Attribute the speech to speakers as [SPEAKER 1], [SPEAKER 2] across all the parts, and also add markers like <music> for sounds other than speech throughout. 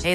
[SPEAKER 1] Hey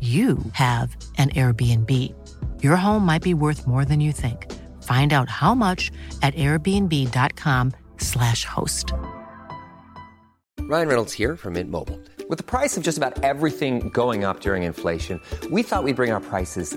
[SPEAKER 1] you have an Airbnb. Your home might be worth more than you think. Find out how much at airbnb.com/slash host.
[SPEAKER 2] Ryan Reynolds here from Mint Mobile. With the price of just about everything going up during inflation, we thought we'd bring our prices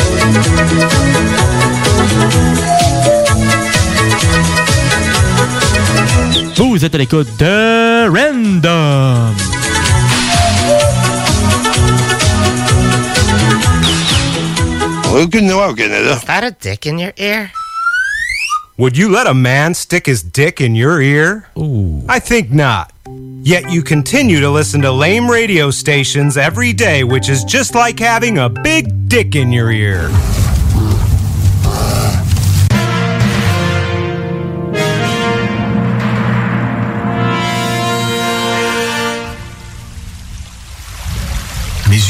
[SPEAKER 3] Vous êtes à l'écoute de Random.
[SPEAKER 4] Aucune loi au Canada.
[SPEAKER 5] that a dick in your ear?
[SPEAKER 6] Would you let a man stick his dick in your ear? Ooh. I think not. Yet you continue to listen to lame radio stations every day, which is just like having a big dick in your ear.
[SPEAKER 7] Mais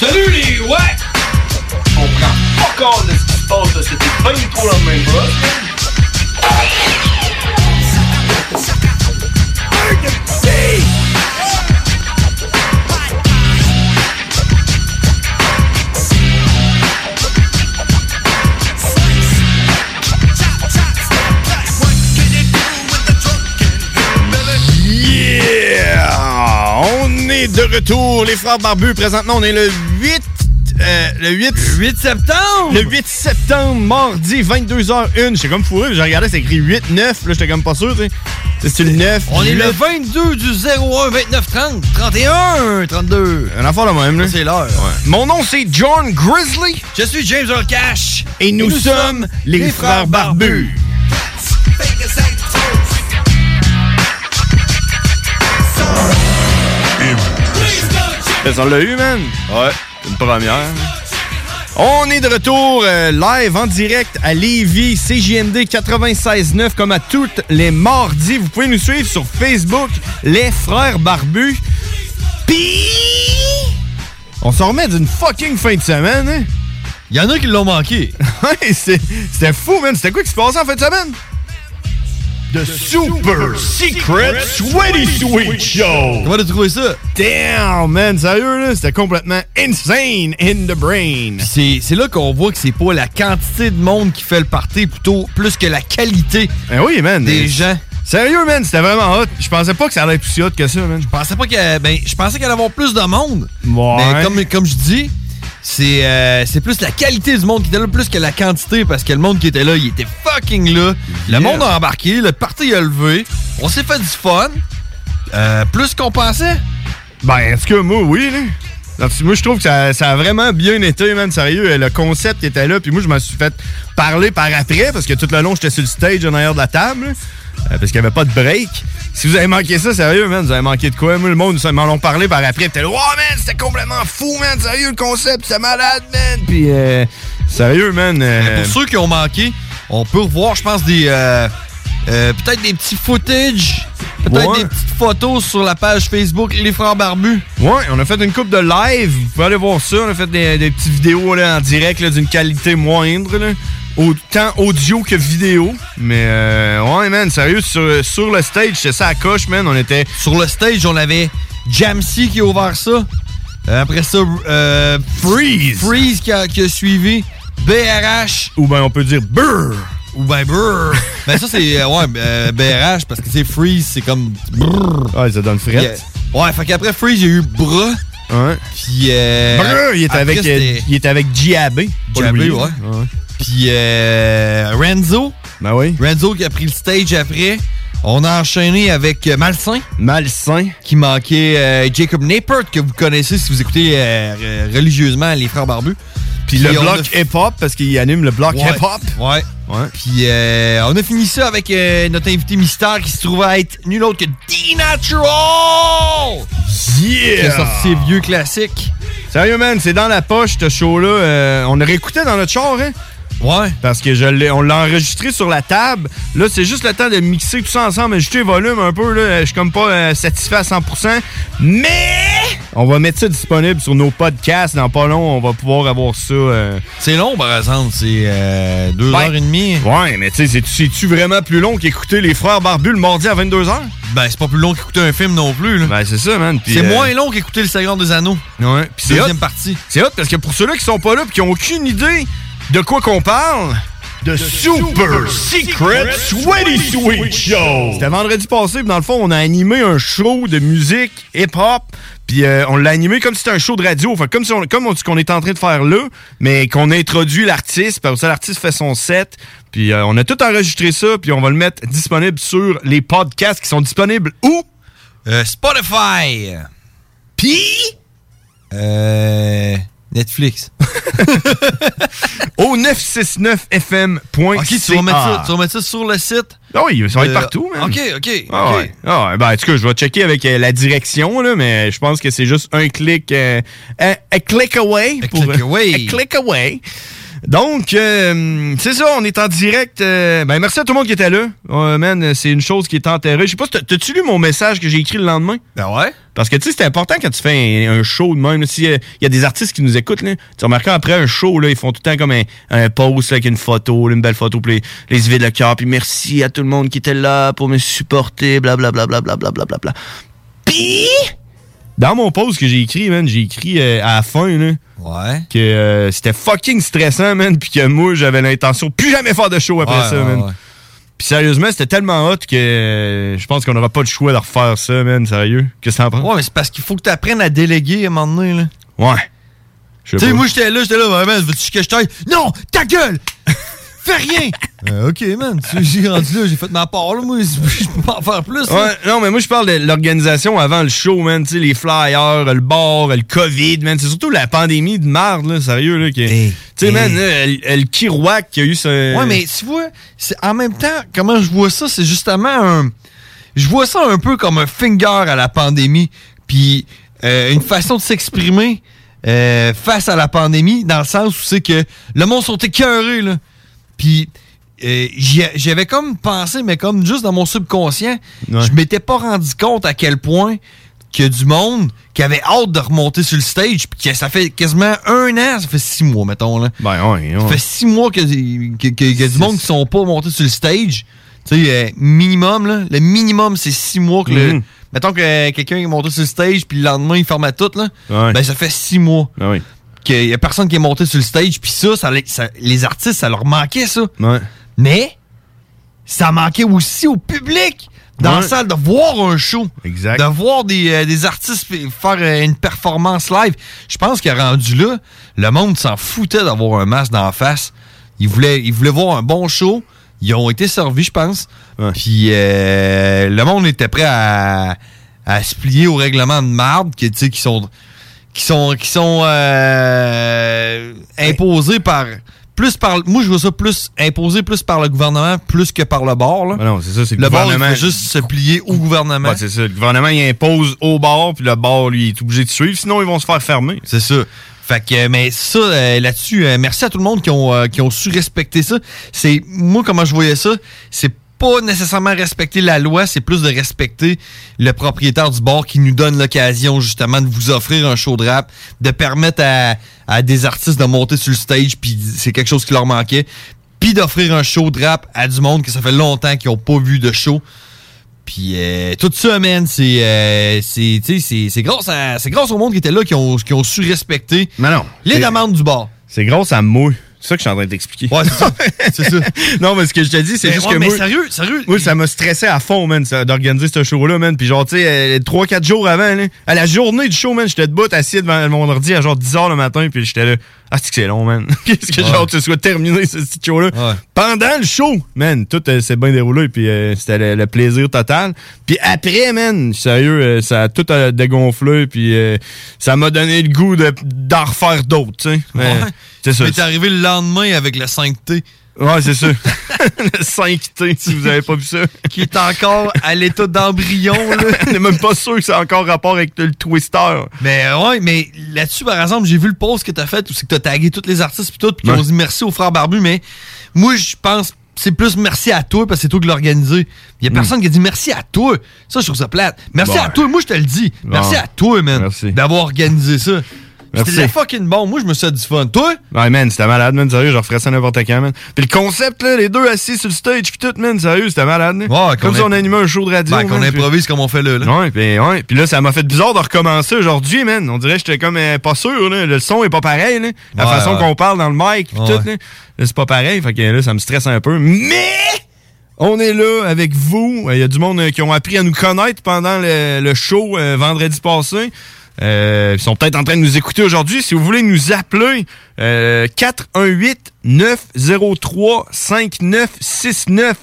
[SPEAKER 8] Salut les ouais! Je
[SPEAKER 9] Oh,
[SPEAKER 8] comprends pas compte de ce qui se passe là, c'était pas du tout la même
[SPEAKER 10] Yeah! On est de retour, les frères barbus. Présentement, on est le 8... euh, le 8... 8 septembre! Le 8 septembre, mardi, 22h01. J'étais comme fourré, j'ai regardé, c'est écrit 8-9. Là, j'étais comme pas sûr, tu sais. C'est le 9.
[SPEAKER 11] On est le
[SPEAKER 10] 22 du 01 29 30 31 32. Un affaire de même, là. C'est l'heure. Mon nom, c'est John Grizzly. Je suis James Earl Cash. Et nous, sommes, les, frères, barbus. Ça, on l'a eu, man. Ouais, c'est une première. On est de retour euh, live en direct à Lévis, CJMD 96.9, comme à toutes les mardis. Vous pouvez nous suivre sur Facebook, Les Frères Barbus. Pis... On s'en remet d'une fucking fin de semaine, hein? Il y en a qui l'ont manqué. <laughs> Ouais, c'est- c'était fou, man. C'était quoi qui se passait en fin de semaine? The, Super, Secret Sweaty Sweet Show. Comment t'as trouvé ça? Damn, man, sérieux, là, c'était complètement insane in the brain.
[SPEAKER 11] C'est c'est là qu'on voit que c'est pas la quantité de monde qui fait le party, plutôt plus que la qualité.
[SPEAKER 10] Ben oui, man.
[SPEAKER 11] Des
[SPEAKER 10] Mais-
[SPEAKER 11] gens.
[SPEAKER 10] Sérieux, man, c'était vraiment hot. Je pensais pas que ça allait être aussi hot que ça, man. Je
[SPEAKER 11] pensais pas que. Ben, je pensais qu'elle allait avoir plus de monde.
[SPEAKER 10] Ouais.
[SPEAKER 11] Mais comme, comme je dis, c'est euh, c'est plus la qualité du monde qui était là, plus que la quantité, parce que le monde qui était là, il était fucking là. Le monde a embarqué, le party a levé. On s'est fait du fun. Euh, plus qu'on pensait.
[SPEAKER 10] Ben, en tout cas, moi, oui, là. Dans- Moi, je trouve que ça, ça a vraiment bien été, man, sérieux. Le concept était là, puis moi, je me suis fait parler par après, parce que tout le long, j'étais sur le stage en arrière de la table, là, euh, parce qu'il n'y avait pas de break. Si vous avez manqué ça, sérieux, man, vous avez manqué de quoi? Moi, le monde, ils m'en ont parlé par après, puis t'es là, wow, man, c'était complètement fou, man, sérieux, le concept, c'est malade, man. Puis, euh, sérieux, man. euh,
[SPEAKER 11] Pour ceux qui ont manqué, on peut revoir, je pense, des. euh, euh, peut-être des petits footage, peut-être
[SPEAKER 10] Ouais.
[SPEAKER 11] des petites photos sur la page Facebook Les Frères Barbus.
[SPEAKER 10] Ouais, on a fait une coupe de live. Vous pouvez aller voir ça. On a fait des, des petites vidéos là, en direct là, d'une qualité moindre. là. au- tant audio que vidéo. Mais euh, ouais, man, sérieux, sur, sur le stage, c'est ça à coche, man. On était.
[SPEAKER 11] Sur le stage, on avait Jamsey qui a ouvert ça. Euh, Après ça, euh, Freeze. Freeze qui a, qui a suivi. BRH.
[SPEAKER 10] Ou ben on peut dire Brr.
[SPEAKER 11] Ou ben Brr. ben ça, c'est. euh, ouais, euh, BRH parce que c'est Freeze, c'est comme. Brr.
[SPEAKER 10] Ouais, ça donne
[SPEAKER 11] Puis,
[SPEAKER 10] frette.
[SPEAKER 11] euh, ouais, fait qu'après Freeze, il y a eu Bras.
[SPEAKER 10] Ouais.
[SPEAKER 11] Puis. euh,
[SPEAKER 10] Brr, il était
[SPEAKER 11] après,
[SPEAKER 10] avec, euh,
[SPEAKER 11] c'était-
[SPEAKER 10] il était avec JAB. faut
[SPEAKER 11] JAB,
[SPEAKER 10] l'oublier.
[SPEAKER 11] ouais. Puis euh, Renzo.
[SPEAKER 10] Ben oui.
[SPEAKER 11] Renzo qui a pris le stage après. On a enchaîné avec euh, Malsain.
[SPEAKER 10] Malsain.
[SPEAKER 11] Qui manquait euh, Jacob Napert, que vous connaissez si vous écoutez euh, euh, religieusement les Frères Barbus.
[SPEAKER 10] Puis le
[SPEAKER 11] on
[SPEAKER 10] bloc
[SPEAKER 11] a-
[SPEAKER 10] hip-hop, parce qu'il anime le bloc
[SPEAKER 11] Ouais.
[SPEAKER 10] hip-hop.
[SPEAKER 11] Ouais. Puis euh, on a fini ça avec euh, notre invité mystère qui se trouve à être nul autre que D-Natural!
[SPEAKER 10] Yeah!
[SPEAKER 11] Qui a sorti ses vieux classiques.
[SPEAKER 10] Sérieux, man, c'est dans la poche, ce show-là. Euh, on le réécoutait dans notre char, hein?
[SPEAKER 11] Ouais.
[SPEAKER 10] Parce que je l'ai- on l'a enregistré sur la table. Là, c'est juste le temps de mixer tout ça ensemble, ajuster le volume un peu. Là. Je suis comme pas euh, satisfait à 100%. Mais on va mettre ça disponible sur nos podcasts. Dans pas long, on va pouvoir avoir ça. euh. Ben,
[SPEAKER 11] C'est long, par exemple. C'est euh, deux heures et demie.
[SPEAKER 10] Ouais, mais tu sais, c'est- c'est-tu vraiment plus long qu'écouter les frères Barbus le mardi à 22h?
[SPEAKER 11] Ben, c'est pas plus long qu'écouter un film non plus. Là.
[SPEAKER 10] Ben, c'est ça, man. Puis,
[SPEAKER 11] C'est
[SPEAKER 10] euh,
[SPEAKER 11] moins long qu'écouter le Seigneur des Anneaux.
[SPEAKER 10] Ouais, puis c'est
[SPEAKER 11] Deuxième
[SPEAKER 10] hot.
[SPEAKER 11] partie.
[SPEAKER 10] C'est hot parce que pour ceux-là qui sont pas là puis qui ont aucune idée de quoi qu'on parle, de Super Secret Sweaty Sweet Show. C'était vendredi passé, puis dans le fond, on a animé un show de musique hip-hop, puis euh, on l'a animé comme si c'était un show de radio, enfin comme si on, comme on- ce qu'on est en train de faire là, mais qu'on introduit l'artiste, puis après ça l'artiste fait son set, puis euh, on a tout enregistré ça, puis on va le mettre disponible sur les podcasts qui sont disponibles où
[SPEAKER 11] Euh, Spotify.
[SPEAKER 10] Puis
[SPEAKER 11] Euh, Netflix.
[SPEAKER 10] <laughs> au 969fm.ca.
[SPEAKER 11] Ok, tu vas, mettre ça, tu vas mettre ça sur le site.
[SPEAKER 10] Ah oui, ça va être
[SPEAKER 11] Euh,
[SPEAKER 10] partout, man.
[SPEAKER 11] Ok, ok.
[SPEAKER 10] Ah
[SPEAKER 11] ok.
[SPEAKER 10] ouais. Ah ouais. Ben, en tout cas, je vais checker avec euh, la direction, là, mais je pense que c'est juste un clic. euh, un- a click away. pour-
[SPEAKER 11] click
[SPEAKER 10] <laughs>
[SPEAKER 11] away.
[SPEAKER 10] a click away. Donc, euh, c'est ça, on est en direct. euh, ben, merci à tout le monde qui était là. Euh, man, c'est une chose qui est enterrée. Je sais pas, si t'as- t'as-tu lu mon message que j'ai écrit le lendemain?
[SPEAKER 11] Ben ouais.
[SPEAKER 10] Parce que, tu sais, c'est important quand tu fais un, un show de même. S'il y a des artistes qui nous écoutent, là, tu remarques après un show, là, ils font tout le temps comme un, un post là, avec une photo, là, une belle photo, puis les, les yeux de le cœur, puis merci à tout le monde qui était là pour me supporter, blablabla. Bla, bla, bla, bla, bla, bla. Puis, dans mon post que j'ai écrit, man, j'ai écrit euh, à la fin là,
[SPEAKER 11] Ouais.
[SPEAKER 10] que euh, c'était fucking stressant, man, puis que moi, j'avais l'intention de plus jamais faire de show après
[SPEAKER 11] Ouais,
[SPEAKER 10] ça,
[SPEAKER 11] ouais,
[SPEAKER 10] man.
[SPEAKER 11] ouais.
[SPEAKER 10] Puis sérieusement, c'était tellement hot que euh, je pense qu'on n'aura pas le choix de refaire ça, man, sérieux. Qu'est-ce que t'en penses?
[SPEAKER 11] Ouais, mais c'est parce qu'il faut que tu apprennes à déléguer à un moment donné. là.
[SPEAKER 10] Ouais. Je
[SPEAKER 11] Tu
[SPEAKER 10] sais
[SPEAKER 11] sais,
[SPEAKER 10] pas.
[SPEAKER 11] moi, j'étais là, j'étais là, ben, man, veux-tu que je t'aille? Non, ta gueule! Fais rien! <laughs> Euh, ok, man, tu sais, j'ai rendu là, j'ai fait ma part, là, moi, <laughs> je peux pas en faire plus. là.
[SPEAKER 10] Ouais, non, mais moi, je parle de l'organisation avant le show, man. Tu sais, les flyers, le bar, le COVID, man. C'est surtout la pandémie de marde, là, sérieux, là. qui- tu sais, man, là, le, le Kirouac qui a eu ce.
[SPEAKER 11] Ouais, mais tu vois, c'est- en même temps, comment je vois ça, c'est justement un. Je vois ça un peu comme un finger à la pandémie, puis euh, une façon de s'exprimer euh, face à la pandémie, dans le sens où c'est que le monde sont écœurés, là. Puis euh, j'y a- j'avais comme pensé, mais comme juste dans mon subconscient, je m'étais pas rendu compte à quel point qu'il y a du monde qui avait hâte de remonter sur le stage, puis que ça fait quasiment un an, ça fait six mois, mettons, là.
[SPEAKER 10] Ben, ouais, ouais.
[SPEAKER 11] Ça fait six mois que, que, que- que du monde qui sont pas montés sur le stage. Tu sais, euh, minimum, là. Le minimum, c'est six mois que le.
[SPEAKER 10] Mhm.
[SPEAKER 11] Mettons que euh, quelqu'un est monté sur le stage, puis le lendemain, il ferme à tout, là.
[SPEAKER 10] Ouais.
[SPEAKER 11] Ben, ça fait six mois
[SPEAKER 10] Ah oui.
[SPEAKER 11] qu'il y a personne qui est monté sur le stage, puis ça, ça, les- ça- les artistes, ça leur manquait, ça.
[SPEAKER 10] Ouais.
[SPEAKER 11] Mais, ça manquait aussi au public, dans
[SPEAKER 10] Ouais.
[SPEAKER 11] la salle, de voir un show.
[SPEAKER 10] Exact.
[SPEAKER 11] De voir des, euh, des artistes f- faire euh, une performance live. Je pense que rendu là, le monde s'en foutait d'avoir un masque d'en face. Ils voulaient, ils voulaient voir un bon show. Ils ont été servis, je pense. Puis euh, le monde était prêt à, à se plier au règlement de marde que, tu sais, qui sont qui sont qui sont euh, imposés par plus par moi je vois ça plus imposé plus par le gouvernement plus que par le bord là.
[SPEAKER 10] Ben non, c'est ça, c'est que
[SPEAKER 11] le
[SPEAKER 10] le
[SPEAKER 11] bord il
[SPEAKER 10] gouvernement-
[SPEAKER 11] veut juste se plier au gouvernement.
[SPEAKER 10] Ouais, c'est ça. Le gouvernement, il impose au bar, puis le bar, lui, il est obligé de suivre, sinon ils vont se faire fermer.
[SPEAKER 11] C'est ça. Fait que, euh, mais ça, euh, là-dessus, euh, merci à tout le monde qui ont, euh, qui ont su respecter ça. C'est, moi, comment je voyais ça, c'est pas nécessairement respecter la loi, c'est plus de respecter le propriétaire du bar qui nous donne l'occasion, justement, de vous offrir un show de rap, de permettre à, à des artistes de monter sur le stage, puis c'est quelque chose qui leur manquait. puis d'offrir un show de rap à du monde que ça fait longtemps qu'ils ont pas vu de show. Puis euh, toute ça, man, c'est euh, c'est tu sais, c'est- c'est grâce, à- c'est grâce au monde qui était là qui ont, qui ont su respecter les demandes du bar.
[SPEAKER 10] C'est grâce à moi. C'est ça que je suis en train de t'expliquer. Ouais, <laughs> c'est ça. non, mais ce que je te dis, c'est
[SPEAKER 11] Mais
[SPEAKER 10] juste
[SPEAKER 11] ouais,
[SPEAKER 10] que
[SPEAKER 11] mais
[SPEAKER 10] moi.
[SPEAKER 11] sérieux, sérieux.
[SPEAKER 10] Moi, ça m'a stressé à fond, man, ça, d'organiser ce show-là, man. Puis genre, tu sais, 3-4 jours avant, là, à la journée du show, man, j'étais debout, assis devant mon ordi à genre 10h le matin, puis j'étais là. Ah, c'est que c'est long, man. <laughs> Qu'est-ce que genre, tu sois terminé ce petit show-là. Pendant le show, man, tout euh, s'est bien déroulé, puis euh, c'était le, le plaisir total. Puis après, man, sérieux, euh, ça a tout euh, dégonflé, puis euh, ça m'a donné le goût de- d'en refaire d'autres, tu sais. Mais
[SPEAKER 11] Ouais.
[SPEAKER 10] C'est ça.
[SPEAKER 11] Mais t'es arrivé le lendemain avec le 5T.
[SPEAKER 10] Ouais, c'est
[SPEAKER 11] <laughs>
[SPEAKER 10] ça. le 5T, si vous avez pas vu ça.
[SPEAKER 11] Qui est encore à l'état d'embryon,
[SPEAKER 10] <laughs>
[SPEAKER 11] là.
[SPEAKER 10] On n'est même pas sûr que ça a encore rapport avec le Twister.
[SPEAKER 11] Mais euh, ouais, mais là-dessus, par exemple, j'ai vu le post que t'as fait où c'est que t'as tagué tous les artistes puis tout, puis
[SPEAKER 10] Ouais.
[SPEAKER 11] qu'on dit merci aux frères barbus, mais moi, je pense c'est plus merci à toi parce que c'est toi qui l'as organisé. Il y a personne qui a dit merci à toi. Ça, je trouve ça plate. Merci
[SPEAKER 10] Hmm. Bon.
[SPEAKER 11] à toi, moi, je te le dis. Merci
[SPEAKER 10] Bon.
[SPEAKER 11] à toi, man, d'avoir organisé ça. C'était
[SPEAKER 10] Merci.
[SPEAKER 11] de la fucking bon. Moi, je me suis fait du fun. Toi?
[SPEAKER 10] Ouais, man, c'était malade, man. Sérieux, je referais ça n'importe quand, man. Puis le concept, là, les deux assis sur le stage, puis tout, man, sérieux, c'était malade, là.
[SPEAKER 11] qu'on
[SPEAKER 10] Comme si
[SPEAKER 11] a-
[SPEAKER 10] on animait un show de radio.
[SPEAKER 11] Ben, qu'on
[SPEAKER 10] man, puis-
[SPEAKER 11] improvise comme on fait là. là.
[SPEAKER 10] Ouais, puis ouais. Puis là, ça m'a fait bizarre de recommencer aujourd'hui, man. On dirait que j'étais comme euh, pas sûr, là. Le son est pas pareil, là. La
[SPEAKER 11] Ouais,
[SPEAKER 10] façon
[SPEAKER 11] ouais.
[SPEAKER 10] qu'on parle dans le mic, puis
[SPEAKER 11] Ouais.
[SPEAKER 10] tout, là. Là, c'est pas pareil. Fait que là, ça me stresse un peu. Mais! On est là avec vous. Il y a du monde euh, qui ont appris à nous connaître pendant le, le show euh, vendredi passé. Euh, ils sont peut-être en train de nous écouter aujourd'hui. Si vous voulez nous appeler, euh, 418-903-5969.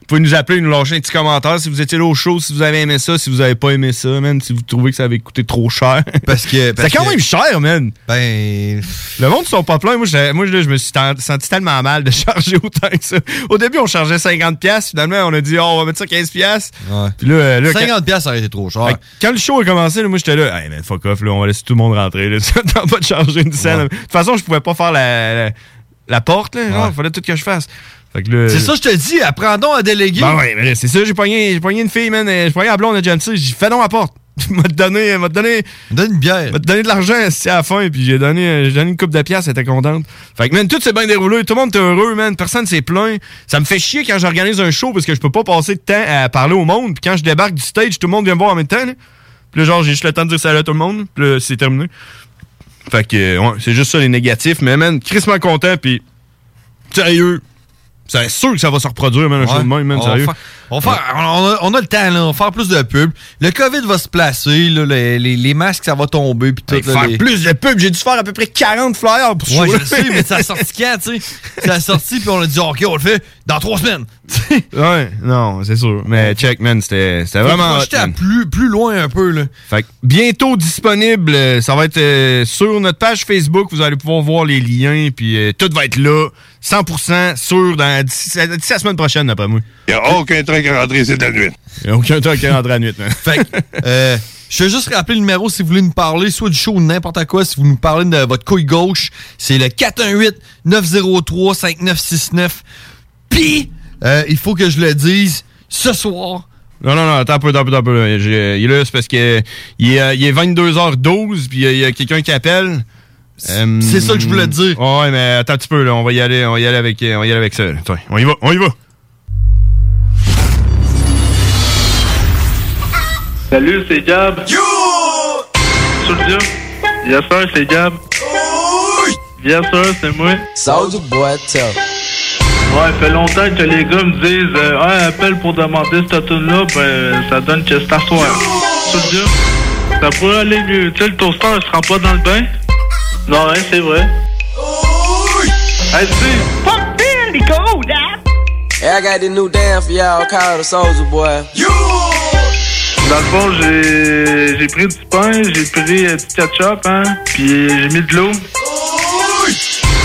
[SPEAKER 10] Vous pouvez nous appeler, nous lâcher un petit commentaire si vous étiez là au show, si vous avez aimé ça, si vous avez pas aimé ça, man, si vous trouvez que ça avait coûté trop cher.
[SPEAKER 11] Parce
[SPEAKER 10] <laughs>
[SPEAKER 11] que. parce
[SPEAKER 10] C'est quand
[SPEAKER 11] que-
[SPEAKER 10] même cher, man.
[SPEAKER 11] Ben.
[SPEAKER 10] Le monde, ils sont pas pleins. Moi, je, moi, je- je me suis ten- senti tellement mal de <laughs> charger autant que ça. Au début, on chargeait 50$. piastres. Finalement, on a dit, oh, on va mettre ça 15$.
[SPEAKER 11] Ouais.
[SPEAKER 10] Puis là, euh, là, quand-
[SPEAKER 11] 50 pièces ça aurait été trop cher.
[SPEAKER 10] Fait que Quand le show a commencé, là, moi j'étais là, hey man, fuck off, là, on va laisser tout le monde rentrer. Là. <laughs> Ça tente pas de charger une scène. De toute façon, je pouvais pas faire la, la, la porte, là. genre, fallait tout que je fasse. Fait que là-
[SPEAKER 11] C'est ça, je te dis, apprendons à déléguer.
[SPEAKER 10] Ben ouais, mais là, c'est ça, j'ai pogné, j'ai pogné une fille, man. euh, J'ai pogné la blonde à James. J'ai dit, fais donc la porte. m'a donné, m'a donné.
[SPEAKER 11] Donne une bière.
[SPEAKER 10] M'a donné de l'argent c'est à la fin, puis j'ai donné, euh, j'ai donné une coupe de pièces, elle était contente. Fait que, man, tout s'est bien déroulé, tout le monde était heureux, man. Personne s'est plaint. Ça me fait chier quand j'organise un show parce que je peux pas passer de temps à parler au monde, puis quand je débarque du stage, tout le monde vient me voir en même temps, là. Puis là, genre, j'ai juste le temps de dire salut à tout le monde, puis là, c'est terminé. Fait que, euh, ouais, c'est juste ça les négatifs, mais man, crissement content, puis sérieux. C'est sûr que ça va se reproduire, man, un show de même, man,
[SPEAKER 11] on
[SPEAKER 10] sérieux.
[SPEAKER 11] va faire- on, va faire- on a, on a le temps, là, on va faire plus de pubs. Le COVID va se placer, là, les, les- les masques, ça va tomber. Puis tout,
[SPEAKER 10] Hey,
[SPEAKER 11] là,
[SPEAKER 10] faire
[SPEAKER 11] les-
[SPEAKER 10] plus de pubs, j'ai dû faire à peu près 40 flyers pour ce
[SPEAKER 11] Ouais, je
[SPEAKER 10] show-là.
[SPEAKER 11] le sais, mais ça a sorti quand, tu sais? Ça a sorti, puis on a dit, OK, on le fait dans trois semaines.
[SPEAKER 10] Ouais, non, c'est sûr. Mais check, man, c'était c'était vraiment. hot,
[SPEAKER 11] J'étais à
[SPEAKER 10] man.
[SPEAKER 11] plus, plus loin un peu, là.
[SPEAKER 10] Fait que bientôt disponible. euh, Ça va être euh, sur notre page Facebook. Vous allez pouvoir voir les liens. Puis euh, tout va être là. 100% sûr dans d'ici à- d'ici la semaine prochaine, d'après moi.
[SPEAKER 4] Il n'y a aucun train qui est rentré ici de la nuit.
[SPEAKER 10] Y a aucun truc qui rentre à la <laughs> nuit, man.
[SPEAKER 11] Fait que, euh, je vais juste rappeler le numéro si vous voulez nous parler, soit du show ou n'importe quoi. Si vous nous parlez de votre couille gauche, c'est le 418-903-5969. Puis, euh, il faut que je le dise, ce soir,
[SPEAKER 10] Non, non, non, attends un peu, attends un peu, attends un peu. J'ai- Il est là, c'est parce que il est, euh, il est 22h12, puis euh, il y a- il y a, quelqu'un qui appelle.
[SPEAKER 11] c'est ça que je voulais
[SPEAKER 10] dire. Ouais, mais attends un petit peu, là. On va y aller, on va y aller avec, euh, on va y aller avec ça. là. Attends, on y va, on y va.
[SPEAKER 8] Salut, c'est Gab. Yo! Soulja. Bien sûr, c'est Gab. Bien sûr, c'est moi. Sors du boîte. Ouais, fait longtemps que les gars me disent euh, Ah, appelle pour demander cette tune là ben ça donne que c'est à soir. Soulja, ça pourrait aller mieux. Tu sais, le toaster, il se rend pas dans le bain? Non, hein, c'est vrai. Hey, si!
[SPEAKER 5] Pump Billy Gold, Hey, I got this new dance for y'all called the Soldier Boy. You!
[SPEAKER 8] Dans le fond, j'ai j'ai pris du pain, j'ai pris euh, du ketchup, hein, puis j'ai mis de l'eau.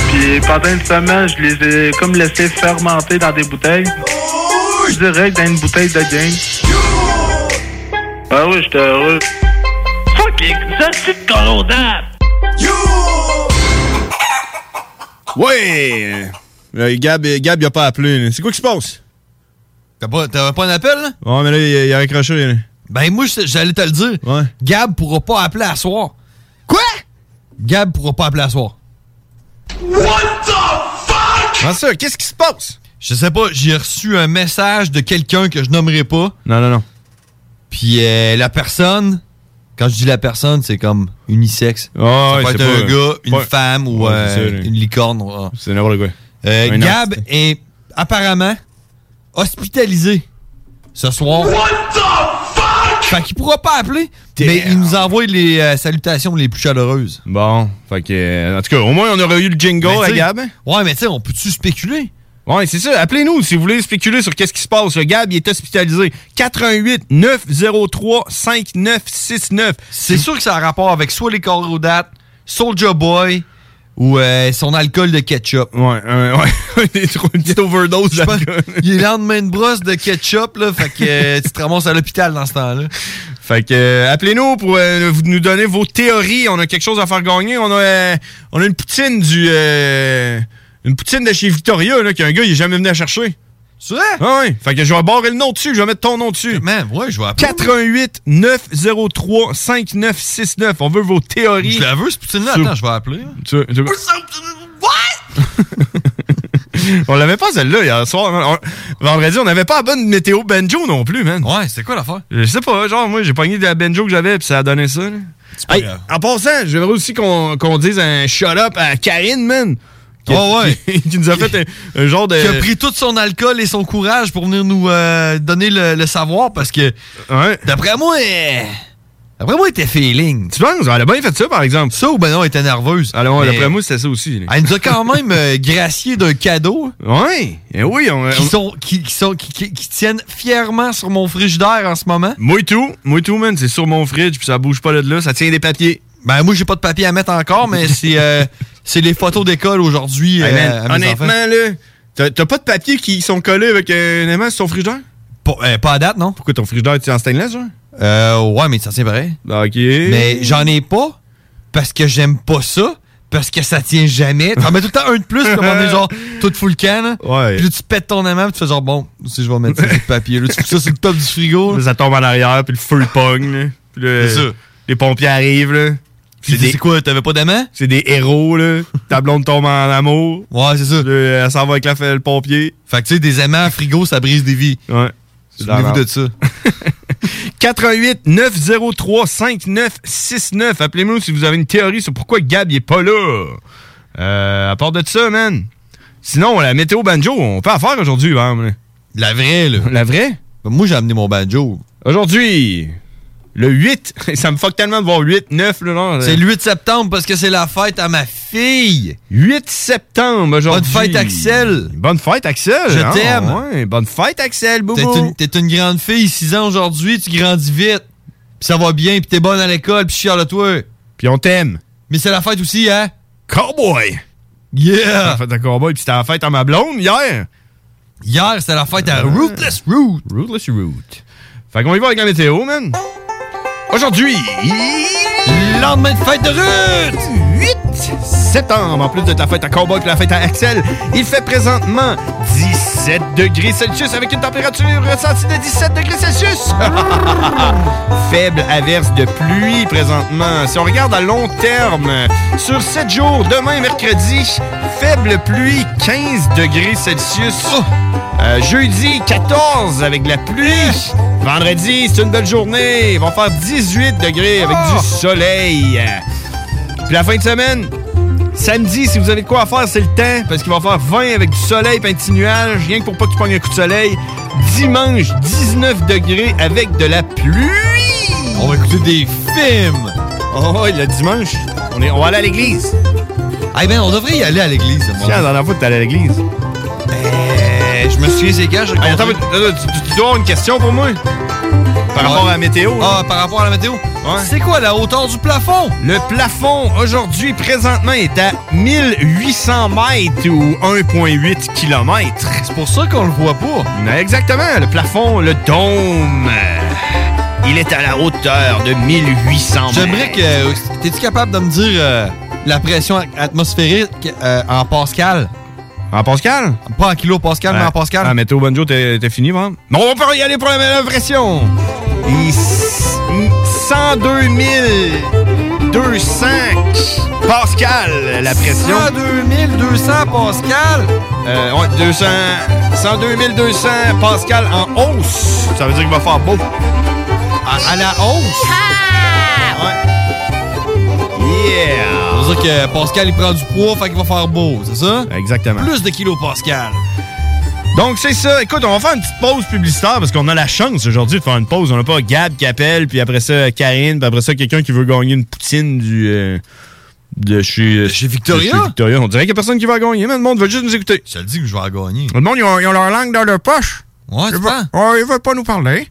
[SPEAKER 8] Puis pendant une semaine, je les ai comme laissés fermenter dans des bouteilles. Direct dans une bouteille de game. Ah oui, j'étais heureux. Fucking exotique colonel!
[SPEAKER 10] Ouais! Euh, Gab, euh, Gab, il a pas appelé. là. C'est quoi qui se passe?
[SPEAKER 11] T'as pas, t'avais pas un appel, là?
[SPEAKER 10] Ouais, mais là, il, il a raccroché. là.
[SPEAKER 11] Ben, moi, je- j'allais te le dire. Gab pourra pas appeler à soir. Quoi? Gab pourra pas appeler à soir.
[SPEAKER 12] What the fuck?
[SPEAKER 11] Ouais,
[SPEAKER 10] Comment ça? Qu'est-ce qui se passe?
[SPEAKER 11] Je sais pas, j'ai reçu un message de quelqu'un que je nommerai pas.
[SPEAKER 10] Non, non, non.
[SPEAKER 11] Puis euh, la personne, quand je dis la personne, c'est comme unisexe.
[SPEAKER 10] Ah,
[SPEAKER 11] ça
[SPEAKER 10] ouais,
[SPEAKER 11] peut
[SPEAKER 10] c'est
[SPEAKER 11] être un
[SPEAKER 10] pas-
[SPEAKER 11] gars, une
[SPEAKER 10] pas-
[SPEAKER 11] femme ou
[SPEAKER 10] Ouais,
[SPEAKER 11] euh,
[SPEAKER 10] c'est ça, là.
[SPEAKER 11] une licorne. ouais.
[SPEAKER 10] C'est n'importe quoi.
[SPEAKER 11] Euh,
[SPEAKER 10] Un
[SPEAKER 11] Gab est apparemment hospitalisé ce soir. Fait qu'il pourra pas appeler, mais il nous envoie les euh, salutations les plus chaleureuses.
[SPEAKER 10] Bon, fait que. euh, En tout cas, au moins, on aurait eu le jingle
[SPEAKER 11] Ben,
[SPEAKER 10] à
[SPEAKER 11] t'sais,
[SPEAKER 10] Gab.
[SPEAKER 11] Ouais, mais tu sais, on peut-tu spéculer?
[SPEAKER 10] Ouais, c'est ça. Appelez-nous si vous voulez spéculer sur qu'est-ce qui se passe. Le Gab, il est hospitalisé. 88 903 5969.
[SPEAKER 11] C'est sûr que ça a rapport avec soit les corrodates, Soldier Boy ou euh, son alcool de ketchup.
[SPEAKER 10] Ouais, <laughs> ouais, une petite overdose
[SPEAKER 11] d'alcool. Il est lendemain de brosse de ketchup, là, fait que euh, tu te ramasses à l'hôpital dans ce temps-là.
[SPEAKER 10] Fait que euh, appelez-nous pour euh, vous- nous donner vos théories. On a quelque chose à faire gagner. On a, euh, on a une poutine du. euh, une poutine de chez Victoria, là, qu'un gars, il est jamais venu la chercher.
[SPEAKER 11] C'est vrai?
[SPEAKER 10] Ah ouais. Fait que je vais barrer le nom dessus. Je vais mettre ton nom dessus.
[SPEAKER 11] Man, ouais, je vais appeler.
[SPEAKER 10] 88 903 5969. On veut vos théories.
[SPEAKER 11] Je la veux, cette poutine-là. Attends, je vais appeler.
[SPEAKER 10] Tu- tu- on l'avait pas celle-là hier soir. man. On- vendredi, on n'avait pas la bonne météo banjo non plus, man.
[SPEAKER 11] Ouais, c'est quoi l'affaire?
[SPEAKER 10] Je sais pas, genre, moi, j'ai pogné de la banjo que j'avais, puis ça a donné ça. là. Hey, en passant, j'aimerais aussi qu'on qu'on dise un shut-up à Karine, man. Qui,
[SPEAKER 11] Oh, ouais.
[SPEAKER 10] qui- <laughs> qui nous a fait un, un genre de.
[SPEAKER 11] Qui a pris tout son alcool et son courage pour venir nous euh, donner le, le savoir parce que. D'après moi. euh, D'après moi, elle était feeling.
[SPEAKER 10] Tu penses? Elle a bien fait ça, par exemple. Ah,
[SPEAKER 11] Ça ou ben non, elle était nerveuse.
[SPEAKER 10] Ouais,
[SPEAKER 11] Alors,
[SPEAKER 10] D'après moi, c'était ça aussi. là.
[SPEAKER 11] Elle Ah, nous a quand même euh, gracié d'un cadeau.
[SPEAKER 10] Ouais, eh oui, on-
[SPEAKER 11] qui, sont, qui, qui sont, qui, qui- qui tiennent fièrement sur mon frigidaire en ce moment.
[SPEAKER 10] Moi et tout, moi et tout, man, c'est sur mon fridge, puis ça bouge pas là de là, ça tient des papiers.
[SPEAKER 11] Ben, moi, j'ai pas de papier à mettre encore,
[SPEAKER 10] <laughs>
[SPEAKER 11] mais c'est euh, c'est les photos d'école aujourd'hui.
[SPEAKER 10] Hey, man,
[SPEAKER 11] euh, à mes
[SPEAKER 10] honnêtement,
[SPEAKER 11] enfants.
[SPEAKER 10] là, t'as- t'as pas de papier qui sont collés avec euh, un aimant sur ton frigidaire?
[SPEAKER 11] Pas, euh, pas à date, non?
[SPEAKER 10] Pourquoi ton frigidaire est en stainless, genre? Bah,
[SPEAKER 11] Euh, ouais, mais ça tient pareil.
[SPEAKER 10] Ok.
[SPEAKER 11] Mais j'en ai pas parce que j'aime pas ça. Parce que ça tient jamais. T'en mets tout le temps un de plus, comme on est
[SPEAKER 10] <laughs>
[SPEAKER 11] genre tout full can. là.
[SPEAKER 10] Ouais.
[SPEAKER 11] Puis là, tu pètes ton aimant, puis tu fais genre bon, si je vais mettre ça sur le papier. Là, tu fous ça sur le top du frigo. là.
[SPEAKER 10] Là, ça tombe en arrière, puis le feu le pogne, là. Puis là,
[SPEAKER 11] C'est ça.
[SPEAKER 10] Les pompiers arrivent, là.
[SPEAKER 11] Puis C'est quoi, t'avais pas d'aimant?
[SPEAKER 10] C'est des héros, là. Ta blonde tombe en amour.
[SPEAKER 11] Ouais, c'est ça.
[SPEAKER 10] Là, elle s'en va avec la, le pompier.
[SPEAKER 11] Fait que tu sais, des aimants à frigo, ça brise des vies.
[SPEAKER 10] Ouais. C'est de la
[SPEAKER 11] Souvenez-vous
[SPEAKER 10] merde.
[SPEAKER 11] de ça.
[SPEAKER 10] 88 903 5969. Appelez-nous si vous avez une théorie sur pourquoi Gab il est pas là. Euh, à part de ça, man. Sinon, la météo banjo, on fait affaire aujourd'hui, hein, man.
[SPEAKER 11] La vraie, là.
[SPEAKER 10] La vraie?
[SPEAKER 11] Ben, Moi, j'ai amené mon banjo.
[SPEAKER 10] Aujourd'hui, le 8. <laughs> Ça me fuck tellement de voir 8, 9, là, non? euh.
[SPEAKER 11] C'est le 8 septembre parce que c'est la fête à ma fille.
[SPEAKER 10] 8 septembre
[SPEAKER 11] Bonne
[SPEAKER 10] aujourd'hui.
[SPEAKER 11] fête, Axel.
[SPEAKER 10] Bonne fête, Axel.
[SPEAKER 11] Je
[SPEAKER 10] Ah,
[SPEAKER 11] t'aime.
[SPEAKER 10] ouais. Bonne fête, Axel,
[SPEAKER 11] T'es
[SPEAKER 10] boubou.
[SPEAKER 11] une, t'es une grande fille, 6 ans aujourd'hui, tu grandis vite. Puis ça va bien, puis t'es bonne à l'école, puis chiale à toi.
[SPEAKER 10] Puis on t'aime.
[SPEAKER 11] Mais c'est la fête aussi, hein?
[SPEAKER 10] Cowboy. La
[SPEAKER 11] Yeah!
[SPEAKER 10] fête de cowboy, puis c'était la fête à ma blonde hier.
[SPEAKER 11] Hier, c'est la fête à Ruthless Root.
[SPEAKER 10] Rootless Root. Fait qu'on y va avec la météo, man. Aujourd'hui,
[SPEAKER 11] Lendemain de fête de Ruth!
[SPEAKER 10] 8 septembre, en plus de ta fête à Cowboy et la fête à Axel, il fait présentement 17 degrés Celsius avec une température ressentie de 17 degrés
[SPEAKER 11] <laughs>
[SPEAKER 10] Celsius. Faible averse de pluie présentement. Si on regarde à long terme, sur 7 jours, demain mercredi, faible pluie 15 degrés Celsius.
[SPEAKER 11] Oh!
[SPEAKER 10] Euh, jeudi, 14 avec de la pluie. Vendredi, c'est une belle journée. Il va faire 18 degrés avec
[SPEAKER 11] Oh!
[SPEAKER 10] du soleil. Puis la fin de semaine, samedi, si vous avez de quoi à faire, c'est le temps, parce qu'il va faire 20 avec du soleil, puis un petit nuage, rien que pour pas que tu pognes un coup de soleil. Dimanche, 19 degrés avec de la pluie.
[SPEAKER 11] On va écouter des films.
[SPEAKER 10] Oh, le dimanche, on, est, on va aller à l'église.
[SPEAKER 11] Hey ben, on devrait y aller à l'église. à un moment.
[SPEAKER 10] Tiens, la dernière fois que t'allais à l'église.
[SPEAKER 11] Eh, je me souviens, c'est quand? j'ai rencontré-
[SPEAKER 10] attends, tu, tu- tu dois avoir une question pour moi? Par rapport à la météo? là.
[SPEAKER 11] Ah, par rapport à la météo. C'est quoi la hauteur du plafond?
[SPEAKER 10] Le plafond aujourd'hui présentement est à 1800 mètres ou 1,8 km.
[SPEAKER 11] C'est pour ça qu'on le voit pas.
[SPEAKER 10] Ben, Exactement, le plafond, le dôme. euh, Il est à la hauteur de 1800
[SPEAKER 11] J'aimerais que. euh, T'es-tu capable de me dire euh, la pression a- atmosphérique euh, en Pascal?
[SPEAKER 10] En Pascal?
[SPEAKER 11] Pas en kilo Pascal, mais en Pascal.
[SPEAKER 10] Ah, météo banjo, t'es t'es fini, vraiment. Bon, on peut y aller pour la même impression. Et s- 102 200 Pascal, la pression.
[SPEAKER 11] 102 200 Pascal.
[SPEAKER 10] Euh, ouais, 200, 102 200 Pascal en hausse. Ça veut dire qu'il va faire beau. À, à la hausse. Yeah!
[SPEAKER 11] Ça veut dire que Pascal, il prend du poids, fait qu'il va faire beau, c'est ça?
[SPEAKER 10] Exactement.
[SPEAKER 11] Plus de kilos, Pascal.
[SPEAKER 10] Donc, c'est ça. Écoute, on va faire une petite pause publicitaire parce qu'on a la chance aujourd'hui de faire une pause. On n'a pas Gab qui appelle, puis après ça, Karine, puis après ça, quelqu'un qui veut gagner une poutine du. euh, de chez,
[SPEAKER 11] chez Victoria?
[SPEAKER 10] chez Victoria. On dirait qu'il n'y a personne qui va gagner, mais le monde veut juste nous écouter.
[SPEAKER 11] Ça le dit que je vais en gagner.
[SPEAKER 10] Le monde, ils ont, ils ont leur langue dans leur poche.
[SPEAKER 11] Ouais,
[SPEAKER 10] ils veulent, Mmh. ouais, ils veulent pas nous parler.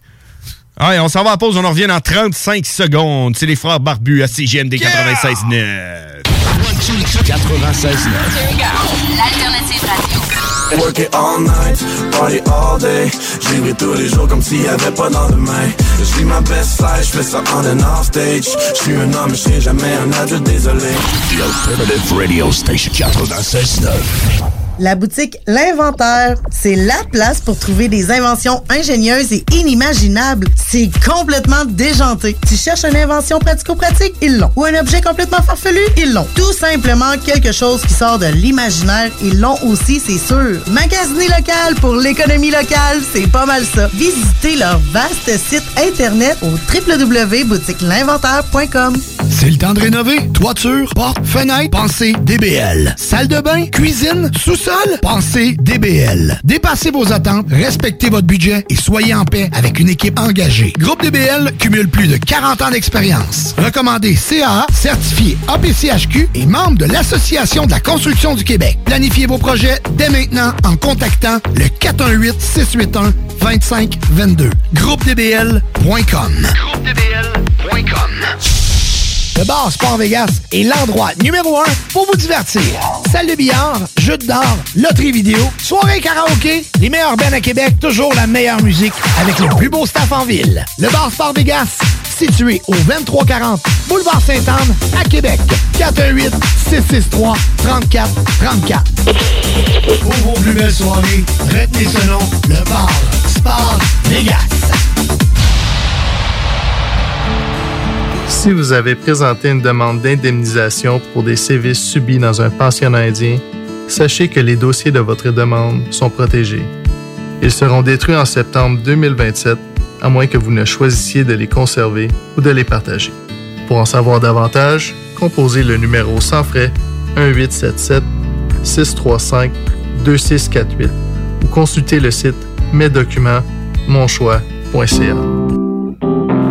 [SPEAKER 10] Ouais, on s'en va à la pause, on en revient dans 35 secondes. C'est les frères barbus à CGMD 96.9.
[SPEAKER 9] 96.9.
[SPEAKER 13] L'alternative radio.
[SPEAKER 9] Work it all night, party all day J'y vais tous les jours comme s'il y avait pas d'endemain Je vis ma best side, je fais ça on and off stage Je suis un homme, je suis jamais un adulte, désolé The Alternative Radio Station 96.9
[SPEAKER 14] La boutique L'Inventaire, c'est la place pour trouver des inventions ingénieuses et inimaginables. C'est complètement déjanté. Tu cherches une invention pratico-pratique? Ils l'ont. Ou un objet complètement farfelu? Ils l'ont. Tout simplement quelque chose qui sort de l'imaginaire, ils l'ont aussi, c'est sûr. Magasiner local pour l'économie locale, c'est pas mal ça. Visitez leur vaste site internet au www.boutiquelinventaire.com.
[SPEAKER 15] C'est le temps de rénover. Toiture, porte, fenêtre, pensez DBL. Salle de bain, cuisine, sous-sol, pensez DBL. Dépassez vos attentes, respectez votre budget et soyez en paix avec une équipe engagée. Groupe DBL cumule plus de 40 ans d'expérience. Recommandé CAA, certifié APCHQ et membre de l'Association de la construction du Québec. Planifiez vos projets dès maintenant en contactant le 418-681-2522. GroupeDBL.com. Le bar Sport Vegas est l'endroit numéro un pour vous divertir. Salle de billard, jeux de d'or, loterie vidéo, soirée karaoké, les meilleurs bands à Québec, toujours la meilleure musique avec le plus beau staff en ville. Le bar Sport Vegas, situé au 2340 Boulevard Sainte-Anne à Québec. 418 663 34 34. Pour vos plus belles soirées, retenez ce nom, le bar Sport Vegas.
[SPEAKER 16] Si vous avez présenté une demande d'indemnisation pour des sévices subis dans un pensionnat indien, sachez que les dossiers de votre demande sont protégés. Ils seront détruits en septembre 2027, à moins que vous ne choisissiez de les conserver ou de les partager. Pour en savoir davantage, composez le numéro sans frais 1877 635 2648 ou consultez le site mes documents monchoix.ca.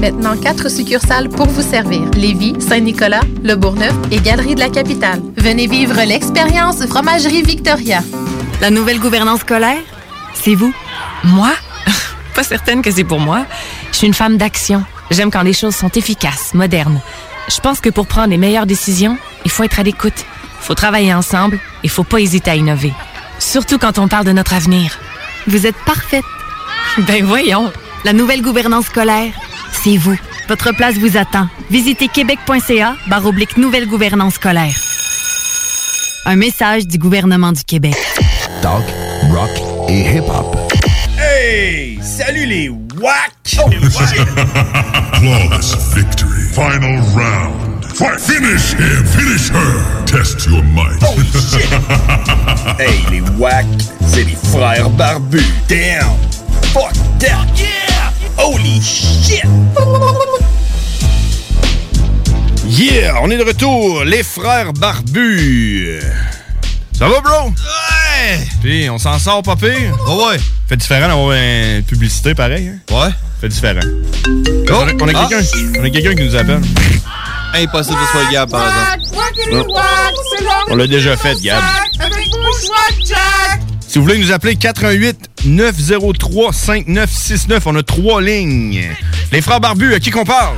[SPEAKER 17] Maintenant, quatre succursales pour vous servir. Lévis, Saint-Nicolas, Le Bourgneuf et Galerie de la Capitale. Venez vivre l'expérience Fromagerie Victoria.
[SPEAKER 18] La nouvelle gouvernance scolaire, c'est vous. Moi? <laughs> Pas certaine que c'est pour moi. Je suis une femme d'action. J'aime quand les choses sont efficaces, modernes. Je pense que pour prendre les meilleures décisions, il faut être à l'écoute. faut travailler ensemble et faut pas hésiter à innover. Surtout quand on parle de notre avenir. Vous êtes parfaite. Ben voyons.
[SPEAKER 19] La nouvelle gouvernance scolaire, c'est vous. Votre place vous attend. Visitez québec.ca barre oblique nouvelle gouvernance scolaire. Un message du gouvernement du Québec.
[SPEAKER 20] Talk, rock et hip-hop.
[SPEAKER 10] Hey! Salut les WAC!
[SPEAKER 21] Flawless victory. Final round. Fight. Finish him. Finish her. Test your might.
[SPEAKER 10] Oh, hey, les WAC, c'est les frères barbus. Damn! Fuck that! Yeah! Holy shit! Yeah! On est de retour, les frères barbus. Ça va, bro? Ouais! Puis, on s'en sort pas pire. ouais. Fait différent d'avoir une publicité pareil. Hein? Ouais. Oh! Fait différent. on a, on a
[SPEAKER 11] Ah.
[SPEAKER 10] quelqu'un on a quelqu'un qui nous appelle.
[SPEAKER 11] Impossible que ce soit Gab, par exemple.
[SPEAKER 10] On l'a déjà fait, Gab.
[SPEAKER 22] Avec mon Jack!
[SPEAKER 10] Si vous voulez nous appeler, 88 903 5969. On a trois lignes. Les frères barbus, à qui qu'on parle?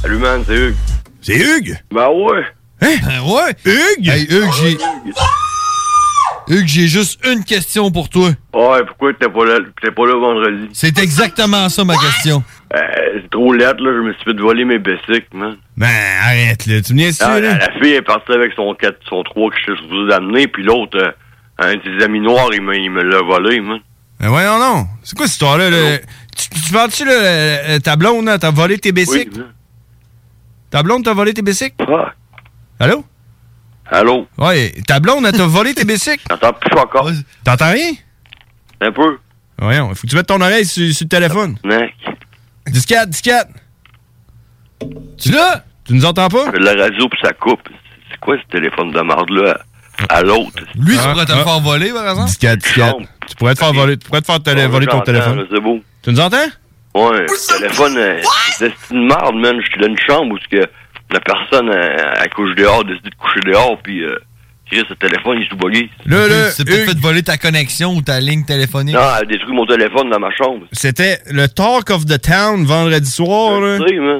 [SPEAKER 23] Salut, man, c'est Hugues.
[SPEAKER 10] C'est Hugues?
[SPEAKER 23] Ben ouais.
[SPEAKER 10] Hein? ouais? Hugues?
[SPEAKER 11] Hey, Hugues, j'ai... Ah, Hugues, j'ai juste une question pour toi.
[SPEAKER 23] Ouais, pourquoi t'es pas là, t'es pas là vendredi?
[SPEAKER 11] C'est exactement ça ma question.
[SPEAKER 23] Euh, c'est trop lettre, là. Je me suis fait voler mes bicycles, man.
[SPEAKER 10] Ben, arrête, là. Tu me niaises-tu,
[SPEAKER 23] Ah,
[SPEAKER 10] là?
[SPEAKER 23] la, la fille est partie avec son 4, son 3 que je suis supposé d'amener, puis l'autre, euh, un de ses amis noirs, il me, il me l'a volé, man.
[SPEAKER 10] Ben voyons non. C'est quoi cette histoire-là? là? Tu, tu parles-tu, là, euh, ta blonde, là, t'as volé tes bicycles?
[SPEAKER 23] Oui, man.
[SPEAKER 10] Ta blonde t'a volé tes bicycles? Allô?
[SPEAKER 23] Ah. Allô?
[SPEAKER 10] Ouais, ta blonde, elle t'a volé
[SPEAKER 23] <laughs>
[SPEAKER 10] tes bicycles?
[SPEAKER 23] T'entends plus encore?
[SPEAKER 10] T'entends rien?
[SPEAKER 23] Un peu.
[SPEAKER 10] Voyons, faut que tu mettes ton oreille sur, sur
[SPEAKER 23] <laughs>
[SPEAKER 10] le téléphone.
[SPEAKER 23] Mec.
[SPEAKER 10] Disquette, disquette. Tu l'as? Tu nous entends pas?
[SPEAKER 23] La radio, puis ça coupe. C'est quoi ce téléphone de marde-là? À, à l'autre.
[SPEAKER 11] Lui,
[SPEAKER 10] Hein?
[SPEAKER 11] tu
[SPEAKER 10] Ah.
[SPEAKER 11] pourrais te le faire voler, par exemple?
[SPEAKER 10] Disquette, disquette. Tu pourrais te faire voler, tu pourrais te faire télé-
[SPEAKER 23] Ouais,
[SPEAKER 10] voler ton
[SPEAKER 23] j'entends,
[SPEAKER 10] téléphone.
[SPEAKER 23] C'est beau.
[SPEAKER 10] Tu nous entends?
[SPEAKER 23] Ouais, le téléphone, euh, c'est une marde, man. Je te donne une chambre où c'est que la personne, elle, elle couche dehors, décide de coucher dehors, puis euh, Chris, le téléphone, il est tout bugué.
[SPEAKER 10] Là, là,
[SPEAKER 11] C'est peut-être fait voler ta connexion ou ta ligne téléphonique.
[SPEAKER 23] Non, elle détruit mon téléphone dans ma chambre.
[SPEAKER 10] C'était le talk of the town vendredi soir. là.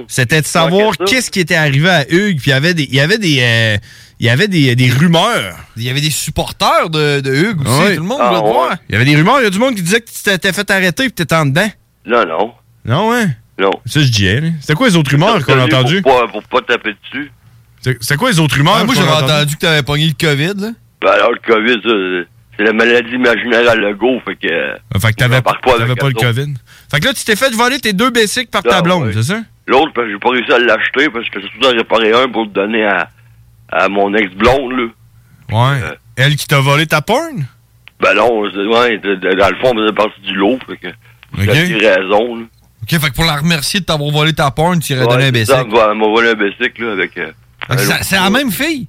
[SPEAKER 10] C'était de savoir qu'est-ce qui était arrivé à Hugues. Puis il y avait des, il y avait des, euh, il y avait des, des rumeurs.
[SPEAKER 11] Il y avait des supporters de, de Hugues aussi.
[SPEAKER 10] Ouais.
[SPEAKER 11] Tout le monde
[SPEAKER 23] Ah,
[SPEAKER 11] voulait te voir.
[SPEAKER 10] Il y avait des rumeurs. Il y a du monde qui disait que tu t'étais fait arrêter et que t'étais en dedans.
[SPEAKER 23] Non, non.
[SPEAKER 10] Non, hein?
[SPEAKER 23] Non.
[SPEAKER 10] Ça, je hein, disais. là. C'était quoi les autres rumeurs qu'on a
[SPEAKER 23] Salut,
[SPEAKER 10] entendues?
[SPEAKER 23] Pour pas, pour pas taper dessus.
[SPEAKER 10] C'est c'est quoi les autres rumeurs?
[SPEAKER 23] Ah, moi,
[SPEAKER 10] qu'on
[SPEAKER 23] j'avais
[SPEAKER 10] a entendues?
[SPEAKER 11] Entendu que t'avais pogné le COVID, là.
[SPEAKER 23] Ben alors, le COVID, ça, c'est- c'est la maladie imaginaire à Lego, fait que.
[SPEAKER 10] Ah, Fait que
[SPEAKER 23] t'avais pas,
[SPEAKER 10] T'avais pas le COVID. Fait que là, tu t'es fait voler tes deux bicycles par ta
[SPEAKER 23] Ah,
[SPEAKER 10] blonde,
[SPEAKER 23] ouais.
[SPEAKER 10] c'est ça?
[SPEAKER 23] L'autre, parce que j'ai pas réussi à l'acheter, parce que j'ai surtout en réparer un pour le donner à, à mon ex-blonde, là.
[SPEAKER 10] Ouais. Elle qui t'a volé ta porn?
[SPEAKER 23] Ben non, c'est- ouais, de- de- dans le fond, on faisait partie du lot, fait que. J'ai raison, là.
[SPEAKER 11] OK, fait que pour la remercier de t'avoir volé ta porn, tu irais donner un
[SPEAKER 23] Ouais,
[SPEAKER 11] baiser.
[SPEAKER 23] ça, elle m'a- elle m'a volé un bicycle, là, avec. euh,
[SPEAKER 11] Fait que
[SPEAKER 23] un
[SPEAKER 11] ça-
[SPEAKER 23] autre-
[SPEAKER 11] C'est la même fille.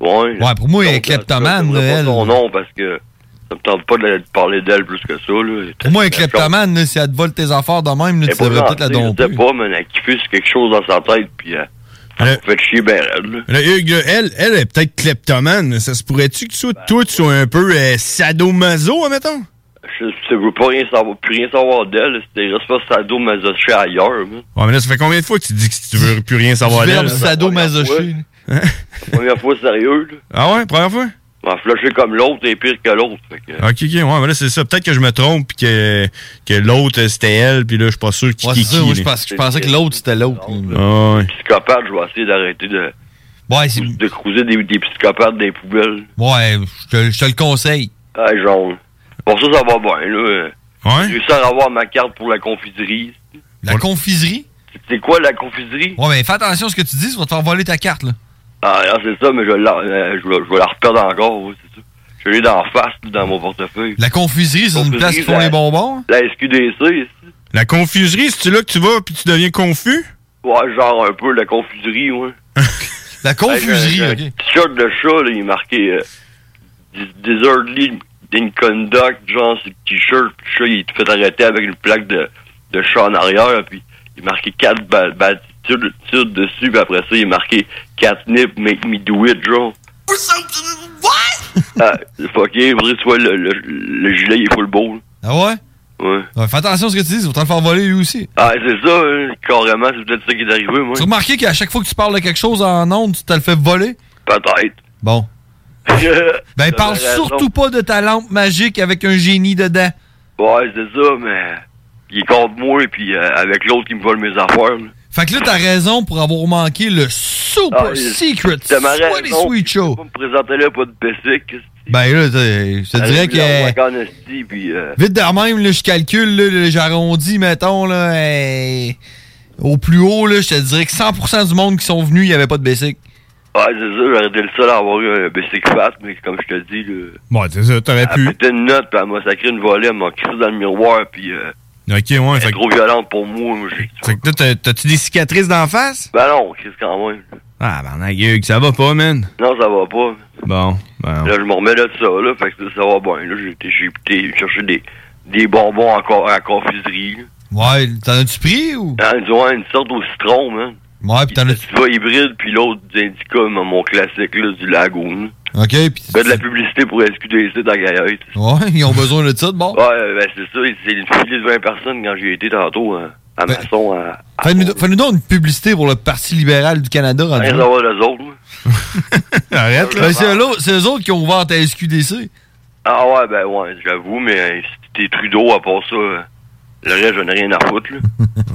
[SPEAKER 23] Ouais.
[SPEAKER 11] Ouais, pour moi, elle est kleptomane, là,
[SPEAKER 23] pas
[SPEAKER 11] elle.
[SPEAKER 23] son nom, parce que ça me tente pas de, la- de parler d'elle plus que ça, là.
[SPEAKER 11] Pour moi, un kleptomane, là, si elle te vole tes affaires de même, là,
[SPEAKER 23] Elle
[SPEAKER 11] tu
[SPEAKER 23] est pas
[SPEAKER 11] devrais peut-être la
[SPEAKER 23] gentille,
[SPEAKER 11] domper.
[SPEAKER 23] Je sais pas, mais elle a kiffé sur quelque chose dans sa tête, puis elle, elle me fait chier ben raide, là.
[SPEAKER 10] Là, Hugues, là, elle, elle est peut-être kleptomane. mais Ça se pourrait-tu que tu sois, toi, tu sois un peu euh, sadomaso, admettons?
[SPEAKER 23] Je, je veux pas rien savoir, plus rien savoir d'elle. C'était reste pas sado masoché ailleurs. man.
[SPEAKER 10] Ouais, mais là, ça fait combien de fois que tu dis que tu veux plus rien savoir
[SPEAKER 23] Du verbe
[SPEAKER 10] d'elle?
[SPEAKER 23] sadomasoché,
[SPEAKER 10] Hein?
[SPEAKER 23] La première fois sérieux, là.
[SPEAKER 10] Ah ouais, première fois?
[SPEAKER 23] M'en flusher comme l'autre est pire que l'autre. fait que-
[SPEAKER 10] Ok, ok, ouais, mais là, c'est ça. Peut-être que je me trompe, puis que, que l'autre, euh, c'était elle, puis là, je suis pas sûr qui
[SPEAKER 23] Ouais,
[SPEAKER 10] qui
[SPEAKER 23] c'est ça, moi, je
[SPEAKER 10] là.
[SPEAKER 23] pense- je pensais que l'autre,
[SPEAKER 11] c'était l'autre.
[SPEAKER 10] Ah ouais.
[SPEAKER 23] Psychopathe, je vais essayer d'arrêter de. de croiser des, des psychopathes des poubelles.
[SPEAKER 11] Ouais, je te- je te le conseille.
[SPEAKER 23] Ah, jaune. Pour ça, ça va bien, là.
[SPEAKER 10] Ouais?
[SPEAKER 23] J'ai réussi à avoir ma carte pour la confiserie.
[SPEAKER 11] La confiserie?
[SPEAKER 23] C'est quoi la confiserie?
[SPEAKER 11] Ouais, mais fais attention à ce que tu dis, ça va te faire voler ta carte, là.
[SPEAKER 23] Ah, ah, c'est ça, mais je vais la, euh, je vais, je vais la reperdre encore, oui, c'est ça. Je l'ai dans la face, dans mon portefeuille.
[SPEAKER 11] La confiserie, c'est une
[SPEAKER 23] Confiserie,
[SPEAKER 11] place qui font
[SPEAKER 23] la-
[SPEAKER 11] les bonbons.
[SPEAKER 23] La SQDC, ici.
[SPEAKER 10] La confuserie, c'est-tu là que tu vas, puis tu deviens confus?
[SPEAKER 23] Ouais, genre un peu la confiserie, ouais.
[SPEAKER 11] la
[SPEAKER 23] confiserie, ok. T-shirt de chat, là, il est marqué euh, Dis- Disorderly in Conduct, genre, c'est le t-shirt, puis le chat, il te fait arrêter avec une plaque de, de chat en arrière, puis il est marqué 4 batitudes dessus, puis après ça, il est marqué Catnip, make me do it, genre. <laughs> ah, fuck, yeah, faudrait que tu vois, le, le, le gilet, il est full beau, là.
[SPEAKER 11] Ah ouais?
[SPEAKER 23] Ouais.
[SPEAKER 11] Ouais, Fais attention à ce que tu dis, ça va te le faire voler lui aussi.
[SPEAKER 23] Ah, c'est ça, hein, carrément, c'est peut-être ça qui est arrivé, moi.
[SPEAKER 11] Tu as remarqué qu'à chaque fois que tu parles de quelque chose en ondes, tu te le fais voler?
[SPEAKER 23] Peut-être. <laughs>
[SPEAKER 11] Bon. Ben, parle surtout pas de ta lampe magique avec un génie dedans.
[SPEAKER 23] Ouais, c'est ça, mais il est contre moi, puis euh, avec l'autre, il me vole mes affaires. là.
[SPEAKER 11] Fait que là, t'as raison pour avoir manqué le super
[SPEAKER 23] Ah, il-
[SPEAKER 11] secret
[SPEAKER 23] T'as ma
[SPEAKER 11] sweaty
[SPEAKER 23] raison,
[SPEAKER 11] sweet
[SPEAKER 23] puis Je
[SPEAKER 11] show.
[SPEAKER 23] peux pas me présenter là, pas de basic.
[SPEAKER 11] Ben là, t'es- je te dirais que...
[SPEAKER 23] puis, euh,
[SPEAKER 11] Vite de même, là, je calcule, là, là, j'arrondis, mettons, là, euh, au plus haut, là, je te dirais que 100% du monde qui sont venus, il n'y avait pas de basic.
[SPEAKER 23] Ouais, c'est ça, j'aurais été le seul à avoir eu un basic fat, mais comme je te dis, là.
[SPEAKER 10] Bon, c'est ça, t'aurais
[SPEAKER 23] Elle a
[SPEAKER 10] pu.
[SPEAKER 23] pété une note, puis elle m'a sacré une volée, elle m'a crissé dans le miroir, puis euh,
[SPEAKER 10] Ok, ouais,
[SPEAKER 23] elle
[SPEAKER 10] fait
[SPEAKER 23] est
[SPEAKER 10] que,
[SPEAKER 23] trop violente pour moi. moi, j'ai-
[SPEAKER 10] fait que là, t'as- t'as-tu des cicatrices d'en face?
[SPEAKER 23] Ben non, Chris, quand même.
[SPEAKER 10] Ah, ben, Hugues, ça va pas, man.
[SPEAKER 23] Non, ça va pas.
[SPEAKER 10] Bon, ben.
[SPEAKER 23] Là, je me remets de ça, là, fait que ça va bien. Là, j'ai été- j'ai été chercher des, des bonbons encore à la confiserie. là.
[SPEAKER 11] Ouais, t'en as-tu pris ou?
[SPEAKER 23] Ah, ils ont une sorte au citron, man.
[SPEAKER 11] Ouais, pis t'en as-tu.
[SPEAKER 23] Tu vas hybride, puis l'autre d'Indica, mon mon classique, là, du Lagoon.
[SPEAKER 11] Ok, pis.
[SPEAKER 23] Fais de la publicité pour SQDC dans Gaillette.
[SPEAKER 11] Ouais, ils ont besoin de ça, de bon.
[SPEAKER 23] Ouais, ben c'est ça, c'est une filée de 20 personnes quand j'ai été tantôt hein, à
[SPEAKER 11] Ben,
[SPEAKER 23] Masson à.
[SPEAKER 11] Fais-nous fais-nous donc une publicité pour le Parti libéral du Canada. rendu
[SPEAKER 23] Rien
[SPEAKER 11] là.
[SPEAKER 23] à voir les autres, moi.
[SPEAKER 10] Arrête,
[SPEAKER 11] <laughs> Ben, c'est eux autres- c'est eux autres qui ont ouvert ta SQDC.
[SPEAKER 23] Ah ouais, ben ouais, j'avoue, mais euh, si t'es Trudeau, à part ça, euh, le reste, j'en ai rien à foutre, là.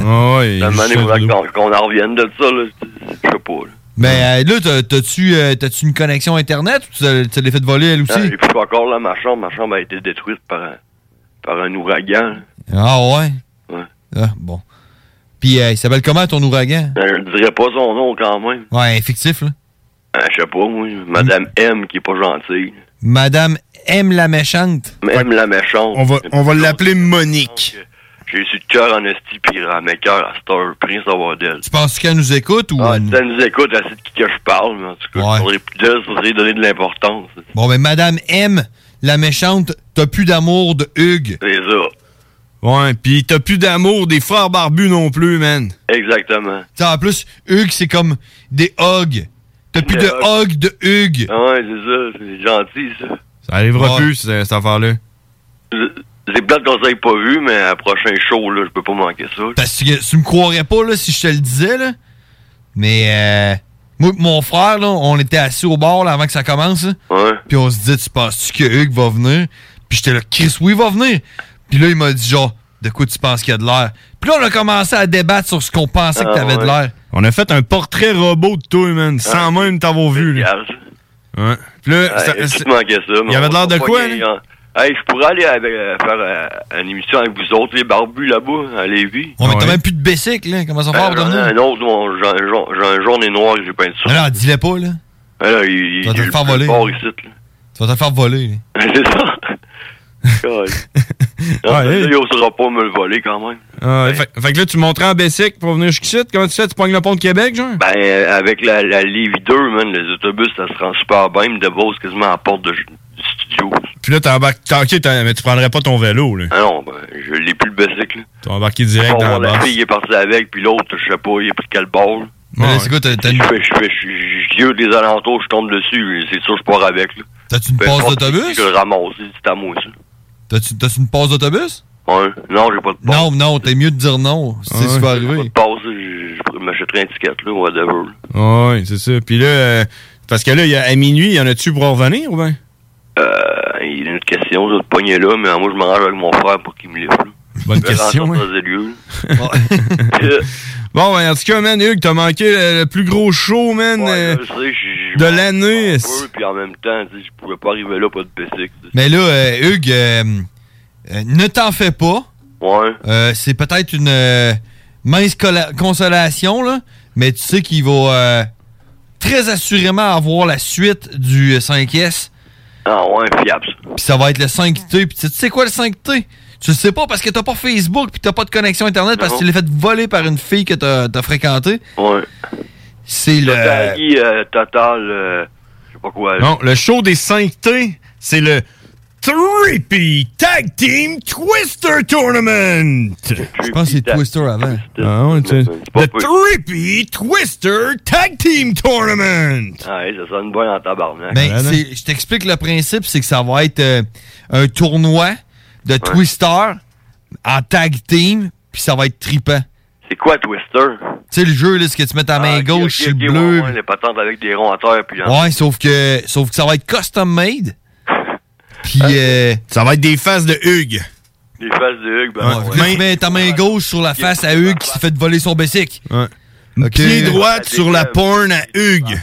[SPEAKER 10] Ouais,
[SPEAKER 23] La manière
[SPEAKER 11] Justin Trudeau.
[SPEAKER 23] qu'on qu'on en revienne de ça, là, je sais pas, là.
[SPEAKER 11] Mais euh, là, t'as- t'as-tu euh, t'as-tu une connexion Internet ou tu t'as- tu l'as fait voler elle
[SPEAKER 23] Ah,
[SPEAKER 11] aussi?
[SPEAKER 23] J'ai plus encore, là, ma chambre, ma chambre a été détruite par un, par un ouragan,
[SPEAKER 11] Ah ouais?
[SPEAKER 23] là. Ouais.
[SPEAKER 11] Ah, bon. Puis euh, il s'appelle comment ton ouragan?
[SPEAKER 23] Ben, je dirais pas son nom, quand même.
[SPEAKER 11] Ouais, fictif, là.
[SPEAKER 23] Ah, je sais pas, moi, Madame M, qui est pas gentille.
[SPEAKER 11] Madame aime la méchante.
[SPEAKER 23] Même la méchante.
[SPEAKER 10] On va, on va l'appeler Monique.
[SPEAKER 23] J'ai eu le cœur en esti, puis à mes cœurs à cette heure, prince d'avoir d'elle.
[SPEAKER 11] Tu penses qu'elle nous écoute ou.
[SPEAKER 23] Ah, si elle nous écoute, elle sait de qui que je parle, mais en tout cas, je parlerai plus d'elle, ça serait donner de l'importance.
[SPEAKER 11] Bon, ben, Madame aime la méchante, t'as plus d'amour de Hugues.
[SPEAKER 23] C'est ça.
[SPEAKER 10] Ouais, pis t'as plus d'amour des frères barbus non plus, man.
[SPEAKER 23] Exactement.
[SPEAKER 11] T'sais, en plus, Hugues, c'est comme des hogs. T'as plus
[SPEAKER 23] Des
[SPEAKER 11] de hogs de Hugues.
[SPEAKER 23] Ah ouais, c'est ça, c'est gentil, ça.
[SPEAKER 10] Ça arrivera
[SPEAKER 23] Ouais.
[SPEAKER 10] plus, cette, cette affaire-là.
[SPEAKER 23] C'est plate qu'on s'est pas vu, mais à prochain show, là, je peux pas manquer ça. là.
[SPEAKER 11] Parce que tu me croirais pas, là, si je te le disais, là. Mais, euh, moi pis mon frère, là, on était assis au bar, là, avant que ça commence, là.
[SPEAKER 23] Ouais.
[SPEAKER 11] Puis on se disait, tu penses-tu que Hugues va venir? Puis j'étais là, Chris, oui, il va venir. Puis là, il m'a dit, genre, de quoi tu penses qu'il y a de l'air? Puis là, on a commencé à débattre sur ce qu'on pensait
[SPEAKER 23] Ah,
[SPEAKER 11] que t'avais de l'air.
[SPEAKER 10] On a fait un portrait robot de toi, man, sans même t'avoir vu, là. Ouais. Pis là, ça-
[SPEAKER 23] Ah. Ouais, tu
[SPEAKER 10] c'est-
[SPEAKER 23] te manquais ça. mais
[SPEAKER 10] il y avait
[SPEAKER 23] on
[SPEAKER 10] de l'air de
[SPEAKER 23] va pas
[SPEAKER 10] quoi,
[SPEAKER 23] gagner, hein. Hey, je pourrais aller avec- euh, faire euh, une émission avec vous autres, les barbus, là-bas, à Lévis.
[SPEAKER 11] On t'as même plus de basic, là. Comment ça
[SPEAKER 23] Ah,
[SPEAKER 11] faire pour
[SPEAKER 23] j'en ai
[SPEAKER 11] devenir?
[SPEAKER 23] un autre, mon- j'ai un jaune- j'ai un jaune et noir que j'ai peint dessus.
[SPEAKER 11] Mais là, dis-le pas, là.
[SPEAKER 23] Ah, là, il, il,
[SPEAKER 11] vas te
[SPEAKER 23] il est
[SPEAKER 11] le faire
[SPEAKER 23] le plus
[SPEAKER 11] voler.
[SPEAKER 23] fort ici, là. <laughs>
[SPEAKER 11] Tu vas te le faire voler, là.
[SPEAKER 23] C'est
[SPEAKER 10] <laughs>
[SPEAKER 23] ça. God. Non,
[SPEAKER 10] Ah,
[SPEAKER 23] celui-là,
[SPEAKER 10] hey.
[SPEAKER 23] il osera pas me le voler quand même.
[SPEAKER 10] Ah, fait, fait que là, tu montrais en Bessic pour venir jusqu'ici. Comment tu fais? Tu pognes le pont de Québec, genre?
[SPEAKER 23] Ben, euh, avec la, la Lévis 2, man, les autobus, ça se rend super bien. Ils me déposent quasiment à la porte de, du studio.
[SPEAKER 10] Puis là, t'embarques. t'en- Ok, t'en- mais tu prendrais pas ton vélo, là.
[SPEAKER 23] Ah non, ben, je l'ai plus le basic, là.
[SPEAKER 10] Tu vas embarquer direct
[SPEAKER 23] Bon,
[SPEAKER 10] dans la
[SPEAKER 23] la
[SPEAKER 10] base.
[SPEAKER 23] fille est partie avec, puis l'autre, je sais pas, il a pris quel bord.
[SPEAKER 11] Mais là, c'est quoi, t'as- t'as
[SPEAKER 23] Je fais, je fais, je- je gueule les alentours, je tombe dessus, c'est sûr, je pars avec, là.
[SPEAKER 11] T'as-tu une
[SPEAKER 23] Peu
[SPEAKER 11] passe
[SPEAKER 23] importe
[SPEAKER 11] d'autobus?
[SPEAKER 23] qui que Je le ramasse, c'est à moi, ça.
[SPEAKER 11] T'as-tu t'as-tu une passe d'autobus?
[SPEAKER 23] Ouais. Non, j'ai pas de passe.
[SPEAKER 11] Non, non, t'es mieux de dire non.
[SPEAKER 23] Ah
[SPEAKER 11] C'est ce qui va
[SPEAKER 23] J'ai
[SPEAKER 11] arriver.
[SPEAKER 23] pas de passe, je, je m'achèterai un ticket, là, whatever. là.
[SPEAKER 10] Ouais, c'est ça. Puis là, euh, parce que là, il y a- à minuit, il y en a-tu pour revenir ou bien?
[SPEAKER 23] Euh, il y a une autre question, je vais te pogner là, mais moi, je m'arrange avec mon frère pour qu'il me livre, là.
[SPEAKER 10] Bonne
[SPEAKER 23] Je vais
[SPEAKER 10] question,
[SPEAKER 23] rentrer
[SPEAKER 10] hein.
[SPEAKER 23] dans les lieux, là. <laughs>
[SPEAKER 10] <laughs> Bon, ben, en tout cas, man, Hugues, t'as manqué le, le plus gros show, man, euh,
[SPEAKER 23] Je sais, je- je
[SPEAKER 10] de
[SPEAKER 23] m'en
[SPEAKER 10] l'année.
[SPEAKER 23] fous un peu, puis en même temps, tu sais, je pouvais pas arriver là, pas de basic.
[SPEAKER 11] Mais là, euh, Hugues, euh, euh, ne t'en fais pas.
[SPEAKER 23] Ouais.
[SPEAKER 11] Euh, c'est peut-être une euh, mince cola- consolation, là, mais tu sais qu'il va euh, très assurément avoir la suite du euh, 5S.
[SPEAKER 23] Ah ouais, fiable.
[SPEAKER 11] Puis ça va être le 5T. Puis tu sais- tu sais quoi le 5T? Tu le sais pas parce que t'as pas Facebook puis t'as pas de connexion Internet parce que tu l'as fait voler par une fille que t'as as fréquentée.
[SPEAKER 23] Ouais.
[SPEAKER 11] C'est le...
[SPEAKER 23] Taggy, euh, total, euh, je sais pas quoi.
[SPEAKER 10] Non, le show des 5T, c'est le Trippy Tag Team Twister Tournament.
[SPEAKER 11] Je pense que c'est Twister avant.
[SPEAKER 10] Ah ouais, tu
[SPEAKER 23] pas
[SPEAKER 10] Le Trippy Twister Tag Team Tournament.
[SPEAKER 23] Ah ouais, ça sonne bien en tabarnak.
[SPEAKER 10] Hein,
[SPEAKER 11] Ben, c'est- je t'explique le principe, c'est que ça va être euh, un tournoi de Twister en tag team, puis ça va être trippant.
[SPEAKER 23] C'est quoi Twister?
[SPEAKER 11] Tu sais, le jeu, là, c'est que tu mets ta main gauche
[SPEAKER 23] Ah, Ok,
[SPEAKER 11] sur
[SPEAKER 23] ok,
[SPEAKER 11] le
[SPEAKER 23] ouais,
[SPEAKER 11] bleu.
[SPEAKER 23] ouais, hein, les patentes avec des ronds à terre, puis hein,
[SPEAKER 11] Ouais, sauf que sauf que ça va être custom
[SPEAKER 23] <laughs> Hein?
[SPEAKER 11] made. Puis euh,
[SPEAKER 10] ça va être des faces de Hugues.
[SPEAKER 23] des faces de Hugues, ben, ouais.
[SPEAKER 11] Tu mets ta main gauche sur la face à Hugues qui s'est fait voler son basic.
[SPEAKER 10] Ouais.
[SPEAKER 11] Pied
[SPEAKER 23] Ah,
[SPEAKER 10] droite sur la porn à Hugues.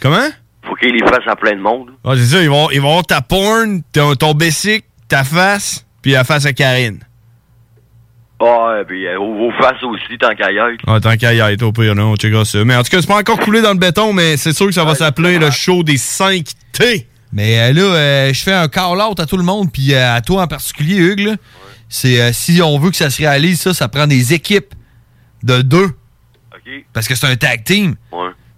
[SPEAKER 10] Comment?
[SPEAKER 23] Faut qu'il les fasse à plein de monde.
[SPEAKER 10] Ah, c'est ça, ils vont, ils vont avoir ta porn, ton, ton basic, ta face, puis la face à Karine.
[SPEAKER 23] Ah, ouais, puis euh, vos faces aussi, tant qu'à y être.
[SPEAKER 10] Ah, tant qu'à y être, au pire, non, on checkera ça. Mais en tout cas, c'est pas encore coulé dans le béton, mais c'est sûr que ça va s'appeler le show des 5T.
[SPEAKER 11] Mais euh, là, euh, je fais un call-out à tout le monde, puis euh, à toi en particulier, Hugues. là. C'est euh, si on veut que ça se réalise, ça, ça prend des équipes de deux. Parce que c'est un tag team.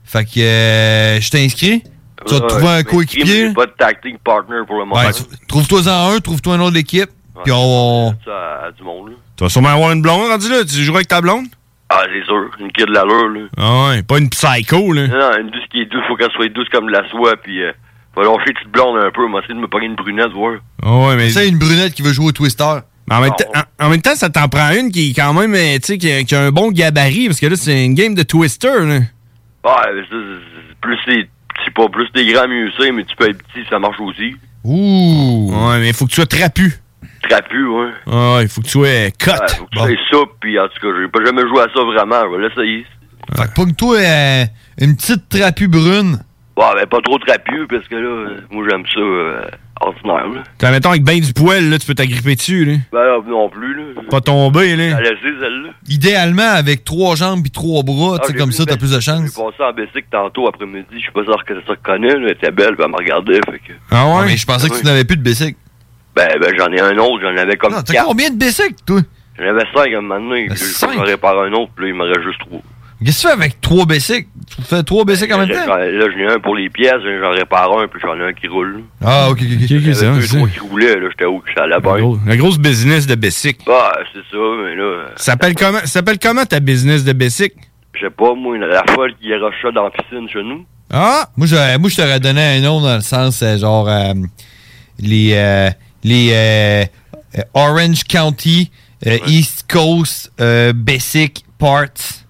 [SPEAKER 11] Fait que euh, je t'inscris. Tu vas te
[SPEAKER 23] Ouais,
[SPEAKER 11] trouver un
[SPEAKER 23] Euh, mais Kim,
[SPEAKER 11] coéquipier.
[SPEAKER 23] j'ai Pas de tactique partner pour le moment.
[SPEAKER 11] Ouais, tu- Trouve-toi-en un, trouve-toi une autre équipe. Puis on.
[SPEAKER 23] Ça, à- à du monde, là.
[SPEAKER 10] Tu vas sûrement avoir une blonde, rendu là. Tu joueras avec ta blonde?
[SPEAKER 23] Ah, c'est sûr. Une kid de l'allure, là.
[SPEAKER 10] Ah ouais, pas une psycho, là.
[SPEAKER 23] Non, non, une douce qui est douce, faut qu'elle soit douce comme de la soie, puis euh, va lâcher une petite blonde un peu, on va essayer de me pogner une brunette, voir.
[SPEAKER 10] Ah ouais, mais.
[SPEAKER 11] C'est une brunette qui veut jouer au Twister.
[SPEAKER 10] en, même temps- en- en même temps, ça t'en prend une qui, est quand même, euh, tu sais, qui, a- qui a un bon gabarit, parce que là, c'est une game de Twister, là.
[SPEAKER 23] Ah, mais ça, c'est- c'est plus les. C'est pas plus des grands mieux c'est, mais tu peux être petit, ça marche aussi.
[SPEAKER 10] Ouh. Ouais, mais il faut que tu sois trapu.
[SPEAKER 23] Trapu, ouais.
[SPEAKER 10] Ah, ouais, il faut que tu sois
[SPEAKER 11] Eh,
[SPEAKER 10] cut.
[SPEAKER 23] Ouais, faut que tu fasses ça, puis en tout cas, j'ai pas jamais joué à ça vraiment. Je vais l'essayer.
[SPEAKER 11] Fait que pogne-toi euh, une petite trapue brune.
[SPEAKER 23] Ouais, ben pas trop trapu, parce que là, euh, moi j'aime ça euh, ordinaire, là.
[SPEAKER 10] T'as, mettons, avec ben du poil, là, tu peux t'agripper dessus, là.
[SPEAKER 23] Ben là, non plus, là.
[SPEAKER 10] Pas tomber, là.
[SPEAKER 23] À laisser celle-là.
[SPEAKER 11] Idéalement, avec trois jambes puis trois bras,
[SPEAKER 23] Ah,
[SPEAKER 11] tu sais,
[SPEAKER 23] j'ai
[SPEAKER 11] comme
[SPEAKER 23] vu
[SPEAKER 11] ça,
[SPEAKER 23] une
[SPEAKER 11] t'as
[SPEAKER 23] belle-
[SPEAKER 11] plus de chance.
[SPEAKER 23] J'ai passé en bicycle tantôt après-midi, je suis pas sûr que ça reconnaît, là. Elle était belle, puis elle me regardait, fait que.
[SPEAKER 11] Ah ouais? mais je pensais que tu
[SPEAKER 23] Oui.
[SPEAKER 11] n'avais plus de bicycle.
[SPEAKER 23] Ben, ben j'en ai un autre, j'en avais
[SPEAKER 10] Ah.
[SPEAKER 23] comme
[SPEAKER 11] T'as
[SPEAKER 23] quatre.
[SPEAKER 11] combien de bicycles, toi?
[SPEAKER 23] J'en avais cinq à un moment
[SPEAKER 10] Ben,
[SPEAKER 23] donné, puis j'en répare un autre, puis là, il m'en reste juste trois.
[SPEAKER 11] Qu'est-ce que tu fais avec trois bicycles? Tu fais trois bicycles en même
[SPEAKER 23] Là,
[SPEAKER 11] temps?
[SPEAKER 23] j'en- là, j'en ai un pour les pièces, j'en répare un, puis j'en ai un qui roule.
[SPEAKER 11] Ah, ok, ok,
[SPEAKER 10] ok.
[SPEAKER 23] J'avais deux, trois qui roulaient, là, j'étais où que ça allait bien.
[SPEAKER 10] La grosse business de Bessic.
[SPEAKER 23] Bah, c'est ça, mais là, euh,
[SPEAKER 10] Ça s'appelle comment, ça s'appelle comment ta business de Bessic?
[SPEAKER 23] je sais pas, moi, la folle qui arrache ça dans la piscine chez nous.
[SPEAKER 11] Ah! Moi, je, moi, je t'aurais donné un nom dans le sens, euh, genre, euh, les, euh, les euh, euh, Orange County, euh, East Coast, euh, Basic Parts.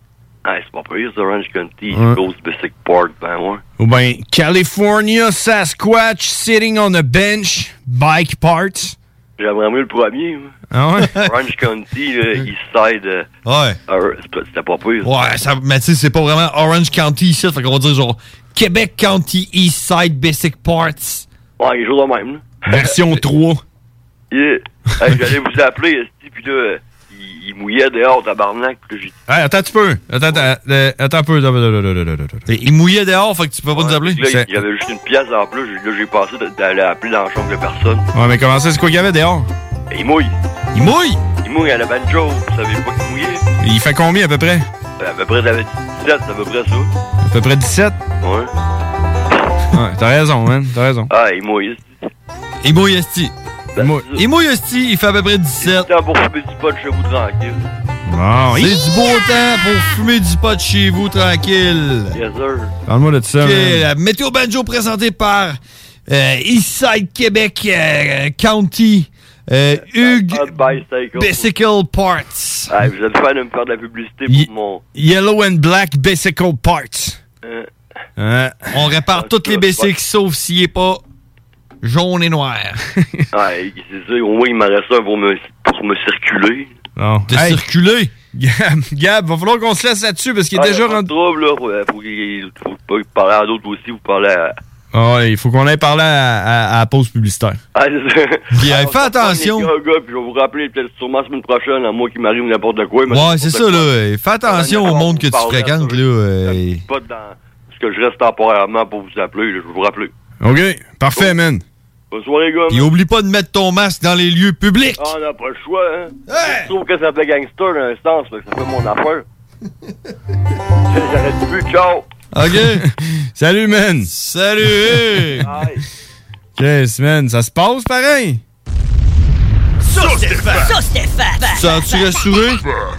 [SPEAKER 23] Ah, c'est pas pire, ça, Orange County,
[SPEAKER 10] Ouais.
[SPEAKER 23] Ghost Basic Park, ben ouais.
[SPEAKER 10] Ou bien California Sasquatch sitting on a bench, bike parts.
[SPEAKER 23] J'aimerais mieux le premier, moi.
[SPEAKER 10] Ah ouais?
[SPEAKER 23] <laughs> Orange County, là, Eastside, euh,
[SPEAKER 11] Ouais.
[SPEAKER 23] euh, c'est- c'était pas pire.
[SPEAKER 11] Ouais, ça, mais tu sais, c'est pas vraiment Orange County ici, fait qu'on va dire genre Québec County East Side Basic
[SPEAKER 23] <laughs>
[SPEAKER 11] Parts.
[SPEAKER 23] Ouais, il joue de même, là.
[SPEAKER 10] Version 3.
[SPEAKER 23] Yeah. Hey, J'allais vous appeler, esti, puis là, euh, il, il mouillait dehors, tabarnak, puis là, j'ai dit,
[SPEAKER 10] Ah, attends un petit peu. Attends, attends, euh, attends un peu. Attends, attends, attends, attends, attends. Il mouillait dehors, fait que tu peux pas nous appeler.
[SPEAKER 23] puis là, il y avait juste une pièce en plus, j'ai- là, j'ai passé de- d'aller appeler dans la chambre de personne.
[SPEAKER 10] Ouais, mais comment ça, c'est quoi qu'il y avait dehors?
[SPEAKER 23] Et il mouille.
[SPEAKER 10] Il mouille?
[SPEAKER 23] Il mouille à la banjo, vous savez pas qu'il mouillait?
[SPEAKER 10] Il fait combien à peu près?
[SPEAKER 23] À peu près, j'avais 17, c'est à peu près ça.
[SPEAKER 10] À peu près 17?
[SPEAKER 23] Ouais.
[SPEAKER 10] Ouais, t'as raison, man. T'as raison.
[SPEAKER 23] Ah, il Ben, mouille, esti.
[SPEAKER 11] Il mouille Esti. Il mouille Esti, il fait à peu près 17.
[SPEAKER 23] C'est pour fumer du pot chez vous tranquille.
[SPEAKER 10] Bon,
[SPEAKER 11] C'est
[SPEAKER 10] hi.
[SPEAKER 11] du beau temps pour fumer du pot chez vous tranquille.
[SPEAKER 23] Yes, sir.
[SPEAKER 10] Parle-moi de ça,
[SPEAKER 11] Ok,
[SPEAKER 10] man.
[SPEAKER 11] la météo banjo présentée par euh, Eastside Québec euh, County euh, Hugues Bicycle Parts.
[SPEAKER 23] Ah, vous êtes fan de me faire de la publicité pour mon.
[SPEAKER 10] Yellow and Black Bicycle Parts.
[SPEAKER 23] Euh,
[SPEAKER 10] Hein?
[SPEAKER 11] On répare toutes les bicycles sauf s'il est pas jaune et <laughs> noir.
[SPEAKER 23] ah, il- c'est ça, au moins il m'en reste un pour me, pour me circuler.
[SPEAKER 10] Non.
[SPEAKER 11] De circuler.
[SPEAKER 10] Gab, Gab, va falloir qu'on se laisse là-dessus parce qu'il est
[SPEAKER 23] Ah,
[SPEAKER 10] déjà
[SPEAKER 23] pas de
[SPEAKER 10] rendu.
[SPEAKER 23] trouble, là. Faut, faut, qu'il- faut pas parler à d'autres aussi, vous parlez à.
[SPEAKER 10] Ah, ouais, il faut qu'on aille parler à, à- à la pause publicitaire.
[SPEAKER 23] <laughs> Ah, c'est ça.
[SPEAKER 10] Puis, euh,
[SPEAKER 23] Alors,
[SPEAKER 10] fais
[SPEAKER 23] je vais prendre
[SPEAKER 10] attention.
[SPEAKER 23] les gars, gars, puis je vais vous rappeler peut-être sûrement la semaine prochaine, à moi qui m'arrive n'importe quoi. mais
[SPEAKER 11] Ouais, Ah, c'est
[SPEAKER 23] n'importe quoi.
[SPEAKER 11] ça, là. Fais attention au monde que tu
[SPEAKER 23] Parler à
[SPEAKER 11] fréquentes, là. euh,
[SPEAKER 23] ça, Pas dans. Parce que je reste temporairement pour vous appeler, là, je vais vous rappeler.
[SPEAKER 10] OK, parfait, man.
[SPEAKER 23] Bonne soirée, gars.
[SPEAKER 11] Et oublie pas de mettre ton masque dans les lieux publics.
[SPEAKER 23] Ah, on n'a pas le choix, hein. Je trouve que ça fait gangster d'un sens, fait que ça fait mon affaire. <laughs> J'arrête plus, ciao.
[SPEAKER 11] OK.
[SPEAKER 10] <laughs> Salut, man.
[SPEAKER 11] Salut.
[SPEAKER 10] Yes, man. Ça se passe pareil?
[SPEAKER 12] Sauce Stéphane! Sauce Stéphane!
[SPEAKER 10] Ça as-tu rassuré?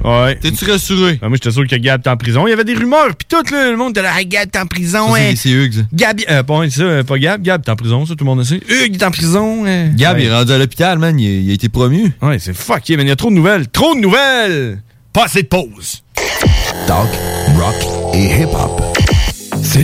[SPEAKER 10] Ouais. T'es-tu rassuré? moi, j'étais sûr que Gab était en prison. Il y avait des rumeurs, puis tout là, le monde était là, Ah, Gab t'es en prison,
[SPEAKER 11] Ça,
[SPEAKER 10] hein.
[SPEAKER 11] c'est- c'est Hugues, ça.
[SPEAKER 10] Gab, euh, pas, c'est ça, euh, pas Gab, Gab t'es en prison, ça, tout le monde le sait. Hugues est en prison. hein.
[SPEAKER 11] Gab,
[SPEAKER 10] Ouais.
[SPEAKER 11] il est rendu à l'hôpital, man. Il, a- il a été promu.
[SPEAKER 10] Ouais, c'est fucké, man. Il y a trop de nouvelles. Trop de nouvelles! Pas assez de pause.
[SPEAKER 1] Talk, rock et hip-hop.
[SPEAKER 15] C'est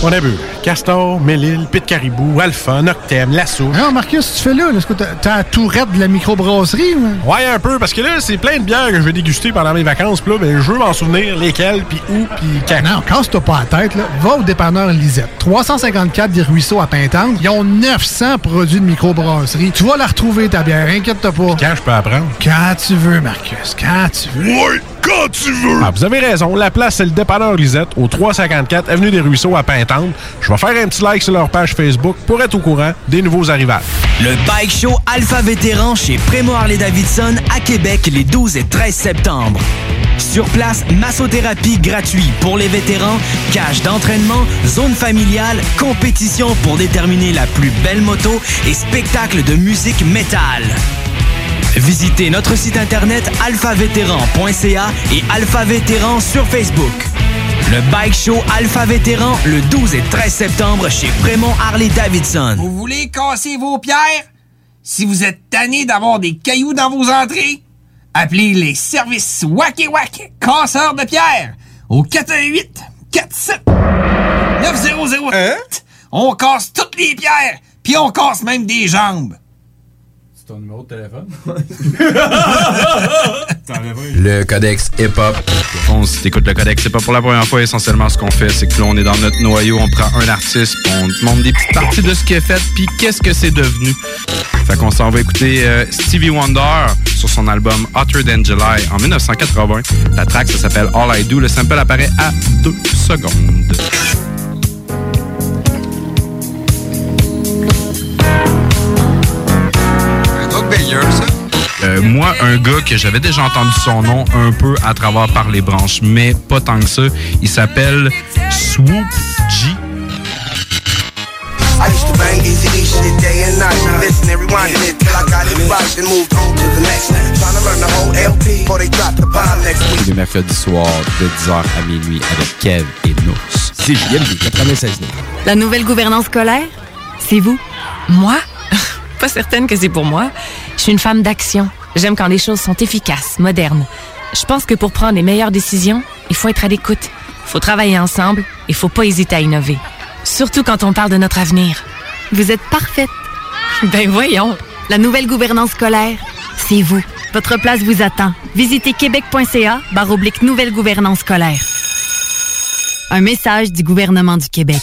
[SPEAKER 2] On a bu Castor, Mélile, Pit Caribou, Alpha, Noctem, La Souche.
[SPEAKER 24] Non, Hein, Marcus, tu fais là, là, est-ce que t'as t'as la tourette de la microbrasserie? ou?
[SPEAKER 2] Ouais, un peu, parce que là, c'est plein de bières que je vais déguster pendant mes vacances. Puis là, ben, je veux m'en souvenir lesquelles, puis où, puis quand.
[SPEAKER 24] Non, casse toi pas la tête, là, va au dépanneur Lisette. 354 des Ruisseaux à Pintante, ils ont 900 produits de microbrasserie. Tu vas la retrouver, ta bière, inquiète-toi pas.
[SPEAKER 2] Quand je peux apprendre?
[SPEAKER 24] Quand tu veux, Marcus, quand tu veux.
[SPEAKER 2] Oui, quand tu veux! Ah, vous avez raison. La place, c'est le dépanneur Lisette, au 354 Avenue des Ruisseaux à Pintante. Je vais faire un petit like sur leur page Facebook pour être au courant des nouveaux arrivages.
[SPEAKER 25] Le Bike Show Alpha Vétéran chez Prémo Harley-Davidson à Québec les 12 et 13 septembre. Sur place, massothérapie gratuite pour les vétérans, cage d'entraînement, zone familiale, compétition pour déterminer la plus belle moto et spectacle de musique métal. Visitez notre site internet alphavétéran.ca et Alpha Vétéran sur Facebook. Le Bike Show Alpha Vétéran le 12 et 13 septembre chez Prémont Harley Davidson.
[SPEAKER 9] Vous voulez casser vos pierres? Si vous êtes tanné d'avoir des cailloux dans vos entrées, appelez les services Wacky Wack casseurs de pierres au 418 47 9008. On casse toutes les pierres, puis on casse même des jambes.
[SPEAKER 26] C'est ton numéro de téléphone?
[SPEAKER 27] Le Codex Hip-Hop.
[SPEAKER 4] Bon, si t'écoutes le codex, c'est pas pour la première fois. Essentiellement, ce qu'on fait, c'est que là, on est dans notre noyau, on prend un artiste, puis on te montre des petites parties de ce qu'il a fait, puis qu'est-ce que c'est devenu. Fait qu'on s'en va écouter euh, Stevie Wonder sur son album Hotter Than July en 1980. La track, ça s'appelle All I Do. Le sample apparaît à 2 secondes.
[SPEAKER 28] Un gars veilleur, ça.
[SPEAKER 4] Euh, moi, un gars que j'avais déjà entendu son nom un peu à travers par les branches, mais pas tant que ça. Il s'appelle Swoop G.
[SPEAKER 29] I used to bang easy each shit day and night. Listen and rewind it till I got it right and moved on to the next. Trying to learn the whole LP before they drop the bomb next week.
[SPEAKER 27] Tous les mercredis soirs de 10h à minuit avec Kev et Nours. C'est JMD 96
[SPEAKER 19] La
[SPEAKER 18] <laughs>
[SPEAKER 19] nouvelle gouvernance scolaire, c'est vous.
[SPEAKER 18] Moi? <laughs> Pas certaine que c'est pour moi. Je suis une femme d'action. J'aime quand les choses sont efficaces, modernes. Je pense que pour prendre les meilleures décisions, il faut être à l'écoute. faut travailler ensemble et faut pas hésiter à innover. Surtout quand on parle de notre avenir.
[SPEAKER 19] Vous êtes parfaite. Ben voyons. La nouvelle gouvernance scolaire, c'est vous. Votre place vous attend. Visitez québec.ca barre oblique nouvelle gouvernance scolaire. Un message du gouvernement du Québec.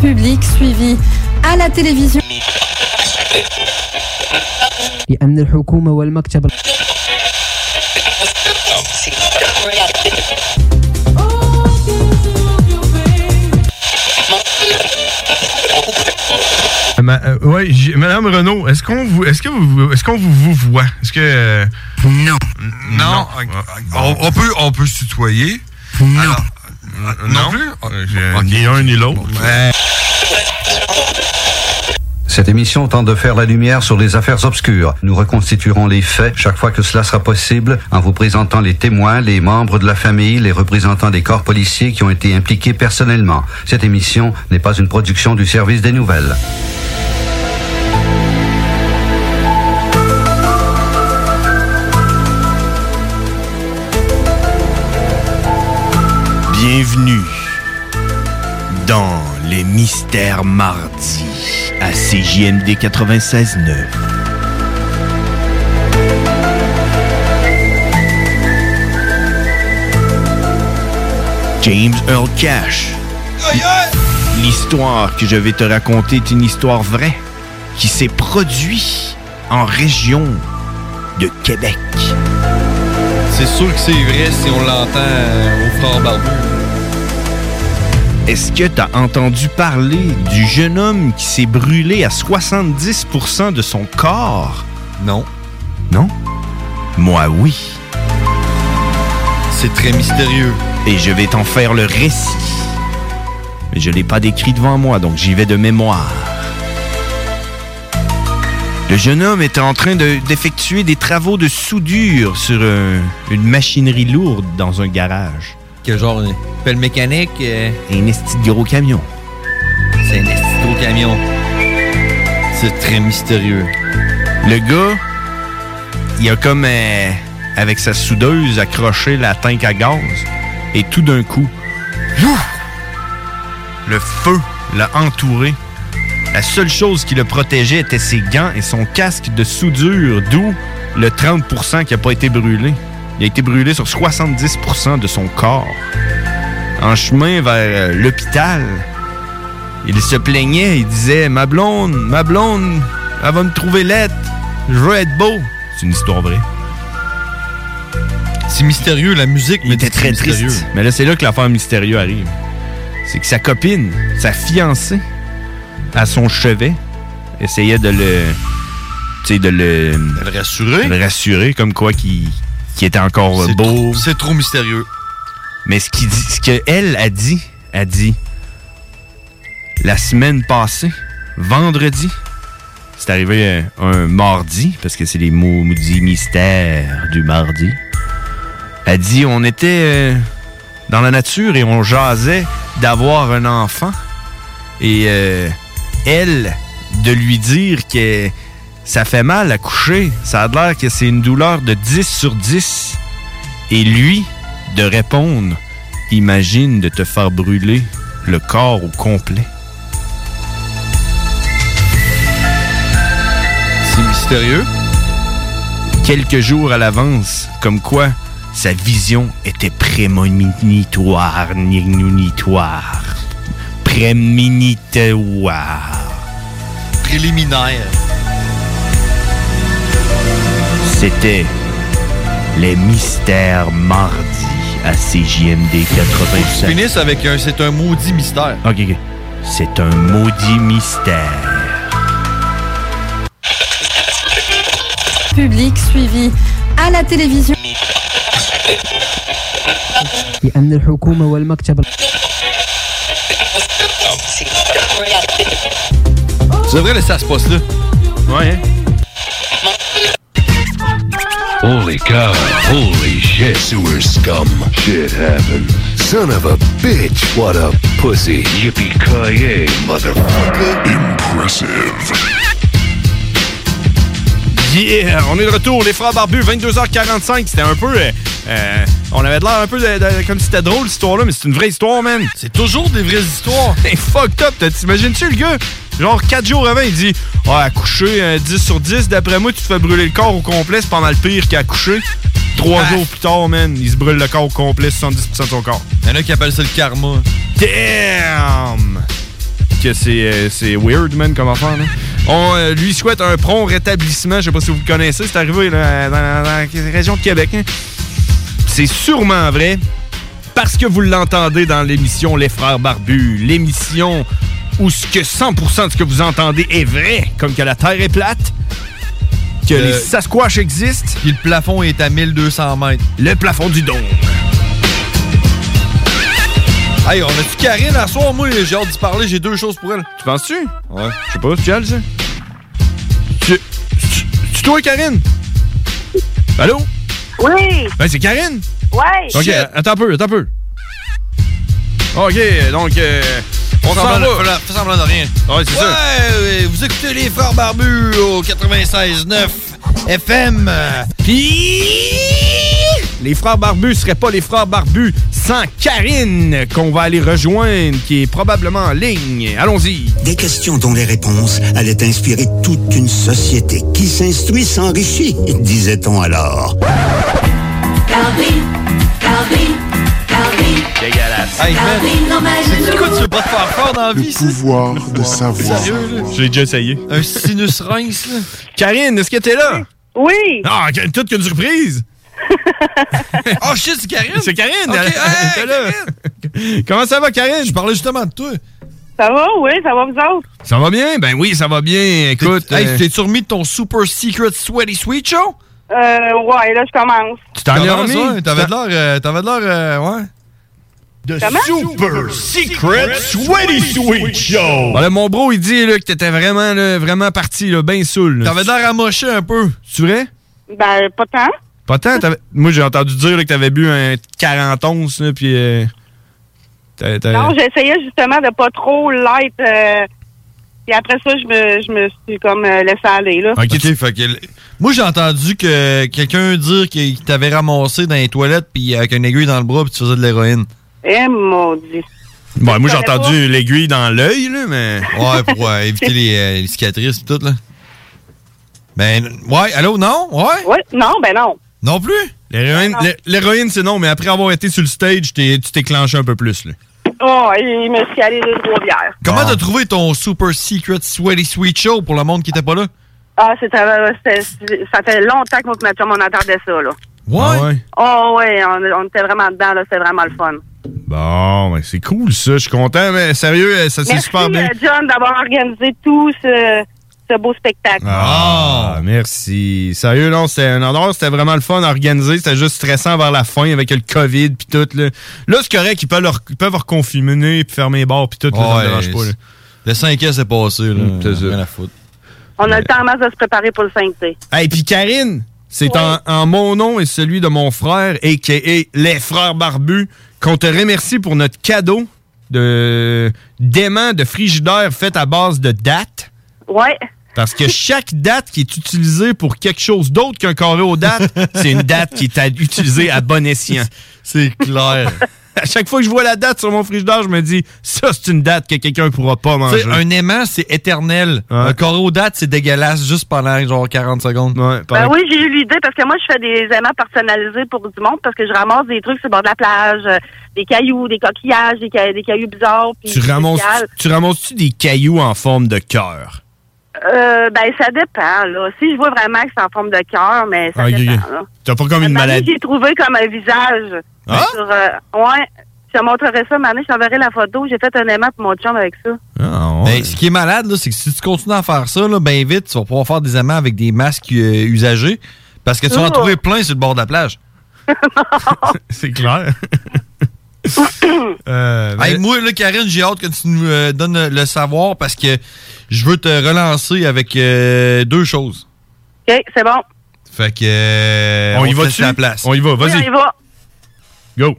[SPEAKER 30] public suivi à la télévision.
[SPEAKER 17] لأن الحكومة والمكتب
[SPEAKER 11] Ma- euh, ouais, j- Madame Renault, est-ce qu'on vous, est-ce que vous, est-ce qu'on vous, vous voit Est-ce que
[SPEAKER 10] euh,
[SPEAKER 11] non, non,
[SPEAKER 10] Ah,
[SPEAKER 11] on, peut, on peut se tutoyer. Ah Non, non,
[SPEAKER 10] Euh,
[SPEAKER 11] ni Euh, un ni l'autre.
[SPEAKER 13] Cette émission tente de faire la lumière sur les affaires obscures. Nous reconstituerons les faits chaque fois que cela sera possible en vous présentant les témoins, les membres de la famille, les représentants des corps policiers qui ont été impliqués personnellement. Cette émission n'est pas une production du service des nouvelles.
[SPEAKER 10] Bienvenue dans les mystères mardi à CJMD 96.9. James Earl Cash. L'histoire que je vais te raconter est une histoire vraie qui s'est produite en région de Québec.
[SPEAKER 28] C'est sûr que c'est vrai si on l'entend euh, au frère
[SPEAKER 11] ben,
[SPEAKER 28] Barbu.
[SPEAKER 10] Est-ce que t'as entendu parler du jeune homme qui s'est brûlé à 70% de son corps? Non. Non? Moi, oui. C'est très mystérieux. Et je vais t'en faire le récit. Mais je l'ai pas décrit devant moi, donc j'y vais de mémoire. Le jeune homme était en train de- d'effectuer des travaux de soudure sur un- une machinerie lourde dans un garage.
[SPEAKER 28] Que genre, une pelle mécanique, euh,
[SPEAKER 10] Un esti de gros camion.
[SPEAKER 28] c'est un esti de gros camion. C'est très mystérieux.
[SPEAKER 10] Le gars, il a comme, euh, avec sa soudeuse, accroché la tank à gaz. Et tout d'un coup, ouf, le feu l'a entouré. La seule chose qui le protégeait était ses gants et son casque de soudure, d'où le 30% qui n'a pas été brûlé. Il a été brûlé sur 70% de son corps. En chemin vers euh, l'hôpital, il se plaignait, il disait Ma blonde, ma blonde, elle va me trouver laide, je veux être beau. C'est une histoire vraie.
[SPEAKER 11] C'est mystérieux, la musique,
[SPEAKER 10] Il était très
[SPEAKER 11] mystérieux.
[SPEAKER 10] triste. Mais là, c'est là que l'affaire mystérieuse arrive. C'est que sa copine, sa fiancée, à son chevet, essayait de le. Tu sais, de le.
[SPEAKER 11] le rassurer.
[SPEAKER 10] le rassurer, comme quoi qu'il qu'il était encore
[SPEAKER 11] C'est
[SPEAKER 10] beau.
[SPEAKER 11] trop- C'est trop mystérieux.
[SPEAKER 10] Mais ce qu'il dit, ce qu'elle a dit, a dit la semaine passée, vendredi, c'est arrivé un, un mardi, parce que c'est les mots maudits mystères du mardi. Elle dit on était euh, dans la nature et on jasait d'avoir un enfant. Et euh, elle, de lui dire que ça fait mal à coucher, ça a l'air que c'est une douleur de 10 sur 10. Et lui, de répondre, imagine de te faire brûler le corps au complet. C'est mystérieux. Quelques jours à l'avance, comme quoi sa vision était prémonitoire, nignounitoire, prémonitoire.
[SPEAKER 11] Préliminaire.
[SPEAKER 10] C'était les mystères mardi à CJMD
[SPEAKER 11] Ils
[SPEAKER 10] 87.
[SPEAKER 11] finissent avec un. C'est un maudit mystère.
[SPEAKER 10] Ok, ok. C'est un maudit mystère.
[SPEAKER 17] Public suivi à la télévision.
[SPEAKER 9] يأمن الحكومة والمكتب
[SPEAKER 11] C'est vrai laisser à ce poste-là.
[SPEAKER 10] Ouais, hein.
[SPEAKER 21] Holy cow. Holy shit. Sewer scum. Shit happened. Son of a bitch. What a pussy. Yippee-ki-yay, motherfucker. Impressive.
[SPEAKER 10] Yeah! On est de retour, les frères barbus, 22h45. C'était un peu. euh, euh, on avait de l'air un peu de- de- comme si c'était drôle, cette histoire-là, mais c'est une vraie histoire, man. C'est toujours des vraies histoires. <laughs> Hey, fucked up. t'as- T'imagines-tu, le gars? Genre, 4 jours avant, il dit Ah, à coucher, euh, 10 sur 10, d'après moi, tu te fais brûler le corps au complet, c'est pas mal pire qu'à coucher. 3 jours plus tard, man, il se brûle le corps au complet, 70% de son corps.
[SPEAKER 11] Il y en a qui appellent ça le karma.
[SPEAKER 10] Damn! Que c'est euh, c'est weird, man, comme affaire, là. On euh, lui souhaite un prompt rétablissement. Je sais pas si vous le connaissez, c'est arrivé là, dans, dans la région de Québec. hein. C'est sûrement vrai parce que vous l'entendez dans l'émission Les Frères Barbus, l'émission où ce que 100% de ce que vous entendez est vrai, comme que la Terre est plate, que
[SPEAKER 11] Euh,
[SPEAKER 10] les Sasquatch existent.
[SPEAKER 11] Puis le plafond est à 1200 mètres.
[SPEAKER 10] Le plafond du dôme.
[SPEAKER 11] Hey, on a-tu Karine à soir? Moi, j'ai hâte d'y parler, j'ai deux choses pour elle.
[SPEAKER 10] Tu penses-tu? Ouais. Je sais pas, tu as ça? Tu. tu- Tu toi, Karine? Allô?
[SPEAKER 31] Oui!
[SPEAKER 10] Ben, c'est Karine?
[SPEAKER 31] Ouais!
[SPEAKER 10] Ok, attends un peu, attends un peu. Ok, donc. euh, on s'en va.
[SPEAKER 11] Fais semblant de rien.
[SPEAKER 10] Ouais, c'est
[SPEAKER 11] ça. Ouais, vous écoutez les frères barbus au 96.9 FM. euh,
[SPEAKER 10] Les frères barbus seraient pas les frères barbus sans Karine qu'on va aller rejoindre, qui est probablement en ligne. Allons-y.
[SPEAKER 5] Des questions dont les réponses allaient inspirer toute une société qui s'instruit s'enrichit, <laughs> disait-on alors. Calvin, Calvin, Calvin.
[SPEAKER 10] Dégueulasse.
[SPEAKER 11] Hey,
[SPEAKER 5] Calvin, non, mais je
[SPEAKER 11] Pourquoi tu veux pas te faire fort dans la vie, ça?
[SPEAKER 5] pouvoir
[SPEAKER 10] de savoir. Je l'ai déjà essayé.
[SPEAKER 11] Un sinus rince, là.
[SPEAKER 10] Karine, est-ce que t'es là?
[SPEAKER 5] Oui!
[SPEAKER 10] Ah, que- toute
[SPEAKER 5] <laughs>
[SPEAKER 10] qu'une surprise!
[SPEAKER 11] oh shit, c'est Karine!
[SPEAKER 10] C'est Karine!
[SPEAKER 11] Ok,
[SPEAKER 10] elle- elle
[SPEAKER 11] hey,
[SPEAKER 10] est là. Comment ça va, Karine? Je parlais justement de toi.
[SPEAKER 5] Ça va, oui, ça va vous autres?
[SPEAKER 10] Ça va bien? Ben oui, ça va bien. Écoute.
[SPEAKER 11] Hey,
[SPEAKER 10] euh,
[SPEAKER 11] t'es-tu remis de ton super secret sweaty sweet show?
[SPEAKER 5] Euh, ouais, là, je commence.
[SPEAKER 10] Tu t'en es
[SPEAKER 11] Comment
[SPEAKER 10] remis?
[SPEAKER 11] ça? T'avais de l'air, euh, t'avais de l'air, euh, ouais.
[SPEAKER 10] De
[SPEAKER 5] Comment?
[SPEAKER 10] Super Secret Sweaty Sweet Show! Oh. Voilà, mon bro, il dit là, que t'étais vraiment, là, vraiment parti, là, ben saoul. T'avais l'air amoché un peu. C'est vrai?
[SPEAKER 5] Ben, pas tant.
[SPEAKER 10] Pas tant. t'avais- Moi, j'ai entendu dire là, que t'avais bu un 40 onces, là, puis... euh, t'avais- t'avais-
[SPEAKER 5] Non, j'essayais justement de pas trop l'être. euh, puis après ça, je me, je me suis comme euh, laissé aller, là.
[SPEAKER 11] Ok, fait que l- Moi, j'ai entendu que quelqu'un dire qu'il qu'il t'avait ramassé dans les toilettes puis avec une aiguille dans le bras puis tu faisais de l'héroïne.
[SPEAKER 5] Eh, mon Dieu.
[SPEAKER 10] Bon, moi, j'ai
[SPEAKER 5] savais
[SPEAKER 10] entendu l'aiguille dans l'œil, là, mais...
[SPEAKER 11] <laughs> Ouais, pour euh, éviter les, euh, les cicatrices et tout, là. Ben, ouais, allô, non? Ouais?
[SPEAKER 5] Oui, non, ben non.
[SPEAKER 11] Non plus?
[SPEAKER 10] L'héroïne, l'hé- l'héroïne, c'est non, mais après avoir été sur le stage, t'es- tu t'es clenché un peu plus. Là.
[SPEAKER 5] Oh, il me suis allé deux, trois bières.
[SPEAKER 11] Comment t'as trouvé ton super secret sweaty sweet show pour le monde qui était pas là?
[SPEAKER 5] Ah, c'était, euh, c'était- ça fait longtemps que moi et ma chum, on attendait ça, là.
[SPEAKER 10] ouais.
[SPEAKER 5] Oh, ouais, on, on était vraiment dedans, là. C'était vraiment le fun.
[SPEAKER 10] Bon, ben c'est cool ça, je suis content, mais sérieux, euh, ça s'est
[SPEAKER 5] Merci,
[SPEAKER 10] super bien.
[SPEAKER 5] euh, John, d'avoir organisé tout ce, ce beau spectacle.
[SPEAKER 10] Ah, merci. Sérieux, non, c'était un endroit, c'était vraiment le fun à organiser. C'était juste stressant vers la fin avec le COVID puis tout. Là, là c'est correct, ils peuvent, leur, ils peuvent reconfiner puis fermer les bars puis tout. là, ça me
[SPEAKER 11] Ouais,
[SPEAKER 10] dérange pas. Là. Mm,
[SPEAKER 11] Le 5 ans, c'est passé. Là. Rien à foutre.
[SPEAKER 5] On a le temps en masse de se préparer pour le 5T.
[SPEAKER 10] Hey, puis Karine, c'est en, en mon nom et celui de mon frère, a.k.a. les frères barbus, qu'on te remercie pour notre cadeau de d'aimant de frigidaire fait à base de dates.
[SPEAKER 5] Ouais.
[SPEAKER 10] Parce que chaque date qui est utilisée pour quelque chose d'autre qu'un carré aux
[SPEAKER 11] <laughs>
[SPEAKER 10] dates, c'est une date qui est à- utilisée à bon escient. C'est clair. <laughs> À chaque fois que je vois la date sur mon frigidaire, je me dis, ça, c'est une date que quelqu'un pourra pas
[SPEAKER 11] Tu
[SPEAKER 10] manger. Hein?
[SPEAKER 11] sais, un aimant, c'est éternel. Un carreau date, c'est dégueulasse juste pendant genre 40 secondes.
[SPEAKER 5] Ben oui, j'ai eu l'idée parce que moi, je fais des aimants personnalisés pour du monde parce que je ramasse des trucs sur le bord de la plage, euh, des cailloux, des coquillages, des, ca- des cailloux bizarres. puis
[SPEAKER 10] Tu ramasses,
[SPEAKER 5] spéciales.
[SPEAKER 10] tu ramasses-tu des cailloux en forme de cœur?
[SPEAKER 5] Euh, ben, ça dépend, là. Si je vois vraiment que c'est en forme de cœur, mais ça
[SPEAKER 10] Ok,
[SPEAKER 5] dépend,
[SPEAKER 10] ok.
[SPEAKER 5] là.
[SPEAKER 10] Ah, T'as pas comme une
[SPEAKER 5] Un moment donné,
[SPEAKER 10] maladie.
[SPEAKER 5] J'ai trouvé comme un visage.
[SPEAKER 10] Ah?
[SPEAKER 5] Sur, euh, ouais. Je te montrerai ça, Mané. Je t'enverrai la photo. J'ai fait un aimant pour mon chum avec ça.
[SPEAKER 11] Ben, ce qui est malade, là, c'est que si tu continues à faire ça, là, ben vite, tu vas pouvoir faire des aimants avec des masques euh, usagés parce que tu vas en
[SPEAKER 5] Oh.
[SPEAKER 11] trouver plein sur le bord de
[SPEAKER 5] <laughs>
[SPEAKER 11] la plage. <laughs>
[SPEAKER 5] <coughs>
[SPEAKER 10] c'est clair.
[SPEAKER 11] Hey, moi, là, Karine, j'ai hâte que tu nous euh, donnes le savoir parce que je veux te relancer avec euh, deux choses.
[SPEAKER 5] OK, c'est bon.
[SPEAKER 11] Fait que. euh,
[SPEAKER 10] On y
[SPEAKER 11] te
[SPEAKER 10] va
[SPEAKER 11] laisse
[SPEAKER 10] dessus?
[SPEAKER 11] la place.
[SPEAKER 10] On y va,
[SPEAKER 5] Oui, on y va.
[SPEAKER 10] Go.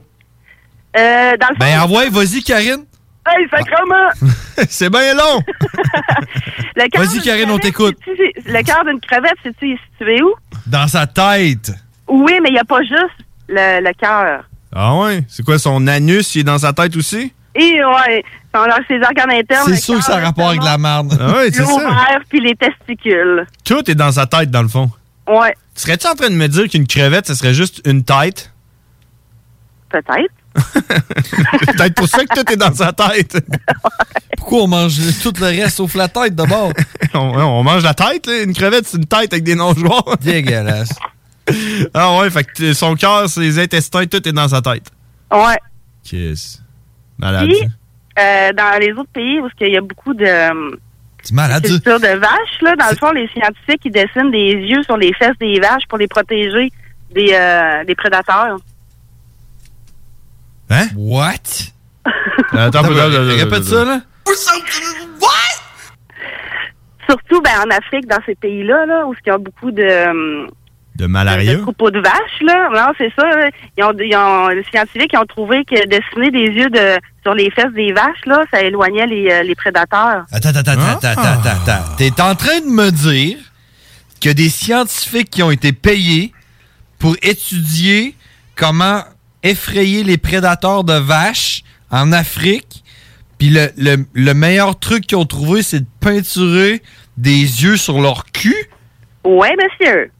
[SPEAKER 5] Euh, dans le fond,
[SPEAKER 11] Ben, envoie, vas-y, Karine.
[SPEAKER 5] Hey,
[SPEAKER 11] Ah.
[SPEAKER 5] sacrement!
[SPEAKER 11] <laughs>
[SPEAKER 10] c'est bien long.
[SPEAKER 5] <laughs> Le cœur
[SPEAKER 11] Vas-y,
[SPEAKER 5] d'une
[SPEAKER 11] Karine, on
[SPEAKER 5] crevette,
[SPEAKER 11] t'écoute.
[SPEAKER 5] c'est-tu- Le cœur d'une crevette, c'est-tu situé où?
[SPEAKER 10] Dans sa tête.
[SPEAKER 5] Oui, mais il n'y a pas juste le, le cœur.
[SPEAKER 10] Ah ouais? C'est quoi son anus? Il est dans sa tête aussi?
[SPEAKER 5] Et ouais, c'est en- c'est les organes internes. le cœur,
[SPEAKER 10] avec la
[SPEAKER 11] merde.
[SPEAKER 10] Ah ouais, c'est ça.
[SPEAKER 5] L'ovaire puis les testicules.
[SPEAKER 10] Tout est dans sa tête, dans le fond.
[SPEAKER 5] Ouais,
[SPEAKER 10] Serais-tu en train de me dire qu'une crevette, ça serait juste une tête?
[SPEAKER 5] peut-être.
[SPEAKER 10] <laughs> Peut-être pour ça que tout est dans
[SPEAKER 5] <laughs>
[SPEAKER 10] sa tête.
[SPEAKER 11] Pourquoi on mange tout le reste sauf la tête d'abord?
[SPEAKER 10] <laughs> on, on mange la tête, là. Une crevette, c'est une tête avec des non-joueurs.
[SPEAKER 11] <laughs> Dégueulasse.
[SPEAKER 10] Ah ouais, fait que t- son cœur, ses intestins, tout est dans sa tête.
[SPEAKER 5] Ouais.
[SPEAKER 10] Kiss.
[SPEAKER 5] <laughs>
[SPEAKER 10] Malade.
[SPEAKER 5] Puis, euh, dans les autres pays où il y a beaucoup de
[SPEAKER 11] C'est malade. ça.
[SPEAKER 5] culture de vaches, là, dans le fond, les scientifiques, ils dessinent des yeux sur les fesses des vaches pour les protéger des, euh, des prédateurs.
[SPEAKER 10] Hein?
[SPEAKER 11] What?
[SPEAKER 10] Attends,
[SPEAKER 11] Attends,
[SPEAKER 10] attends, attends,
[SPEAKER 11] répète
[SPEAKER 10] attends,
[SPEAKER 11] ça, Ah, là.
[SPEAKER 5] Surtout ben, en Afrique, dans ces pays-là, là, où il y a beaucoup de, euh,
[SPEAKER 10] De malaria?
[SPEAKER 5] de troupeaux de vaches. Là. Non, c'est ça. là. Ils ont, ils ont- les scientifiques ils ont trouvé que dessiner des yeux de, sur les fesses des vaches, là, ça éloignait les, euh, les prédateurs.
[SPEAKER 11] Attends, attends, attends, attends, attends, attends. T'es en train de me dire que des scientifiques qui ont été payés pour étudier comment effrayer les prédateurs de vaches en Afrique, puis le, le- le meilleur truc qu'ils ont trouvé, c'est de peinturer des yeux sur leur cul?
[SPEAKER 5] Oui,
[SPEAKER 11] <laughs>
[SPEAKER 5] monsieur.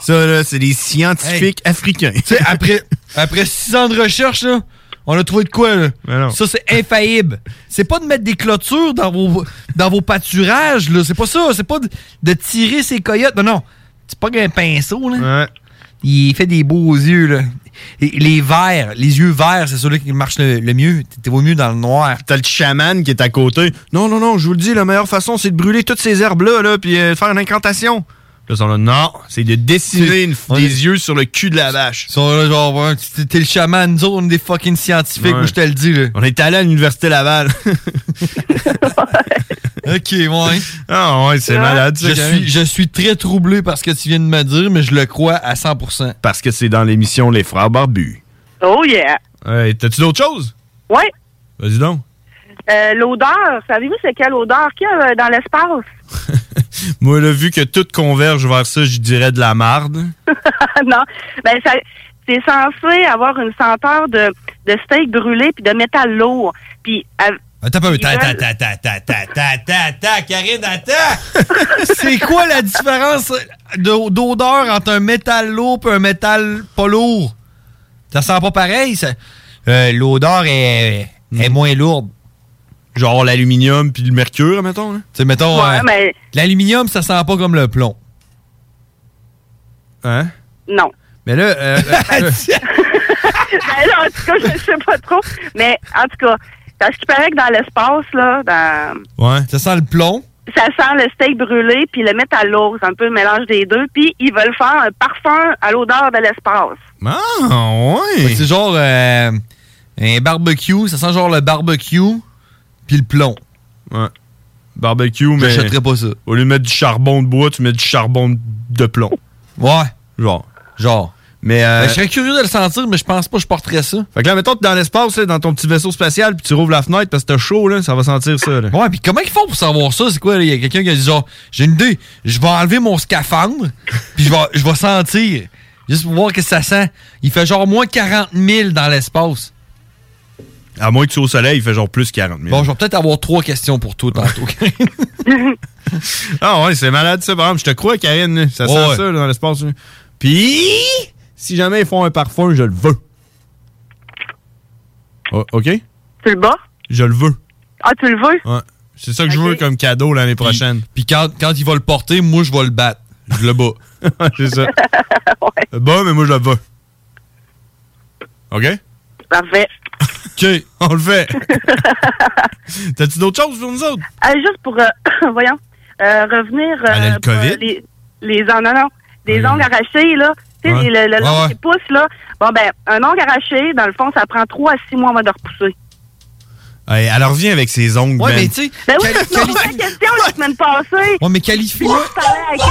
[SPEAKER 10] Ça, là, c'est des scientifiques africains.
[SPEAKER 11] Tu sais,
[SPEAKER 10] <laughs>
[SPEAKER 11] après, après six ans de recherche, là, on a trouvé de quoi, là? Ça, c'est infaillible. C'est pas de mettre des clôtures dans vos, dans vos pâturages, là. C'est pas ça. C'est pas de, de tirer ses coyotes. Non, non. C'est pas qu'un pinceau, là. Il fait des beaux yeux, là. Et les verts, les yeux verts, c'est ceux-là qui marchent le, le mieux. T'es- T'es au mieux dans le noir.
[SPEAKER 10] T'as le chaman qui est à côté. Non, non, non, je vous le dis, la meilleure façon, c'est de brûler toutes ces herbes-là, là, puis euh, faire une incantation. Là, ils sont là, non, c'est de dessiner une- des yeux sur le cul de la vache.
[SPEAKER 11] Ils sont là, genre, ouais, t'es- t'es le chaman, nous autres, on est des fucking scientifiques,
[SPEAKER 10] Ouais.
[SPEAKER 11] moi, je te le dis, là.
[SPEAKER 10] On est allé à l'Université Laval. <laughs>
[SPEAKER 11] ok, ouais.
[SPEAKER 10] Ah, ouais, c'est malade, ça,
[SPEAKER 11] Je
[SPEAKER 10] quand même.
[SPEAKER 11] suis, je suis très troublé par ce que tu viens de me dire, mais je le crois à 100%.
[SPEAKER 10] Parce que c'est dans l'émission Les Frères Barbus.
[SPEAKER 5] Oh yeah.
[SPEAKER 10] Ouais, t'as-tu d'autres choses?
[SPEAKER 5] Oui.
[SPEAKER 10] Vas-y donc.
[SPEAKER 5] Euh, l'odeur, savez-vous c'est quelle odeur qu'il y a euh, dans l'espace?
[SPEAKER 10] Moi, là, vu que tout converge vers ça, je dirais de la
[SPEAKER 5] <laughs>
[SPEAKER 10] marde.
[SPEAKER 5] non. Ben, ça, c'est censé avoir une senteur de, de steak brûlé puis de métal lourd. Puis, à-
[SPEAKER 11] Attends, attends,
[SPEAKER 32] Ils
[SPEAKER 11] attends,
[SPEAKER 32] veulent-
[SPEAKER 11] attends, attends, attends, attends, attends, attends, Karine, attends! <laughs>
[SPEAKER 32] C'est
[SPEAKER 11] quoi la différence d'o- d'odeur entre un métal lourd et un métal pas lourd? Ça sent pas pareil, ça? Euh, L'odeur est,
[SPEAKER 10] Mm.
[SPEAKER 11] est moins lourde. Genre l'aluminium puis le mercure, mettons. Tu sais, mettons,
[SPEAKER 5] Ouais,
[SPEAKER 11] euh,
[SPEAKER 5] mais-
[SPEAKER 11] l'aluminium, ça sent pas comme le plomb. Hein? <laughs>
[SPEAKER 5] Non.
[SPEAKER 11] Mais là, euh, euh,
[SPEAKER 5] Ben là, en tout cas, je sais pas trop. Mais en tout cas, parce qu'il paraît que dans l'espace, là, dans-
[SPEAKER 11] ouais, ça sent le plomb.
[SPEAKER 5] ça sent le steak brûlé puis le métal lourd. C'est un peu le mélange des deux. Puis ils veulent faire un parfum à l'odeur de l'espace.
[SPEAKER 11] Ah, ouais! C'est genre euh, un barbecue, ça sent genre le barbecue puis le plomb.
[SPEAKER 32] Ouais. Barbecue, mais.
[SPEAKER 11] J'achèterais pas ça.
[SPEAKER 32] Au lieu de mettre du charbon de bois, tu mets du charbon de- de plomb.
[SPEAKER 11] Ouais.
[SPEAKER 32] Genre.
[SPEAKER 11] Genre.
[SPEAKER 32] Mais. euh,
[SPEAKER 11] Ben, je serais curieux de le sentir, mais je pense pas que je porterais ça.
[SPEAKER 32] Fait que là, mettons, t'es dans l'espace, là, dans ton petit vaisseau spatial, puis tu rouvres la fenêtre parce que t'as chaud, là, ça va sentir ça. Là.
[SPEAKER 11] Ouais, puis comment ils font pour savoir ça? C'est quoi? là? Il y a quelqu'un qui a dit genre, j'ai une idée, je vais enlever mon <laughs> scaphandre, puis je vais, je vais sentir, juste pour voir qu'est-ce que ça sent. Il fait genre moins 40 000 dans l'espace.
[SPEAKER 32] À moins que tu sois au soleil, il fait genre plus 40 000.
[SPEAKER 11] Bon, je vais peut-être avoir trois questions pour toi tantôt.
[SPEAKER 32] Ah ouais, c'est malade ça, par exemple. Je te crois, Karine. là. Ça sent
[SPEAKER 11] Ouais.
[SPEAKER 32] ça là, dans l'espace. là. Puis, si jamais ils font un parfum, je le veux. O- OK?
[SPEAKER 5] Tu le bats?
[SPEAKER 32] Je le veux.
[SPEAKER 5] Ah, tu le veux?
[SPEAKER 32] Ouais. C'est ça que je veux comme cadeau l'année prochaine.
[SPEAKER 11] Puis quand, quand il va le porter, moi, je vais le battre.
[SPEAKER 32] <laughs>
[SPEAKER 11] Je le bats.
[SPEAKER 5] <laughs>
[SPEAKER 32] c'est ça. Bon, mais moi, je le veux. OK?
[SPEAKER 5] Parfait.
[SPEAKER 32] OK, <laughs> on le fait. <laughs> T'as-tu d'autres choses pour nous autres?
[SPEAKER 5] Euh, juste pour, euh, <coughs> voyons, euh, revenir... euh,
[SPEAKER 32] Elle a le
[SPEAKER 5] pour, euh,
[SPEAKER 32] COVID?
[SPEAKER 5] les, les ongles, non, non, des ongles arrachés, là. Tu sais,
[SPEAKER 32] Ouais.
[SPEAKER 5] le, le long
[SPEAKER 32] Ouais, ouais.
[SPEAKER 5] qui pousse, là. Bon, ben, un ongle arraché, dans le fond, ça prend 3 à 6 mois avant de repousser.
[SPEAKER 32] Hey, elle revient avec ses ongles.
[SPEAKER 11] Ouais,
[SPEAKER 32] man.
[SPEAKER 11] mais tu sais,
[SPEAKER 5] Ben oui, c'est la question la semaine passée.
[SPEAKER 11] Ouais, mais qualifie-moi.
[SPEAKER 5] Je parlais à Gab.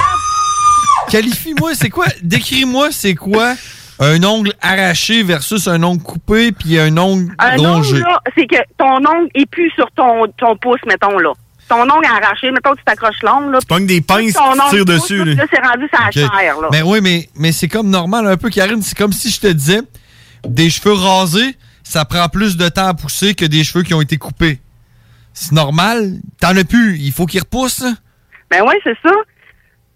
[SPEAKER 11] Qualifie-moi, c'est quoi? Décris-moi, c'est quoi un ongle arraché versus un ongle coupé puis un ongle
[SPEAKER 5] Un
[SPEAKER 11] rongé?
[SPEAKER 5] ongle, là, c'est que ton ongle épue sur ton, ton pouce, mettons, là. Ton ongle arraché, mettons, tu t'accroches l'ongle, là. Tu
[SPEAKER 32] pognes des pinces,
[SPEAKER 5] ton
[SPEAKER 11] tu
[SPEAKER 5] ongle
[SPEAKER 11] tires
[SPEAKER 5] pousse,
[SPEAKER 11] dessus,
[SPEAKER 5] là,
[SPEAKER 11] là.
[SPEAKER 5] puis Là, c'est rendu sa
[SPEAKER 11] Ok.
[SPEAKER 5] chair, là.
[SPEAKER 11] Ben oui, mais, mais c'est comme normal un peu, Karine. C'est comme si je te disais, des cheveux rasés, ça prend plus de temps à pousser que des cheveux qui ont été coupés. C'est normal. T'en as plus. Il faut qu'ils repoussent. là.
[SPEAKER 5] Ben oui, c'est ça.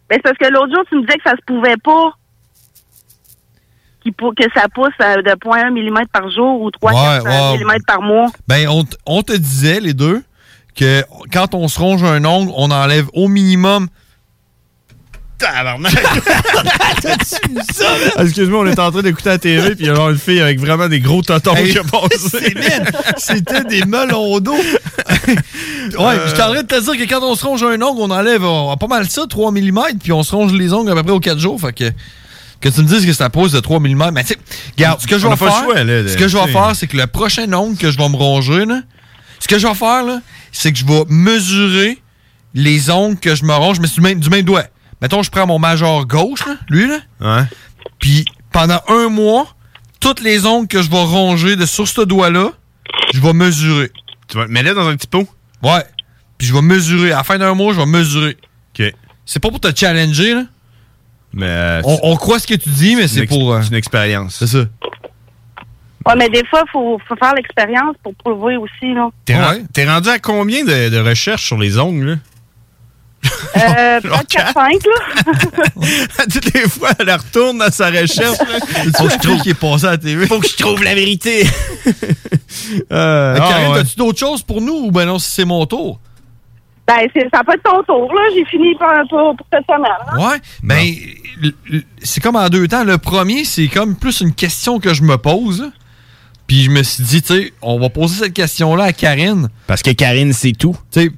[SPEAKER 5] Ben c'est parce que l'autre jour, tu me disais que ça se pouvait pas. Qu'il pou- que ça pousse à- de 0.1 mm par jour ou 3
[SPEAKER 11] Ouais,
[SPEAKER 5] 4
[SPEAKER 11] ouais.
[SPEAKER 5] mm par mois.
[SPEAKER 11] Ben, on, t- on te disait, les deux, que quand on se ronge un ongle, on enlève au minimum.
[SPEAKER 32] Tabarnak! Ah, Excuse-moi, on est en train d'écouter la TV, puis il y a genre une fille avec vraiment des gros totons
[SPEAKER 11] Hey,
[SPEAKER 32] qui a passé.
[SPEAKER 11] C'était des melons <laughs> d'eau. ouais, je suis en train de te dire que quand on se ronge un ongle, on enlève euh, pas mal ça, 3 mm, puis on se ronge les ongles à peu près aux 4 jours. Fait que, que tu me dises que ça pose de 3 mm. Mais tu sais, regarde, ce que je
[SPEAKER 32] On
[SPEAKER 11] vais
[SPEAKER 32] a pas le
[SPEAKER 11] faire,
[SPEAKER 32] choix, là, de-
[SPEAKER 11] ce que je vais
[SPEAKER 32] t'sais.
[SPEAKER 11] faire, c'est que le prochain ongle que je vais me ronger, là, ce que je vais faire, là, c'est que je vais mesurer les ongles que je me ronge, mais c'est du même, du même doigt. Mettons, je prends mon major gauche, là, lui, là. Puis pendant un mois, toutes les ongles que je vais ronger de sur ce doigt-là, je vais mesurer.
[SPEAKER 32] Tu vas le mettre dans un petit pot?
[SPEAKER 11] Ouais. Puis je vais mesurer. À la fin d'un mois, je vais mesurer.
[SPEAKER 32] OK.
[SPEAKER 11] C'est pas pour te challenger, là.
[SPEAKER 32] Mais. euh,
[SPEAKER 11] On, on croit ce que tu dis, mais
[SPEAKER 32] une
[SPEAKER 11] c'est
[SPEAKER 32] ex-
[SPEAKER 11] pour. euh,
[SPEAKER 32] C'est une expérience.
[SPEAKER 11] C'est ça.
[SPEAKER 5] Ouais, mais des fois, faut, faut faire l'expérience pour prouver aussi,
[SPEAKER 11] <laughs>
[SPEAKER 5] là.
[SPEAKER 32] T'es ren- t'es rendu à combien de, de recherches sur les ongles, là?
[SPEAKER 5] Euh, peut-être 4 5 là.
[SPEAKER 32] <laughs> Toutes les fois, elle retourne dans sa recherche.
[SPEAKER 11] <laughs> Faut que je trouve qui est passé à la TV.
[SPEAKER 32] <laughs> Faut que je trouve la <laughs> vérité.
[SPEAKER 11] Euh, Karine,
[SPEAKER 32] ah ouais.
[SPEAKER 11] as-tu d'autres choses pour nous ou ben non, si c'est mon tour?
[SPEAKER 5] ben, c'est, ça peut être ton tour, là. J'ai fini pour, pour, pour cette semaine. là.
[SPEAKER 11] Ouais, ben, l- l- c'est comme en deux temps. Le premier, c'est comme plus une question que je me pose. Puis je me suis dit, tu sais, on va poser cette question-là à Karine.
[SPEAKER 32] Parce que Karine, c'est tout.
[SPEAKER 11] Tu sais,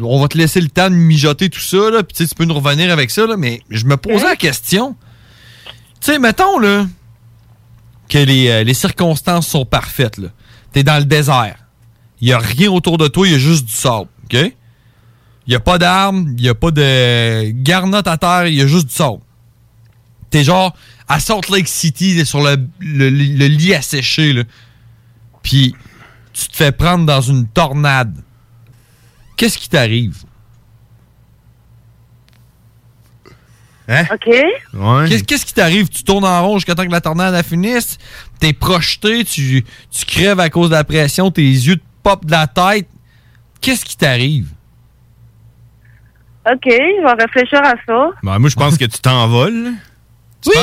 [SPEAKER 11] on va te laisser le temps de mijoter tout ça, là. Puis tu sais, tu peux nous revenir avec ça, là. Mais je me posais la question. Tu sais, mettons, là, que les, euh, les circonstances sont parfaites, là. T'es dans le désert. Il y a rien autour de toi, il y a juste du sable, OK? Il n'y a pas d'armes, il n'y a pas de garnotte à terre, il y a juste du sable. T'es genre à Salt Lake City, là, sur le, le- le lit asséché, là. Puis tu te fais prendre dans une tornade. Qu'est-ce qui t'arrive?
[SPEAKER 32] Hein?
[SPEAKER 5] OK.
[SPEAKER 11] Qu'est- Qu'est-ce qui t'arrive? Tu tournes en rond jusqu'à temps que la tornade elle finisse, t'es projeté, tu, tu crèves à cause de la pression, tes yeux te pop de la tête, qu'est-ce qui t'arrive?
[SPEAKER 5] OK, je vais réfléchir à ça.
[SPEAKER 10] Ben, moi, je pense que tu t'envoles.
[SPEAKER 11] Oui!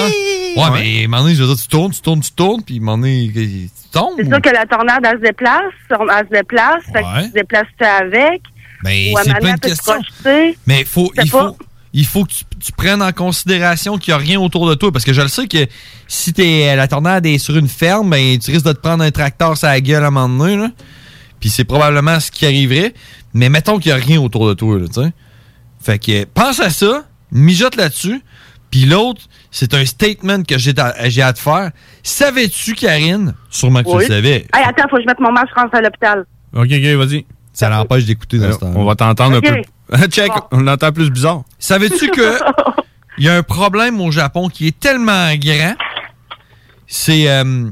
[SPEAKER 11] Ouais, mais à un moment donné, je veux dire, tu tournes, tu tournes, tu tournes, puis à un moment donné, tu tombes.
[SPEAKER 5] C'est sûr que la tornade, elle se déplace. Elle se déplace. Fait que tu te déplaces avec.
[SPEAKER 11] Mais
[SPEAKER 5] ou à un
[SPEAKER 11] ben, c'est
[SPEAKER 5] moment
[SPEAKER 11] plein
[SPEAKER 5] donné,
[SPEAKER 11] de
[SPEAKER 5] elle peut se
[SPEAKER 11] questions.
[SPEAKER 5] projeter.
[SPEAKER 11] Mais faut,
[SPEAKER 5] Je sais
[SPEAKER 11] il,
[SPEAKER 5] pas.
[SPEAKER 11] faut, il faut que tu, tu prennes en considération qu'il n'y a rien autour de toi. Parce que je le sais que si t'es, euh, la tornade est sur une ferme, ben, tu risques de te prendre un tracteur sur la gueule à un moment donné. là. Puis c'est probablement ce qui arriverait. Mais mettons qu'il n'y a rien autour de toi. Là, tu sais. fait que euh, pense à ça, mijote là-dessus. Puis l'autre, c'est un statement que j'ai, à- j'ai à te faire. Savais-tu, Karine? Sûrement que
[SPEAKER 5] Oui.
[SPEAKER 11] tu le savais.
[SPEAKER 5] Hey, attends, faut que je mette mon masque, je rentre à l'hôpital.
[SPEAKER 11] Ok, ok, vas-y. Ça l'empêche d'écouter dans ce temps.
[SPEAKER 10] Euh, On va t'entendre
[SPEAKER 5] Ok.
[SPEAKER 10] un peu. <laughs> Check, on l'entend plus bizarre.
[SPEAKER 11] Savais-tu que il y a un problème au Japon qui est tellement grand, c'est euh,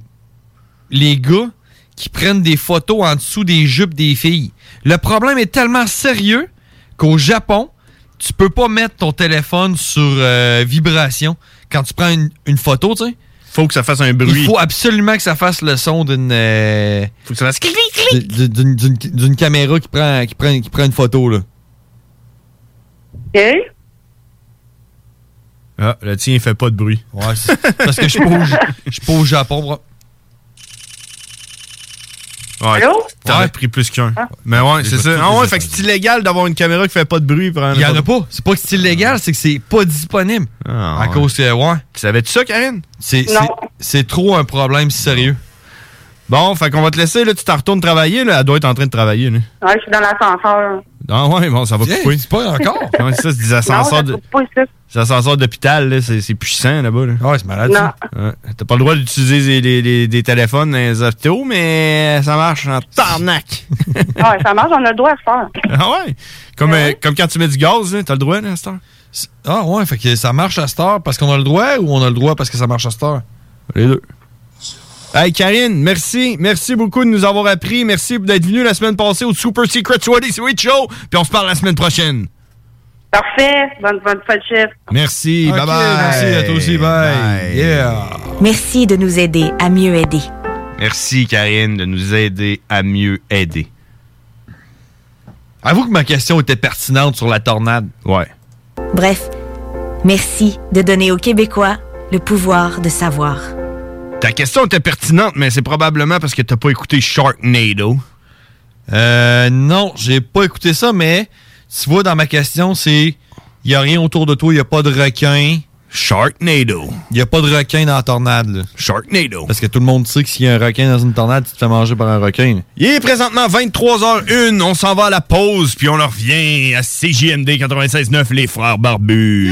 [SPEAKER 11] les gars qui prennent des photos en dessous des jupes des filles. Le problème est tellement sérieux qu'au Japon, tu peux pas mettre ton téléphone sur euh, vibration quand tu prends une, une photo, tu sais.
[SPEAKER 10] Faut que ça fasse un bruit.
[SPEAKER 11] Il faut absolument que ça fasse le son d'une euh, d- d'une- d'une- d'une caméra qui prend, qui prend qui prend une photo là.
[SPEAKER 5] OK?
[SPEAKER 10] Ah, le tien, il fait pas de bruit.
[SPEAKER 11] Ouais, c'est- parce que je suis pas au, Ja- je suis pas au Japon. bro.
[SPEAKER 10] Ouais.
[SPEAKER 11] Allô?
[SPEAKER 10] T'en
[SPEAKER 11] Ouais.
[SPEAKER 10] as pris plus qu'un.
[SPEAKER 11] Ah.
[SPEAKER 10] Mais ouais,
[SPEAKER 11] J'ai
[SPEAKER 10] c'est
[SPEAKER 11] pas
[SPEAKER 10] ça.
[SPEAKER 11] toutes
[SPEAKER 10] Ah
[SPEAKER 11] les
[SPEAKER 10] ouais, fait que c'est illégal d'avoir une caméra qui fait pas de bruit.
[SPEAKER 11] Il y en a pas. C'est pas que c'est illégal, c'est que c'est pas disponible. à
[SPEAKER 10] ouais.
[SPEAKER 11] cause que, ouais. Savais-tu ça, Karine? C'est c'est- c'est trop un problème sérieux.
[SPEAKER 10] Bon, fait qu'on va te laisser, là. Tu t'en retournes travailler, là. Elle doit être en train de travailler, là.
[SPEAKER 5] <laughs> Ouais, je suis dans l'ascenseur.
[SPEAKER 10] Ah ouais, bon, ça va
[SPEAKER 5] Hey,
[SPEAKER 10] couper.
[SPEAKER 5] c'est pas encore.
[SPEAKER 10] <laughs> Ouais, c'est ça, c'est des
[SPEAKER 5] Non, ça
[SPEAKER 10] ascenseurs, de-
[SPEAKER 5] coupe pas ici.
[SPEAKER 10] des ascenseurs d'hôpital, là. C'est c'est puissant, là-bas, là.
[SPEAKER 11] Ouais, c'est malade,
[SPEAKER 5] Non. ça.
[SPEAKER 10] T'as pas le droit d'utiliser les- les- les- des téléphones dans les hôpitaux, mais ça marche en tarnac.
[SPEAKER 5] <laughs> Ouais, ça Ben marche, on a le droit à faire.
[SPEAKER 10] ah ouais? Comme, euh, comme quand tu mets du gaz, là, t'as le droit, là, à cette heure?
[SPEAKER 11] Ah ouais, fait que ça marche à cette heure parce qu'on a le droit ou on a le droit parce que ça marche à cette heure?
[SPEAKER 10] Les deux. Hey Karine, merci. Merci beaucoup de nous avoir appris. Merci d'être venu la semaine passée au Super Secret Sweet Show. Puis on se parle la semaine prochaine.
[SPEAKER 5] Parfait. Bonne, bonne fin de chiffre.
[SPEAKER 10] Merci.
[SPEAKER 11] Ok,
[SPEAKER 10] bye bye.
[SPEAKER 11] merci, à toi aussi,
[SPEAKER 10] Bye. ben.
[SPEAKER 11] Yeah.
[SPEAKER 19] Merci de nous aider à mieux aider.
[SPEAKER 10] Merci Karine de nous aider à mieux aider.
[SPEAKER 11] Avoue que ma question était pertinente sur la tornade.
[SPEAKER 10] Ouais.
[SPEAKER 19] Bref, merci de donner aux Québécois le pouvoir de savoir.
[SPEAKER 10] Ta question était pertinente, mais c'est probablement parce que t'as pas écouté Sharknado.
[SPEAKER 11] Euh, non, j'ai pas écouté ça, mais tu vois, dans ma question, c'est il y a rien autour de toi, il y a pas de requin.
[SPEAKER 10] Sharknado.
[SPEAKER 11] Il y a pas de requin dans la tornade. Là.
[SPEAKER 10] Sharknado.
[SPEAKER 11] Parce que tout le monde sait que s'il y a un requin dans une tornade, tu te fais manger par un requin. là.
[SPEAKER 10] Il est présentement 23h01. On s'en va à la pause, puis on en revient à CJMD 96.9, les frères barbus.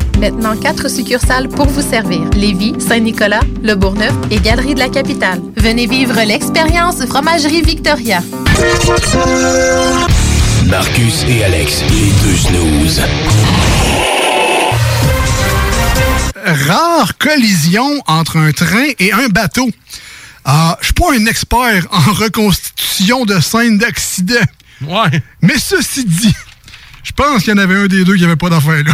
[SPEAKER 17] Maintenant, quatre succursales pour vous servir. Lévis, Saint-Nicolas, Le Bourgneuf et Galerie de la Capitale. Venez vivre l'expérience Fromagerie Victoria.
[SPEAKER 12] Marcus et Alex, les deux snooze.
[SPEAKER 8] rare collision entre un train et un bateau. Ah, je suis pas un
[SPEAKER 24] <laughs>
[SPEAKER 8] expert en reconstitution de scènes d'accident.
[SPEAKER 11] Ouais.
[SPEAKER 8] Mais ceci dit, je pense qu'il y en avait un des deux qui avait pas d'affaire là.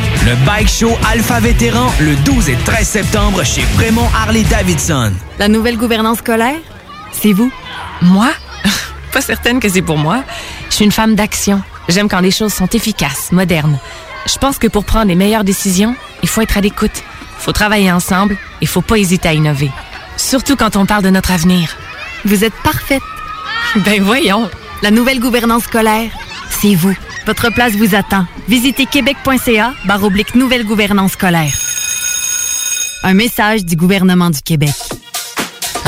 [SPEAKER 25] Le Bike Show Alpha Vétéran le 12 et 13 septembre chez Fremont Harley-Davidson.
[SPEAKER 19] La nouvelle gouvernance scolaire, c'est vous. Moi? <laughs> Pas certaine que c'est pour moi. Je suis une femme d'action. J'aime quand les choses sont efficaces, modernes. Je pense que pour prendre les meilleures décisions, il faut être à l'écoute. faut travailler ensemble et faut pas hésiter à innover. Surtout quand on parle de notre avenir. Vous êtes parfaite. <laughs> Ben voyons. La nouvelle gouvernance scolaire, c'est vous. Votre place vous attend. Visitez québec.ca barre oblique nouvelle gouvernance scolaire. Un message du gouvernement du Québec.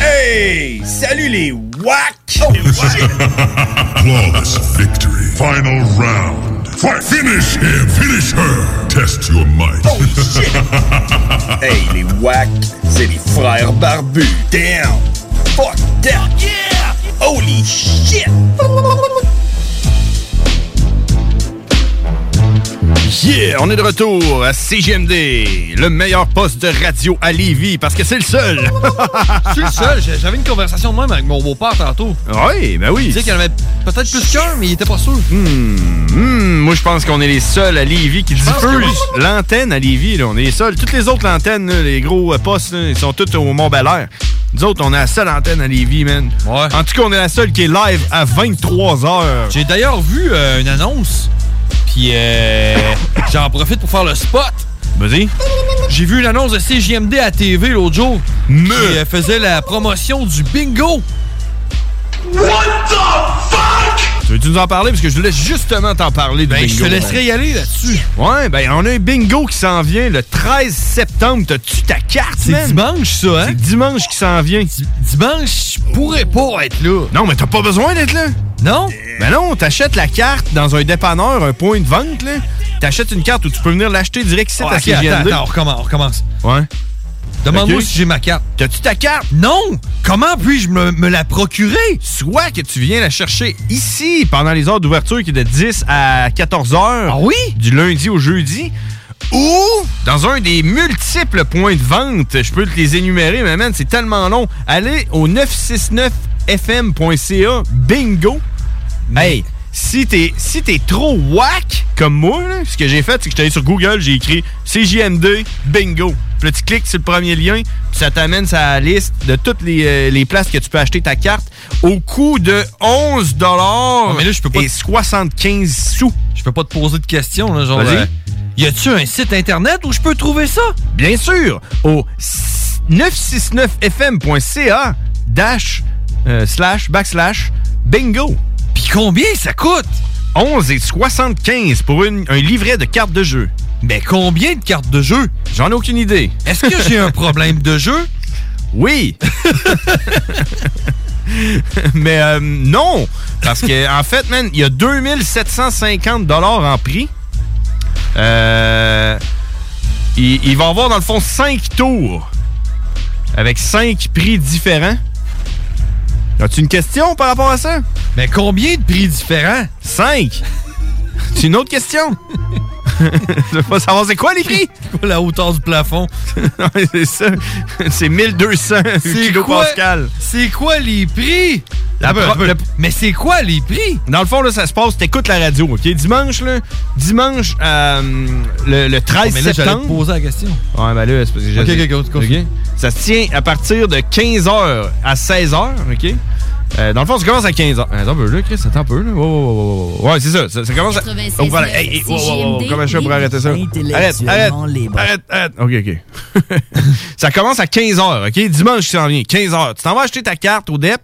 [SPEAKER 10] Hey! Salut les
[SPEAKER 3] <laughs>
[SPEAKER 10] WAC!
[SPEAKER 3] Flawless victory. Final round. Fight. Finish him. Finish her. Test your might.
[SPEAKER 10] Oh,
[SPEAKER 3] <laughs>
[SPEAKER 10] hey, les WAC, c'est les frères barbus. Damn! Fuck that! Holy shit! Yeah! On est de retour à CGMD, le meilleur poste de radio à Lévis, parce que c'est le seul!
[SPEAKER 11] Je suis le seul, j'ai- j'avais une conversation de même avec mon beau-père tantôt.
[SPEAKER 10] <laughs> Oui, ben oui.
[SPEAKER 11] Il disait qu'il y en avait peut-être plus qu'un, mais il était pas sûr.
[SPEAKER 10] Hmm, moi, je pense qu'on est les seuls à Lévis qui
[SPEAKER 11] pense que
[SPEAKER 10] diffusent l'antenne à Lévis. Là, on est les seuls. Toutes les autres antennes, là, les gros euh, postes, là, ils sont tous au Mont-Bel-Air. Nous autres, on a la seule antenne à Lévis, man. En tout cas, on est la seule qui est live à 23h.
[SPEAKER 11] J'ai d'ailleurs vu euh, une annonce, puis euh, j'en profite pour faire le spot.
[SPEAKER 10] Vas-y.
[SPEAKER 11] J'ai vu une annonce de CJMD à TV l'autre jour qui euh, faisait la promotion du bingo.
[SPEAKER 3] What the
[SPEAKER 10] Tu veux-tu nous en parler? Parce que je voulais justement t'en parler du
[SPEAKER 11] Ben,
[SPEAKER 10] bingo.
[SPEAKER 11] je te laisserai y aller là-dessus.
[SPEAKER 10] Ouais, ben, on a un bingo qui s'en vient le 13 septembre. T'as-tu ta carte,
[SPEAKER 11] C'est
[SPEAKER 10] man?
[SPEAKER 11] dimanche, ça, hein?
[SPEAKER 10] C'est dimanche qui s'en vient.
[SPEAKER 11] Dimanche, je pourrais pas être là.
[SPEAKER 10] Non, mais t'as pas besoin d'être là.
[SPEAKER 11] Non?
[SPEAKER 10] Ben non, t'achètes la carte dans un dépanneur, un point de vente, là. T'achètes une carte où tu peux venir l'acheter direct ici
[SPEAKER 11] Oh,
[SPEAKER 10] à
[SPEAKER 11] ok, attends,
[SPEAKER 10] CGMD.
[SPEAKER 11] attends, on recommence, on recommence.
[SPEAKER 10] Ouais.
[SPEAKER 11] Demande-moi
[SPEAKER 10] Ok.
[SPEAKER 11] si j'ai ma carte.
[SPEAKER 10] T'as-tu ta carte?
[SPEAKER 11] Non! Comment puis-je me, me la procurer?
[SPEAKER 10] Soit que tu viens la chercher ici pendant les heures d'ouverture qui est de 10 à 14 heures.
[SPEAKER 11] Ah oui?
[SPEAKER 10] Du lundi au jeudi. Ou dans un des multiples points de vente. Je peux te les énumérer, mais man, c'est tellement long. Allez au 969fm.ca bingo. Hey! Si t'es si t'es trop whack comme moi, là, ce que j'ai fait, c'est que j'étais allé sur Google, j'ai écrit CJMD bingo. Puis là, tu cliques sur le premier lien, puis ça t'amène sur la liste de toutes les, euh, les places que tu peux acheter ta carte au coût de 11
[SPEAKER 11] Ah,
[SPEAKER 10] dollars et 75 sous.
[SPEAKER 11] Je peux pas te poser de questions, là, genre.
[SPEAKER 10] Vas-y.
[SPEAKER 11] euh, y a-tu un site internet où je peux trouver ça?
[SPEAKER 10] Bien sûr, au 969fm.ca dash euh, slash backslash bingo.
[SPEAKER 11] Puis combien ça coûte?
[SPEAKER 10] 11 et 75 pour une- un livret de cartes de jeu.
[SPEAKER 11] Mais combien de cartes de jeu?
[SPEAKER 10] J'en ai aucune idée.
[SPEAKER 11] Est-ce que j'ai un problème de jeu?
[SPEAKER 10] Oui. <laughs> Mais euh, non, parce que en fait, man, il y a 2750 dollars en prix. Euh, il, il va y avoir dans le fond 5 tours avec 5 prix différents. As-tu une question par rapport à ça?
[SPEAKER 11] Mais combien de prix différents?
[SPEAKER 10] 5. C'est une autre
[SPEAKER 11] <laughs>
[SPEAKER 10] question. Je veux pas savoir c'est quoi les prix?
[SPEAKER 11] La hauteur du plafond.
[SPEAKER 10] c'est ça. <laughs> C'est 1200 kilopascal.
[SPEAKER 11] C'est quoi les prix? Ah,
[SPEAKER 10] La
[SPEAKER 11] Attends,
[SPEAKER 10] pro-
[SPEAKER 11] attends,
[SPEAKER 10] le-
[SPEAKER 11] Mais c'est quoi les prix?
[SPEAKER 10] Dans le fond, là, ça se passe, t'écoutes la radio, OK? Dimanche, là, dimanche, euh, le, le 13
[SPEAKER 11] Oh, mais là, j'allais
[SPEAKER 10] septembre...
[SPEAKER 11] te poser la question.
[SPEAKER 10] Ouais, ben là, c'est parce que j'ai...
[SPEAKER 11] Ok, ok, ok, continue.
[SPEAKER 10] Ça se tient à partir de 15h à 16h, OK? Euh, dans le fond, ça commence à 15h. Attends un peu, là, Chris, attends un peu, là. Ouais, ouais, ouais, ouais, ouais. Ouais, c'est ça, ça, ça commence à...
[SPEAKER 29] 96,
[SPEAKER 10] Oh, voilà. Hey, hey, wow, wow, wow,
[SPEAKER 29] CJMD,
[SPEAKER 10] comment je fais pour arrêter ça? Arrête, arrête,
[SPEAKER 29] intellectuellement libre.
[SPEAKER 10] arrête, arrête. OK, OK. <laughs> ça commence à 15h, OK? Dimanche, tu s'en viens, 15h. Tu t'en vas acheter ta carte au DEP.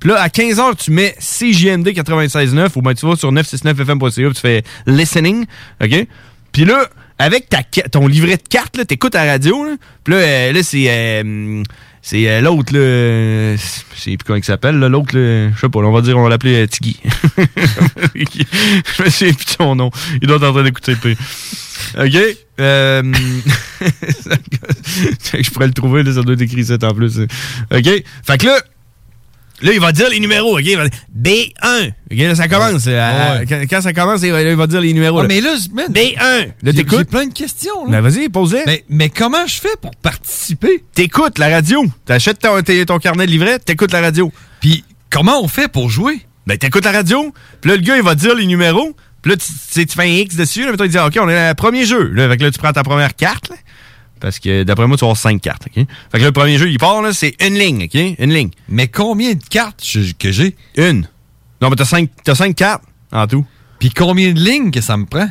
[SPEAKER 10] Puis là, à 15h, tu mets CJMD 96.9 ou ben tu vas sur 969fm.ca puis tu fais listening, OK? Puis là, avec ta, ca- ton livret de carte, là, t'écoutes à la radio, là. Puis là, euh, là, c'est... euh, C'est euh, l'autre, là. euh, Je sais plus comment il s'appelle, là. L'autre, là, je sais pas, là, on va dire, on va l'appeler euh, Tiggy. <laughs> je me souviens plus de son nom. Il doit être en train d'écouter P. OK. Euh, <laughs> je pourrais le trouver, là, ça doit être écrit ça en plus. euh. OK. Fait que là, là, il va dire les numéros, OK? Il va dire B1. OK, là, ça commence. là, à-
[SPEAKER 11] Ouais.
[SPEAKER 10] quand, quand ça commence, il va, il va dire les numéros.
[SPEAKER 11] Ouais,
[SPEAKER 10] là.
[SPEAKER 11] mais là, man,
[SPEAKER 10] B1. Là,
[SPEAKER 11] j'ai- j'ai
[SPEAKER 10] t'écoutes.
[SPEAKER 11] plein de questions.
[SPEAKER 10] Ben,
[SPEAKER 11] Là.
[SPEAKER 10] vas-y, pose-les.
[SPEAKER 11] Mais, mais comment je fais pour participer?
[SPEAKER 10] T'écoutes la radio. T'achètes ton, tes- ton carnet de livret, t'écoutes la radio.
[SPEAKER 11] Puis comment on fait pour jouer?
[SPEAKER 10] Ben, t'écoutes la radio, puis là, le gars, il va dire les numéros, puis là, tu, tu sais, tu fais un X dessus, là, puis toi, il dit, ah, OK, on est à premier jeu. Là, fait que là, tu prends ta première carte, là, parce que d'après moi, tu vas avoir cinq cartes, OK? Fait que là, le premier jeu, il part, là, c'est une ligne, OK? Une ligne.
[SPEAKER 11] Mais combien de cartes que j'ai?
[SPEAKER 10] Une. Non, mais t'as cinq, t'as cinq cartes en tout.
[SPEAKER 11] Puis combien de lignes que ça me prend?
[SPEAKER 10] Le,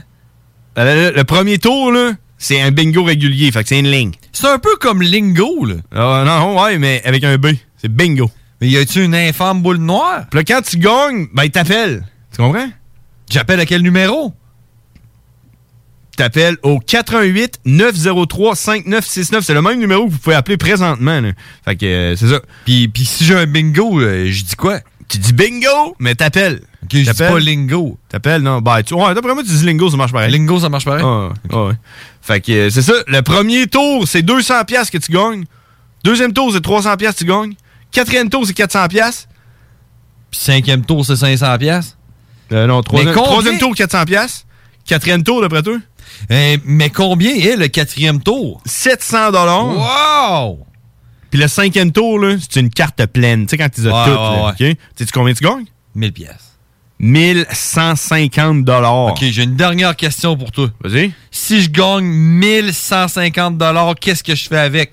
[SPEAKER 10] Ben, le- le premier tour, là, c'est un bingo régulier, fait que c'est une ligne.
[SPEAKER 11] C'est un peu comme lingo, là.
[SPEAKER 10] Ah, non, ouais, mais avec un B. C'est bingo.
[SPEAKER 11] Mais y a-tu une infâme boule noire?
[SPEAKER 10] Puis là, quand tu gagnes, ben, il t'appelle. Tu comprends?
[SPEAKER 11] J'appelle à quel numéro?
[SPEAKER 10] T'appelles au 88 903 5969. C'est le même numéro que vous pouvez appeler présentement. là. Fait que euh, c'est ça.
[SPEAKER 11] Puis, puis si j'ai un bingo, euh, je dis quoi?
[SPEAKER 10] Tu dis bingo, mais t'appelles.
[SPEAKER 11] Ok, je dis
[SPEAKER 10] T'appelles.
[SPEAKER 11] pas lingo.
[SPEAKER 10] T'appelles, non. Bah, tu, ouais, d'après moi, tu dis lingo, ça marche pareil.
[SPEAKER 11] Lingo, ça marche pareil?
[SPEAKER 10] Ah, ah, ouais. Fait que euh, c'est ça. Le premier tour, c'est 200$ piastres que tu gagnes. Deuxième tour, c'est 300$ piastres que tu gagnes. Quatrième tour, c'est 400$. piastres.
[SPEAKER 11] Puis cinquième tour, c'est 500 piastres.
[SPEAKER 10] Euh, non, troisième,
[SPEAKER 11] combien-
[SPEAKER 10] troisième tour, 400$. piastres. Quatrième tour, d'après toi?
[SPEAKER 11] Euh, mais combien est le quatrième tour?
[SPEAKER 10] 700$.
[SPEAKER 11] Wow!
[SPEAKER 10] Puis le cinquième tour, là, c'est une carte pleine. Tu sais, quand tu as
[SPEAKER 11] Ouais,
[SPEAKER 10] toutes,
[SPEAKER 11] ouais,
[SPEAKER 10] là,
[SPEAKER 11] ouais.
[SPEAKER 10] OK? Tu sais -tu combien tu gagnes?
[SPEAKER 11] 1000 piastres.
[SPEAKER 10] 1150 dollars.
[SPEAKER 11] Ok, j'ai une dernière question pour toi.
[SPEAKER 10] Vas-y.
[SPEAKER 11] Si je gagne 1150 dollars, qu'est-ce que je fais avec?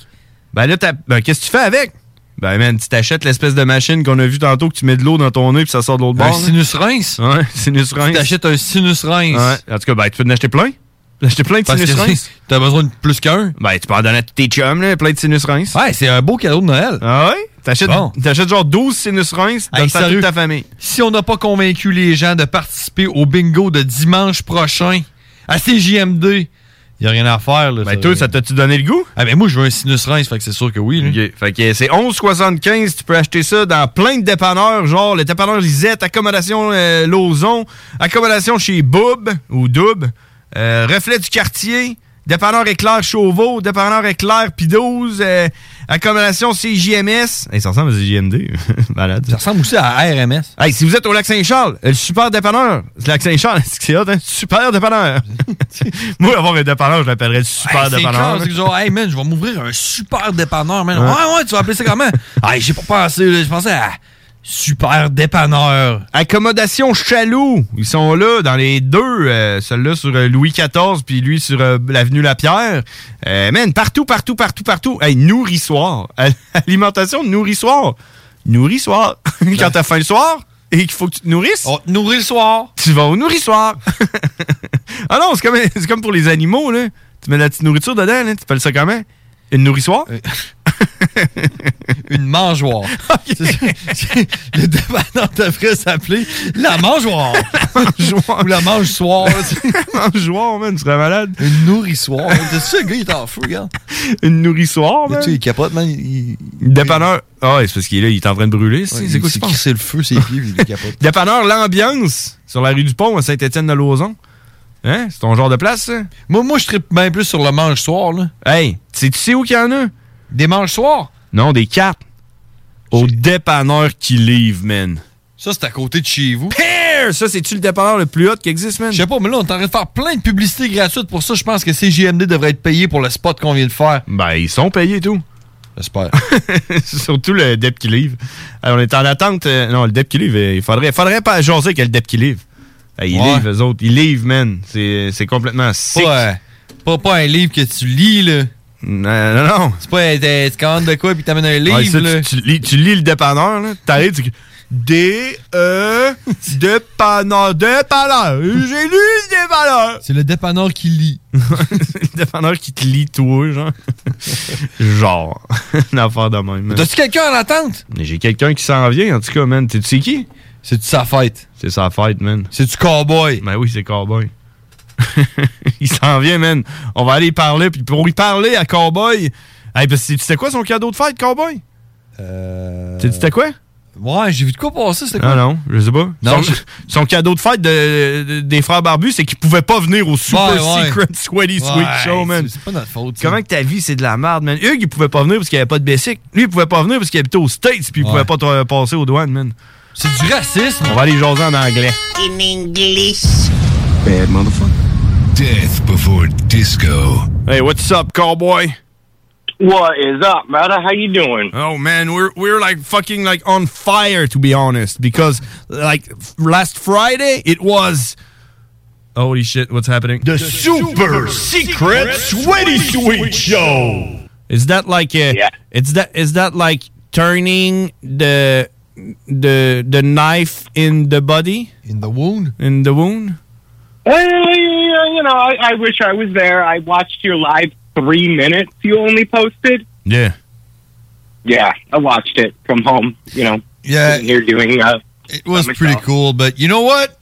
[SPEAKER 10] Ben là, t'as- ben, qu'est-ce que tu fais avec? Ben, man, tu t'achètes l'espèce de machine qu'on a vue tantôt que tu mets de l'eau dans ton nez puis ça sort de l'autre
[SPEAKER 11] Un
[SPEAKER 10] bord. là.
[SPEAKER 11] sinus rince?
[SPEAKER 10] Ouais, sinus rince.
[SPEAKER 11] Tu t'achètes un sinus rince.
[SPEAKER 10] Ouais. En tout cas, ben, tu peux en acheter plein. Tu peux en acheter plein de
[SPEAKER 11] Parce
[SPEAKER 10] sinus
[SPEAKER 11] que
[SPEAKER 10] rince.
[SPEAKER 11] c'est- <laughs> t'as besoin de plus qu'un.
[SPEAKER 10] Ben, tu peux en donner à tous tes chums, là, plein de sinus rince.
[SPEAKER 11] Ouais, c'est un beau cadeau de Noël.
[SPEAKER 10] Ah ouais? T'achètes
[SPEAKER 11] Bon.
[SPEAKER 10] t'achètes genre 12 sinus rince dans
[SPEAKER 11] Hey,
[SPEAKER 10] ta-
[SPEAKER 11] sérieux?
[SPEAKER 10] toute ta famille.
[SPEAKER 11] Si on n'a pas convaincu les gens de participer au bingo de dimanche prochain à CJMD, il a rien à faire. Là,
[SPEAKER 10] Ben, toi, ça t'a-tu donné le goût?
[SPEAKER 11] Ah, ben moi, je veux un sinus rince, fait que c'est sûr que oui. là.
[SPEAKER 10] Ok. Fait que c'est 11,75. Tu peux acheter ça dans plein de dépanneurs, genre le dépanneur Lisette, accommodation euh, Lauson, accommodation chez Boub ou Doub, euh, reflet du quartier, dépanneur éclair Chauveau, dépanneur éclair P12, euh, accommodation CJMS. Hey, ça ressemble à CJMD. <laughs> Malade.
[SPEAKER 11] Ça ressemble aussi à RMS.
[SPEAKER 10] Hey, si vous êtes au lac Saint-Charles, euh, le super dépanneur. Le lac Saint-Charles, <laughs> c'est que c'est hot, hein? Super dépanneur. <laughs> Moi, avoir un dépanneur, je l'appellerais le super
[SPEAKER 11] Hey, c'est
[SPEAKER 10] dépanneur.
[SPEAKER 11] clair, c'est que genre, hey man, je vais m'ouvrir un super dépanneur, man.
[SPEAKER 10] Ouais.
[SPEAKER 11] Ouais, ouais, tu vas appeler
[SPEAKER 10] <laughs>
[SPEAKER 11] ça comment? hey, j'ai pas pensé, là, je pensais à super dépanneur.
[SPEAKER 10] Accommodation Chaloux. Ils sont là dans les deux. euh, Celui-là sur euh, Louis XIV, puis lui sur euh, l'avenue Lapierre. Euh, man, partout, partout, partout, partout. Hey, nourrissoir. <laughs> Al- Alimentation de nourrissoir. Nourrissoir. <laughs> Quand t'as faim le soir et qu'il faut que tu te nourrisses,
[SPEAKER 11] On te nourrit le soir.
[SPEAKER 10] tu vas au nourrissoir. <laughs> ah non, c'est comme, c'est comme pour les animaux, là. Tu mets de la petite nourriture dedans, là. Tu appelles ça comment? Une nourrissoire?
[SPEAKER 11] Euh, <laughs> Une mangeoire.
[SPEAKER 10] <laughs>
[SPEAKER 11] C'est- Le dépanneur devrait s'appeler la mangeoire.
[SPEAKER 10] Mangeoire.
[SPEAKER 11] Ou la mange-soir.
[SPEAKER 10] Un joueur, man, tu serais malade.
[SPEAKER 11] Une nourrissoire. C'est ça, le gars, il est en feu, regarde.
[SPEAKER 10] Une nourrissoire, man.
[SPEAKER 11] Tu sais, il capote, man. il-
[SPEAKER 10] Dépanneur. Ah, ouais, c'est parce qu'il est là, il est en train de brûler. c'est-
[SPEAKER 11] il-
[SPEAKER 10] c'est quoi
[SPEAKER 11] il-
[SPEAKER 10] qui se
[SPEAKER 11] il-
[SPEAKER 10] passe?
[SPEAKER 11] C'est le feu, c'est pieds, puis il capote.
[SPEAKER 10] <laughs> Dépanneur L'Ambiance, sur la rue du Pont à Saint-Étienne-de-Lauzon. Hein? C'est ton genre de place, ça?
[SPEAKER 11] Moi, moi, je tripe bien plus sur le mange-soir, là.
[SPEAKER 10] Hey, tu sais- tu sais où qu'il y en a?
[SPEAKER 11] Des mange-soirs?
[SPEAKER 10] Non, des cartes. Au dépanneur qui livre, man.
[SPEAKER 11] Ça, c'est à côté de chez vous.
[SPEAKER 10] Pear! Ça, c'est-tu le dépanneur le plus hot qui existe, man?
[SPEAKER 11] Je sais pas, mais là, on est en train de faire plein de publicités gratuites pour ça. Je pense que CJMD devrait être payé pour le spot qu'on vient de faire.
[SPEAKER 10] Ben, ils sont payés et tout.
[SPEAKER 11] J'espère.
[SPEAKER 10] <laughs> Surtout le DEP qui livre. Alors, on est en attente. euh, non, le DEP qui livre, euh, il faudrait, faudrait pas jaser que le DEP qui livre. Ben, ils
[SPEAKER 11] Ouais.
[SPEAKER 10] livrent, eux autres. Ils livrent, man. C'est c'est complètement sick.
[SPEAKER 11] pas, euh, pas, pas un livre que tu lis, là.
[SPEAKER 10] Non, non, non.
[SPEAKER 11] C'est pas, euh, t'es- tu commandes de quoi, puis t'amènes un livre,
[SPEAKER 10] Ouais, ça,
[SPEAKER 11] là.
[SPEAKER 10] tu, tu lis, tu lis le dépanneur, là. T'arrives, tu D, E, dépanneur, dépanneur. J'ai lu le dépanneur.
[SPEAKER 11] C'est le dépanneur qui lit.
[SPEAKER 10] Euh, <laughs> le dépanneur qui te lit, toi, genre. <laughs> genre. <laughs> Une affaire de même. man.
[SPEAKER 11] T'as-tu quelqu'un en attente?
[SPEAKER 10] Mais J'ai quelqu'un qui s'en vient, en tout cas, man. Tu tu sais qui?
[SPEAKER 11] C'est-tu sa fête?
[SPEAKER 10] C'est sa fête, man.
[SPEAKER 11] C'est-tu cowboy?
[SPEAKER 10] Ben oui, c'est Cowboy. <laughs> Il s'en vient, man. On va aller y parler. Puis pour y parler à Cowboy. Hey, parce que c'était quoi son cadeau de fête, Cowboy?
[SPEAKER 32] Tu C'était quoi?
[SPEAKER 11] Euh. Ouais, j'ai vu de quoi
[SPEAKER 10] Ah,
[SPEAKER 11] passer, c'était quoi?
[SPEAKER 32] Non, non, je sais pas.
[SPEAKER 11] Non,
[SPEAKER 32] son,
[SPEAKER 11] je-
[SPEAKER 32] <laughs> son cadeau de fête de- de- des frères barbus, c'est qu'ils pouvaient pas venir au Super
[SPEAKER 11] Ben, Ouais, ouais.
[SPEAKER 32] Secret Sweaty
[SPEAKER 11] Ouais,
[SPEAKER 32] Sweet Show,
[SPEAKER 11] c'est-
[SPEAKER 32] man.
[SPEAKER 11] C'est pas notre faute.
[SPEAKER 32] Comment que ta vie, c'est de la merde, man? Hugues, il pouvait pas venir parce qu'il avait pas de basic. Lui, il pouvait pas venir parce qu'il habitait aux States puis il pouvait pas tra- passer aux douanes, man.
[SPEAKER 11] C'est du racisme.
[SPEAKER 32] On va aller jaser en anglais.
[SPEAKER 9] In English.
[SPEAKER 10] Bad motherfucker. Death before disco.
[SPEAKER 32] Hey, what's up, cowboy?
[SPEAKER 6] What is up, brother? How you doing?
[SPEAKER 32] Oh man, we're we're like fucking like on fire to be honest because like f- last Friday it was Holy shit, what's happening? The, super, secret sweaty sweet show. Is that like a, it's that is that like turning the the the knife in the body? In the wound? In the wound?
[SPEAKER 6] Well, you know, I, I wish I was there. I watched your live three minutes you only posted.
[SPEAKER 32] Yeah.
[SPEAKER 6] Yeah, I watched it from home, you know.
[SPEAKER 11] Yeah.
[SPEAKER 6] sitting Here doing uh,
[SPEAKER 11] It was pretty cool, but you know what?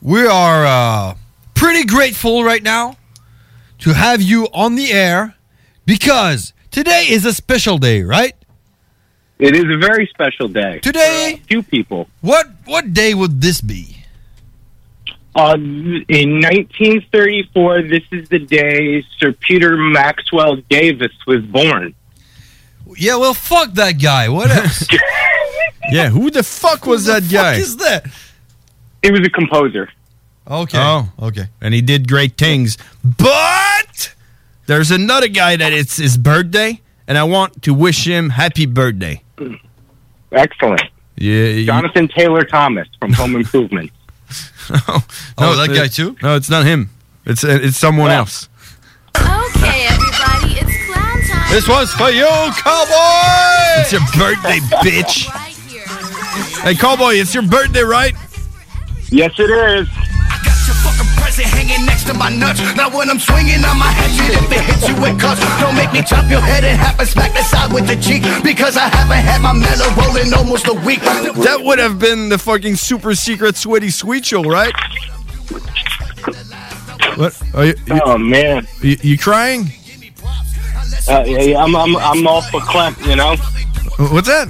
[SPEAKER 11] We are uh, pretty grateful right now to have you on the air because today is a special day, right?
[SPEAKER 6] It is a very special day.
[SPEAKER 11] Today,
[SPEAKER 6] few people.
[SPEAKER 11] What what day would this be?
[SPEAKER 6] Uh, in 1934, this is the day Sir Peter Maxwell Davis was born.
[SPEAKER 11] Yeah, well, fuck that guy. What else?
[SPEAKER 6] <laughs>
[SPEAKER 32] yeah, who the fuck was that guy?
[SPEAKER 11] Fuck is that?
[SPEAKER 6] He was a composer.
[SPEAKER 11] Okay.
[SPEAKER 32] Oh,
[SPEAKER 11] okay.
[SPEAKER 32] And he did great things. But there's another guy that it's his birthday, and I want to wish him happy birthday.
[SPEAKER 6] Excellent.
[SPEAKER 32] Yeah.
[SPEAKER 6] Jonathan Taylor Thomas from Home Improvement.
[SPEAKER 32] <laughs> No, that guy too? No, it's not him. It's uh, it's someone else.
[SPEAKER 9] Okay, everybody, it's clown time.
[SPEAKER 32] This one's for you, cowboy. It's your birthday, bitch. hey, cowboy, it's your birthday, right?
[SPEAKER 6] Yes, it is.
[SPEAKER 29] present hanging next to my nuts. Now when I'm swinging on my hatchet, if it hits you with cuts, don't make me chop your head and have a smack the side with the cheek because I haven't had my mellow rolling almost a week.
[SPEAKER 32] That would have been the fucking super secret sweaty sweet show, right? What? Are you,
[SPEAKER 6] oh man,
[SPEAKER 32] you, you crying?
[SPEAKER 6] Uh, yeah, yeah, I'm, I'm, I'm all for Clem, you know?
[SPEAKER 32] What's that?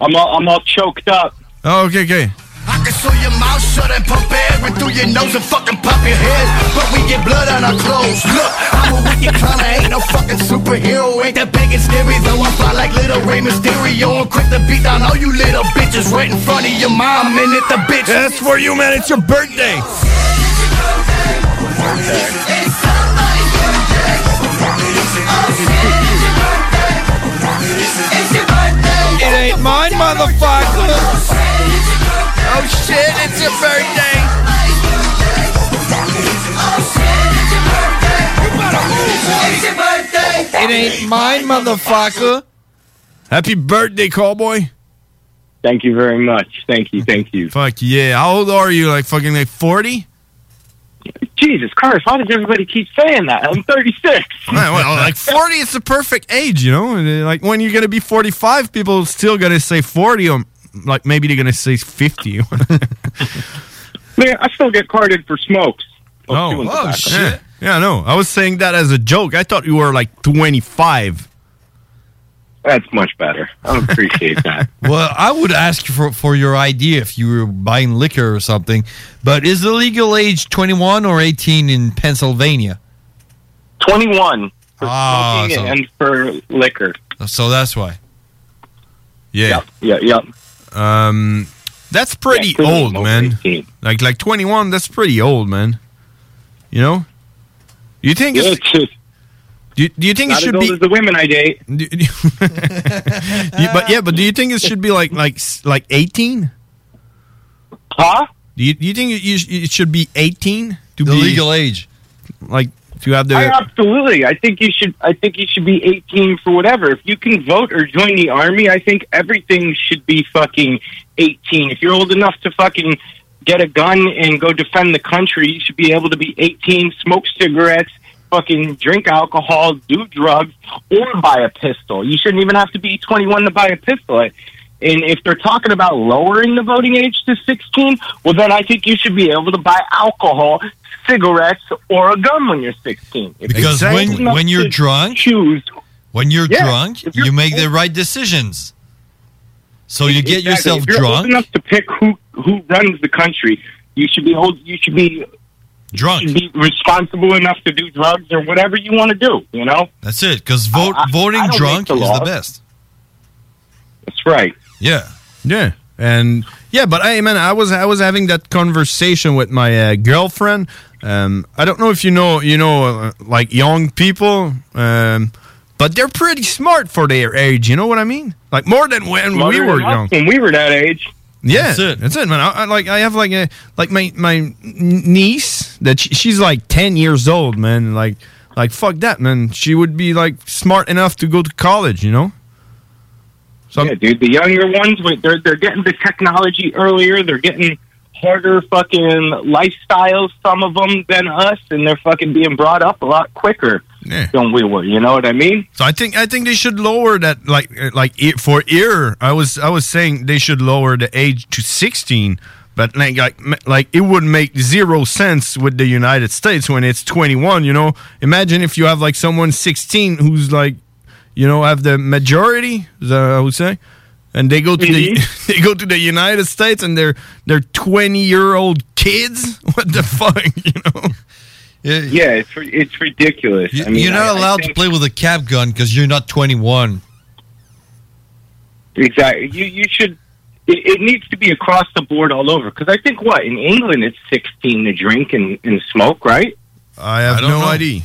[SPEAKER 6] I'm all, I'm all choked up.
[SPEAKER 32] Oh, okay, okay.
[SPEAKER 29] I can sew your mouth shut and pump air right through your nose and fucking pop your head. But we get blood on our clothes. Look, I'm a wicked clown. I ain't no fucking superhero. Ain't that big and scary though. I fly like little Ray Mysterio. I'm quick to beat down all you little bitches right in front of your mom and at the bitch.
[SPEAKER 32] That's for you, man. It's your birthday.
[SPEAKER 29] It ain't mine, motherfucker. Oh shit, it's your birthday. It's your birthday.
[SPEAKER 11] It ain't mine, motherfucker.
[SPEAKER 32] Happy birthday, cowboy.
[SPEAKER 6] Thank you very much. Thank you, thank you.
[SPEAKER 32] Fuck yeah. How old are you? Like fucking like 40?
[SPEAKER 6] Jesus Christ, why does everybody keep saying that? I'm 36.
[SPEAKER 32] like 40 is the perfect age, you know? And, uh, Like when you're going to be 45, people still going to say 40 or like maybe they're going to say <laughs> 50.
[SPEAKER 6] Man, I still get carded for smokes.
[SPEAKER 32] oh,
[SPEAKER 6] doing tobacco.
[SPEAKER 32] Yeah. Yeah, no. I was saying that as a joke. I thought you were like 25.
[SPEAKER 6] That's much better. I <laughs> appreciate that.
[SPEAKER 11] Well, I would ask you for, for your ID if you were buying liquor or something, but is the legal age 21 or 18 in Pennsylvania?
[SPEAKER 6] 21
[SPEAKER 11] for ah,
[SPEAKER 6] smoking
[SPEAKER 11] so,
[SPEAKER 6] and for liquor.
[SPEAKER 11] so that's why.
[SPEAKER 32] <laughs> Yeah.
[SPEAKER 6] Yeah, yeah.
[SPEAKER 32] Um, that's pretty old, man. Like like 21, that's pretty old, man. You know? You think it's, do, you, do you think
[SPEAKER 6] Not
[SPEAKER 32] it should
[SPEAKER 6] as old
[SPEAKER 32] be
[SPEAKER 6] as the women I date.
[SPEAKER 32] <laughs> Do- do- Yeah, but yeah, but do you think it should be like like s- like 18?
[SPEAKER 6] Huh?
[SPEAKER 32] Do you, do you think it, you sh- it should be 18 to
[SPEAKER 11] The
[SPEAKER 32] be
[SPEAKER 11] legal age?
[SPEAKER 32] Like to have the
[SPEAKER 6] I, absolutely. I think you should. I think you should be 18 for whatever. If you can vote or join the army, I think everything should be fucking 18. If you're old enough to fucking get a gun and go defend the country, you should be able to be 18, smoke cigarettes, fucking drink alcohol, do drugs, or buy a pistol. You shouldn't even have to be 21 to buy a pistol. And if they're talking about lowering the voting age to 16, well, then I think you should be able to buy alcohol, cigarettes, or a gun when you're 16. If
[SPEAKER 11] Because
[SPEAKER 6] you're
[SPEAKER 11] when
[SPEAKER 6] old enough
[SPEAKER 11] when
[SPEAKER 6] to
[SPEAKER 11] you're drunk,
[SPEAKER 6] choose
[SPEAKER 11] When you're
[SPEAKER 32] Yeah,
[SPEAKER 11] drunk,
[SPEAKER 32] if you're-
[SPEAKER 11] you make the right decisions. So you get
[SPEAKER 6] Exactly.
[SPEAKER 11] yourself
[SPEAKER 6] if you're
[SPEAKER 11] drunk.
[SPEAKER 6] Old enough to pick who who runs the country. You should be old. You should be
[SPEAKER 11] drunk.
[SPEAKER 6] Should be responsible enough to do drugs or whatever you want to do. You know.
[SPEAKER 11] That's it. Because vote, voting
[SPEAKER 6] I don't
[SPEAKER 11] drunk
[SPEAKER 6] make
[SPEAKER 11] is
[SPEAKER 6] the
[SPEAKER 11] the
[SPEAKER 6] laws.
[SPEAKER 11] best.
[SPEAKER 6] That's right.
[SPEAKER 11] Yeah.
[SPEAKER 32] Yeah. And yeah, but hey man, I was I was having that conversation with my uh, girlfriend. Um, I don't know if you know you know uh, like young people, um, but they're pretty smart for their age. You know what I mean? Like more than when
[SPEAKER 6] Smarter
[SPEAKER 32] we were
[SPEAKER 6] than us
[SPEAKER 32] young.
[SPEAKER 6] When we were that age.
[SPEAKER 32] Yeah,
[SPEAKER 6] That's
[SPEAKER 32] that's
[SPEAKER 6] it.
[SPEAKER 32] it. man. I, I like I have like a like my my niece that she, she's like ten years old, man. Like like fuck that, man. She would be like smart enough to go to college, you know.
[SPEAKER 6] yeah, dude. The younger ones, wait, they're they're getting the technology earlier. They're getting harder fucking lifestyles. Some of them than us, and they're fucking being brought up a lot quicker than we were. You know what I mean?
[SPEAKER 32] So I think I think they should lower that like uh, like ear- for ear. I was I was saying they should lower the age to sixteen, but like like m- like it would make zero sense with the United States when it's twenty one. You know, imagine if you have like someone sixteen who's like, you know, have the majority. Is that what I would say. And they go to the <laughs> they go to the United States and they're they're twenty year old kids. <laughs> What the fuck, you know?
[SPEAKER 11] Yeah,
[SPEAKER 6] it's ri- it's ridiculous.
[SPEAKER 11] You,
[SPEAKER 6] I mean,
[SPEAKER 11] you're
[SPEAKER 6] I-
[SPEAKER 11] not
[SPEAKER 6] I
[SPEAKER 11] allowed to play with a cap gun because you're not 21.
[SPEAKER 6] Exactly. You you should. It, it needs to be across the board all over. Because I think what in England it's sixteen to drink and, and smoke, right?
[SPEAKER 32] I have
[SPEAKER 6] don't
[SPEAKER 32] no
[SPEAKER 6] know.
[SPEAKER 32] idea.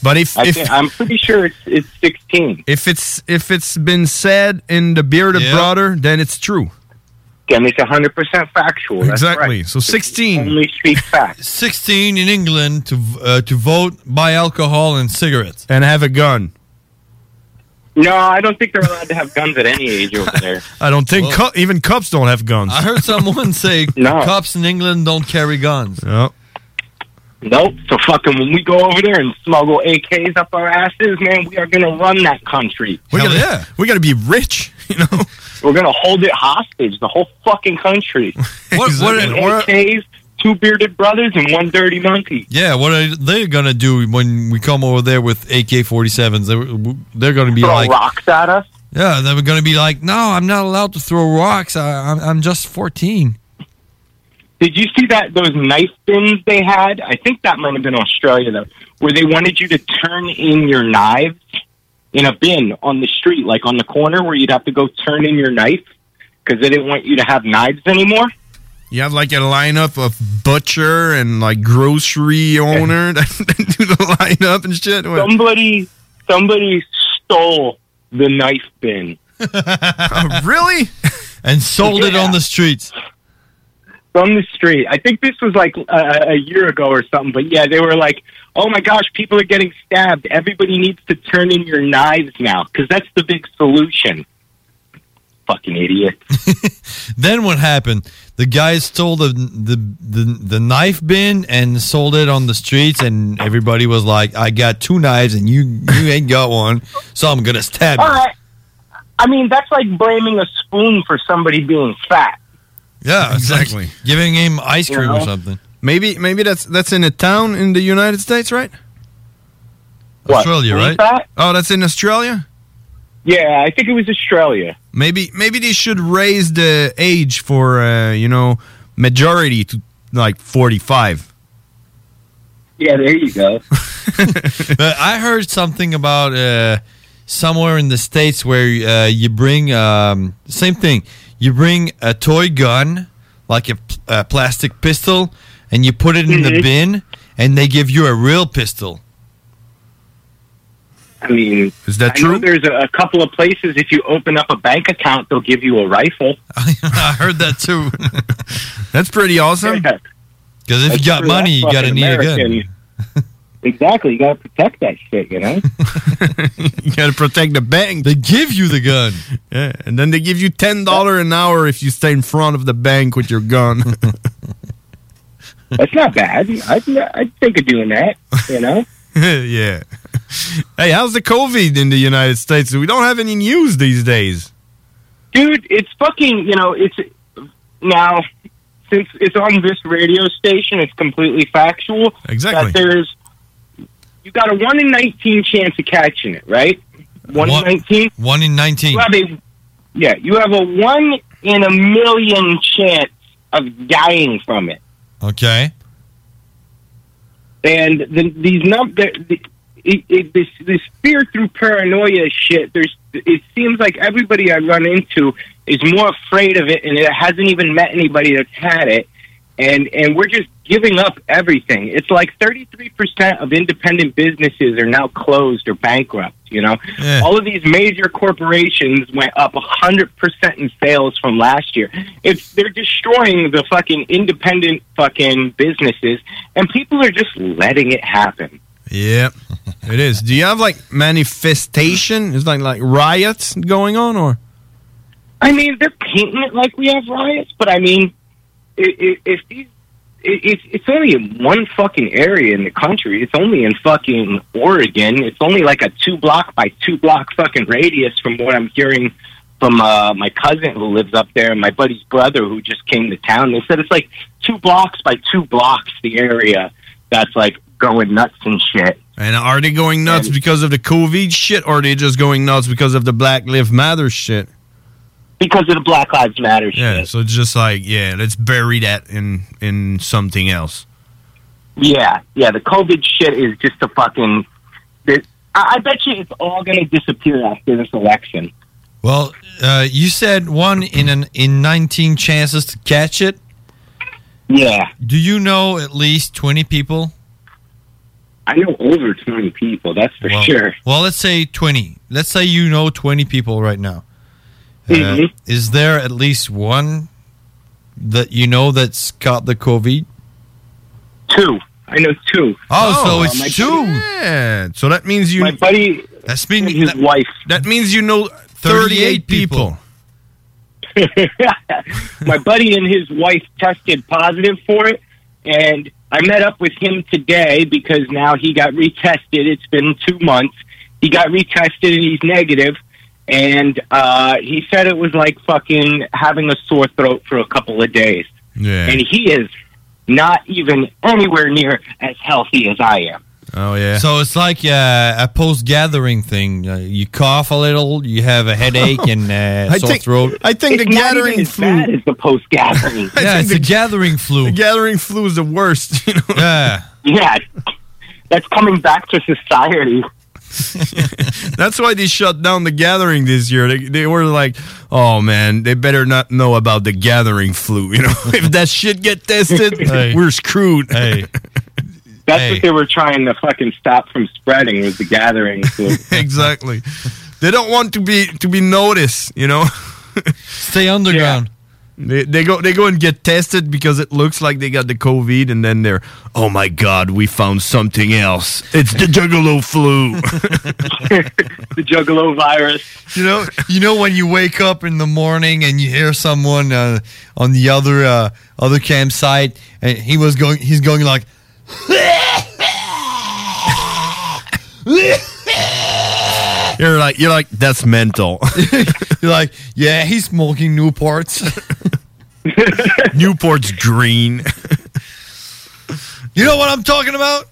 [SPEAKER 32] But if,
[SPEAKER 6] I
[SPEAKER 32] if
[SPEAKER 6] think, I'm pretty sure it's it's sixteen.
[SPEAKER 32] If it's if it's been said in the bearded brother, then it's true.
[SPEAKER 6] Then it's hundred percent factual.
[SPEAKER 32] That's Exactly. right. So 16.
[SPEAKER 6] Only
[SPEAKER 32] <laughs>
[SPEAKER 6] speak facts.
[SPEAKER 11] 16 in England to v- uh, to vote, buy alcohol and cigarettes,
[SPEAKER 32] and have a gun.
[SPEAKER 6] No, I don't think they're allowed to have guns at any age over there.
[SPEAKER 32] I don't think
[SPEAKER 11] Well-
[SPEAKER 32] co- even cops don't have guns.
[SPEAKER 11] <laughs> I heard
[SPEAKER 6] <laughs>
[SPEAKER 11] someone say
[SPEAKER 32] No.
[SPEAKER 11] cops in England don't carry guns.
[SPEAKER 32] Yeah.
[SPEAKER 6] Nope. So fucking when we go over there and smuggle AKs up our asses, man, we are gonna run that country.
[SPEAKER 32] We gotta, we gotta be rich. <laughs>
[SPEAKER 6] We're gonna hold it hostage, the whole fucking country.
[SPEAKER 11] what? what-
[SPEAKER 6] AKs, two bearded brothers, and one dirty monkey.
[SPEAKER 11] Yeah, what are they gonna do when we come over there with AK-47s? They're, they're gonna be
[SPEAKER 6] Throw
[SPEAKER 11] like,
[SPEAKER 6] rocks at us.
[SPEAKER 11] yeah, they're gonna be like, no, I'm not allowed to throw rocks. I, I'm, I'm just 14.
[SPEAKER 6] Did you see that those knife bins they had? I think that might have been Australia though, where they wanted you to turn in your knives in a bin on the street, like on the corner where you'd have to go turn in your knife because they didn't want you to have knives anymore.
[SPEAKER 32] You have like a lineup of butcher and like grocery owner <laughs> that, that do the lineup and shit. Well,
[SPEAKER 6] Somebody, somebody stole the knife bin.
[SPEAKER 32] <laughs> really?
[SPEAKER 11] And sold it on the streets.
[SPEAKER 6] from the street. I think this was like a, a year ago or something, but yeah, they were like, "Oh my gosh, people are getting stabbed. Everybody needs to turn in your knives now because that's the big solution." Fucking idiot.
[SPEAKER 11] Then what happened? The guy stole the, the the the knife bin and sold it on the streets, and everybody was like, "I got two knives, and you you ain't got one, so I'm gonna stab
[SPEAKER 6] All
[SPEAKER 11] you."
[SPEAKER 6] right. I mean, that's like blaming a spoon for somebody being fat.
[SPEAKER 11] Yeah,
[SPEAKER 32] exactly.
[SPEAKER 11] giving him ice cream
[SPEAKER 32] know?
[SPEAKER 11] or something.
[SPEAKER 32] Maybe maybe that's that's in a town in the United States, right?
[SPEAKER 11] What? Australia,
[SPEAKER 32] right? Oh, that's in Australia.
[SPEAKER 6] Yeah, I think it was Australia.
[SPEAKER 32] Maybe maybe they should raise the age for uh, you know majority to like forty five.
[SPEAKER 6] Yeah, there you go.
[SPEAKER 11] <laughs> But I heard something about uh, somewhere in the states where uh, you bring um, same thing. You bring a toy gun, like a, p- a plastic pistol, and you put it in the
[SPEAKER 6] Mhm.
[SPEAKER 11] bin, and they give you a real pistol.
[SPEAKER 6] I
[SPEAKER 11] <laughs>
[SPEAKER 6] mean,
[SPEAKER 32] is that
[SPEAKER 6] true? there's a, a couple of places if you open up a bank account, they'll give you a rifle.
[SPEAKER 11] <laughs> I heard that too.
[SPEAKER 32] <laughs> That's pretty awesome.
[SPEAKER 6] Because
[SPEAKER 11] if you got money, you gotta need
[SPEAKER 32] <laughs>
[SPEAKER 11] a <laughs> gun.
[SPEAKER 6] exactly, you gotta protect that shit, you
[SPEAKER 11] <laughs>
[SPEAKER 6] know.
[SPEAKER 32] you gotta protect the bank.
[SPEAKER 11] They give you the gun.
[SPEAKER 32] <laughs> Yeah, and then they give you ten dollar an hour if you stay in front of the bank with your gun. <laughs>
[SPEAKER 6] That's not bad. I'd, I'd think of doing that, you know?
[SPEAKER 32] <laughs> yeah. Hey, how's the COVID in the United States? We don't have any news these days.
[SPEAKER 6] Dude, it's fucking, you know, it's now, since it's on this radio station, it's completely factual.
[SPEAKER 32] Exactly.
[SPEAKER 6] That there's, you got a 1 in 19 chance of catching it, right? One in
[SPEAKER 11] One-
[SPEAKER 6] 19?
[SPEAKER 11] One in 19.
[SPEAKER 6] You have a, yeah, you have a one in a million chance of dying from it.
[SPEAKER 11] Okay.
[SPEAKER 6] And the, these num the, the, it, it, this this fear through paranoia shit. There's it seems like everybody I run into is more afraid of it, and it hasn't even met anybody that's had it. And and we're just giving up everything. It's like 33 percent of independent businesses are now closed or bankrupt. You know,
[SPEAKER 11] Yeah.
[SPEAKER 6] all of these major corporations went up 100 percent in sales from last year. It's they're destroying the fucking independent fucking businesses, and people are just letting it happen.
[SPEAKER 32] Yeah, it is. Do you have like manifestation? Is like like riots going on or?
[SPEAKER 6] I mean, they're painting it like we have riots, but I mean, i- i- if these, i- it's it's only in one fucking area in the country. It's only in fucking Oregon. It's only like a two block by two block fucking radius from what I'm hearing from uh, my cousin who lives up there and my buddy's brother who just came to town. They said it's like two blocks by two blocks the area that's like going nuts and shit.
[SPEAKER 32] And are they going nuts because of the COVID shit, or are they just going nuts because of the Black Lives Matter shit?
[SPEAKER 6] Because of the Black Lives Matter
[SPEAKER 32] yeah, shit. so it's just like, yeah, let's bury that in in something else.
[SPEAKER 6] Yeah, yeah. The COVID shit is just a fucking. It, I, I bet you it's all going to disappear after this election.
[SPEAKER 11] Well, uh, you said one in an in 19 chances to catch it.
[SPEAKER 6] Yeah.
[SPEAKER 11] Do you know at least 20 people?
[SPEAKER 6] I know over 20 people, that's for
[SPEAKER 11] well, <laughs>
[SPEAKER 6] sure.
[SPEAKER 11] Well, let's say 20. Let's say you know 20 people right now. Uh,
[SPEAKER 32] Mm-hmm.
[SPEAKER 6] Mhm.
[SPEAKER 11] is there at least one that you know that's caught the COVID?
[SPEAKER 6] Two. I know two.
[SPEAKER 11] Oh, so
[SPEAKER 32] Oh,
[SPEAKER 11] it's
[SPEAKER 32] my
[SPEAKER 11] two.
[SPEAKER 32] goodness. Yeah, so that means you. My
[SPEAKER 6] buddy.
[SPEAKER 32] That's mean
[SPEAKER 6] his
[SPEAKER 32] that,
[SPEAKER 6] wife.
[SPEAKER 32] That means you know thirty-eight,
[SPEAKER 11] <laughs>
[SPEAKER 32] people.
[SPEAKER 6] My buddy and his wife tested positive for it, and I met up with him today because now he got retested. It's been two months. He got retested and he's negative, and uh, he said it was like fucking having a sore throat for a couple of days.
[SPEAKER 32] Yeah.
[SPEAKER 6] And he is not even anywhere near as healthy as I am.
[SPEAKER 32] Oh yeah.
[SPEAKER 11] So it's like uh, a post gathering thing. Uh, you cough a little, you have a
[SPEAKER 32] <laughs>
[SPEAKER 11] headache and uh,
[SPEAKER 32] I
[SPEAKER 11] sore
[SPEAKER 32] think-
[SPEAKER 11] throat.
[SPEAKER 32] I think the It's not even gathering as flu- bad
[SPEAKER 6] as the post <laughs>
[SPEAKER 32] <laughs>
[SPEAKER 6] gathering.
[SPEAKER 11] yeah, it's the, gathering flu. The
[SPEAKER 32] gathering flu is the worst. <laughs> You know?
[SPEAKER 11] Yeah.
[SPEAKER 6] Yeah, that's coming back to society.
[SPEAKER 32] <laughs> That's why they shut down the gathering this year. They, they were like, "Oh man, they better not know about the gathering flu." <laughs> You know, if that shit get tested, <laughs>
[SPEAKER 11] Hey.
[SPEAKER 32] we're screwed. <laughs>
[SPEAKER 11] Hey.
[SPEAKER 6] That's what they were trying to fucking stop from spreading was the gathering. flu.
[SPEAKER 32] <laughs>
[SPEAKER 11] <laughs>
[SPEAKER 32] exactly. They don't want to be to be noticed, you know. <laughs>
[SPEAKER 11] Stay underground.
[SPEAKER 32] They, they go they go and get tested because it looks like they got the COVID and then they're oh my god we found something else it's the Juggalo flu <laughs>
[SPEAKER 6] the Juggalo virus
[SPEAKER 11] You know, you know when you wake up in the morning and you hear someone uh, on the other uh, other campsite, and he was going, he's going like,
[SPEAKER 32] you're like you're like that's mental <laughs>
[SPEAKER 11] <laughs> you're like yeah he's smoking Newports.
[SPEAKER 6] <laughs>
[SPEAKER 32] Newport's green <laughs>
[SPEAKER 11] you know what I'm talking about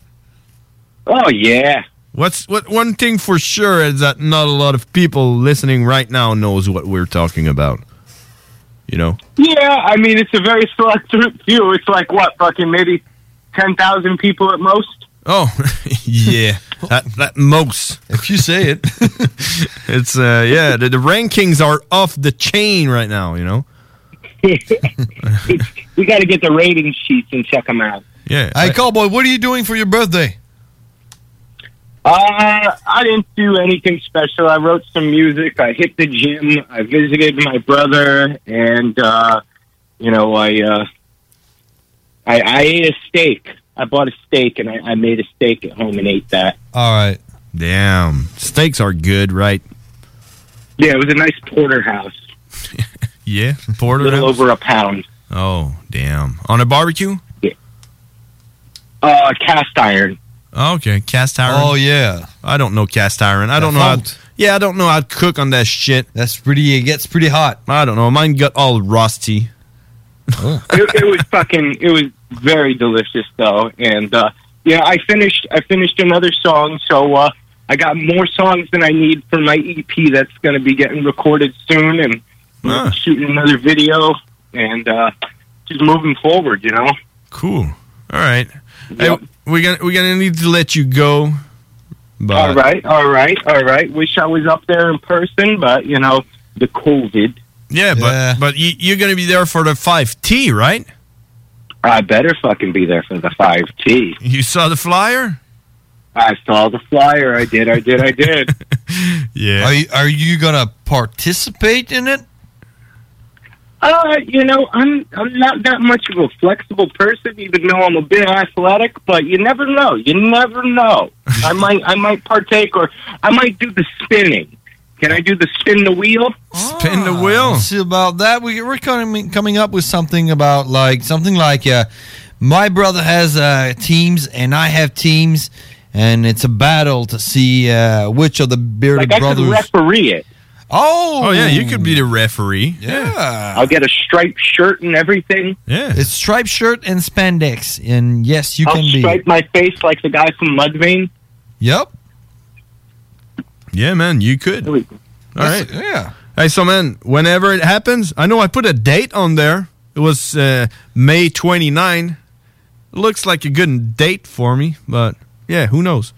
[SPEAKER 6] oh yeah
[SPEAKER 32] what's what one thing for sure is that not a lot of people listening right now knows what we're talking about you
[SPEAKER 11] <laughs>
[SPEAKER 32] know
[SPEAKER 6] Yeah, I mean it's a very select few. It's like what fucking maybe ten thousand people at most.
[SPEAKER 32] Oh,
[SPEAKER 11] <laughs>
[SPEAKER 32] yeah. That, that most.
[SPEAKER 11] If you say it.
[SPEAKER 32] <laughs> it's, uh, yeah, the, the rankings are off the chain right now, you
[SPEAKER 6] <laughs>
[SPEAKER 32] know?
[SPEAKER 6] We got to get the rating sheets and check them out.
[SPEAKER 32] Yeah.
[SPEAKER 11] Hey, cowboy, what are you doing for your birthday?
[SPEAKER 6] Uh, I didn't do anything special. I wrote some music. I hit the gym. I visited my brother, and uh, you know, I, uh, I I ate a steak. I bought a steak, and I, I made a steak at home and ate that.
[SPEAKER 11] All right.
[SPEAKER 32] Damn. Steaks are good, right?
[SPEAKER 6] Yeah, it was a nice porterhouse,
[SPEAKER 32] Yeah.
[SPEAKER 6] a
[SPEAKER 32] Porter.
[SPEAKER 6] little over a pound.
[SPEAKER 32] Oh, damn. On a barbecue?
[SPEAKER 6] Uh, cast iron.
[SPEAKER 32] Oh, okay. Cast iron.
[SPEAKER 11] Oh, yeah.
[SPEAKER 32] I don't know cast iron. I
[SPEAKER 11] The
[SPEAKER 32] don't know. How,
[SPEAKER 11] font.
[SPEAKER 32] yeah, I don't know how to cook on that shit.
[SPEAKER 11] That's pretty, it gets pretty hot.
[SPEAKER 32] I don't know. Mine got all rusty.
[SPEAKER 11] Oh.
[SPEAKER 6] it, it was fucking. It was very delicious though, and uh, yeah, I finished. I finished another song, so uh, I got more songs than I need for my EP that's going to be getting recorded soon and shooting another video and uh, just moving forward, you know?
[SPEAKER 32] <laughs> Cool. All right. Hey, we're gonna we're gonna need to let you go. But
[SPEAKER 6] all right, all right, all right. Wish I was up there in person, but, you know, the COVID.
[SPEAKER 32] Yeah, but but you, you're gonna be there for the five T, right?
[SPEAKER 6] I better fucking be there for the 5T.
[SPEAKER 32] You saw the flyer?
[SPEAKER 6] I saw the flyer. I did, I did, I did.
[SPEAKER 32] Yeah.
[SPEAKER 11] Are you, are you gonna participate in it?
[SPEAKER 6] Uh, you know, I'm I'm not that much of a flexible person, even though I'm a bit athletic. But you never know. You never know.
[SPEAKER 11] <laughs>
[SPEAKER 6] I might I might partake, or I might do the spinning. Can I do the spin the wheel?
[SPEAKER 32] Spin the wheel.
[SPEAKER 11] Let's see about that. We, we're coming coming up with something about like something like uh, my brother has uh, teams and I have teams, and it's a battle to see uh, which of the
[SPEAKER 6] Like
[SPEAKER 11] bearded
[SPEAKER 6] I could
[SPEAKER 11] brothers.
[SPEAKER 6] referee it.
[SPEAKER 11] Oh,
[SPEAKER 32] Oh yeah, you could be the referee.
[SPEAKER 11] Yeah.
[SPEAKER 6] I'll get a striped shirt and everything.
[SPEAKER 32] Yeah.
[SPEAKER 11] It's striped shirt and spandex, and yes, you
[SPEAKER 6] I'll
[SPEAKER 11] can be.
[SPEAKER 6] stripe my face like the guy from Mudvayne.
[SPEAKER 11] Yep.
[SPEAKER 32] Yeah, man, you could. All right.
[SPEAKER 11] Yeah.
[SPEAKER 32] Hey, so man, whenever it happens, I know I put a date on there. It was uh, May 29. Looks like a good date for me, but yeah, who knows?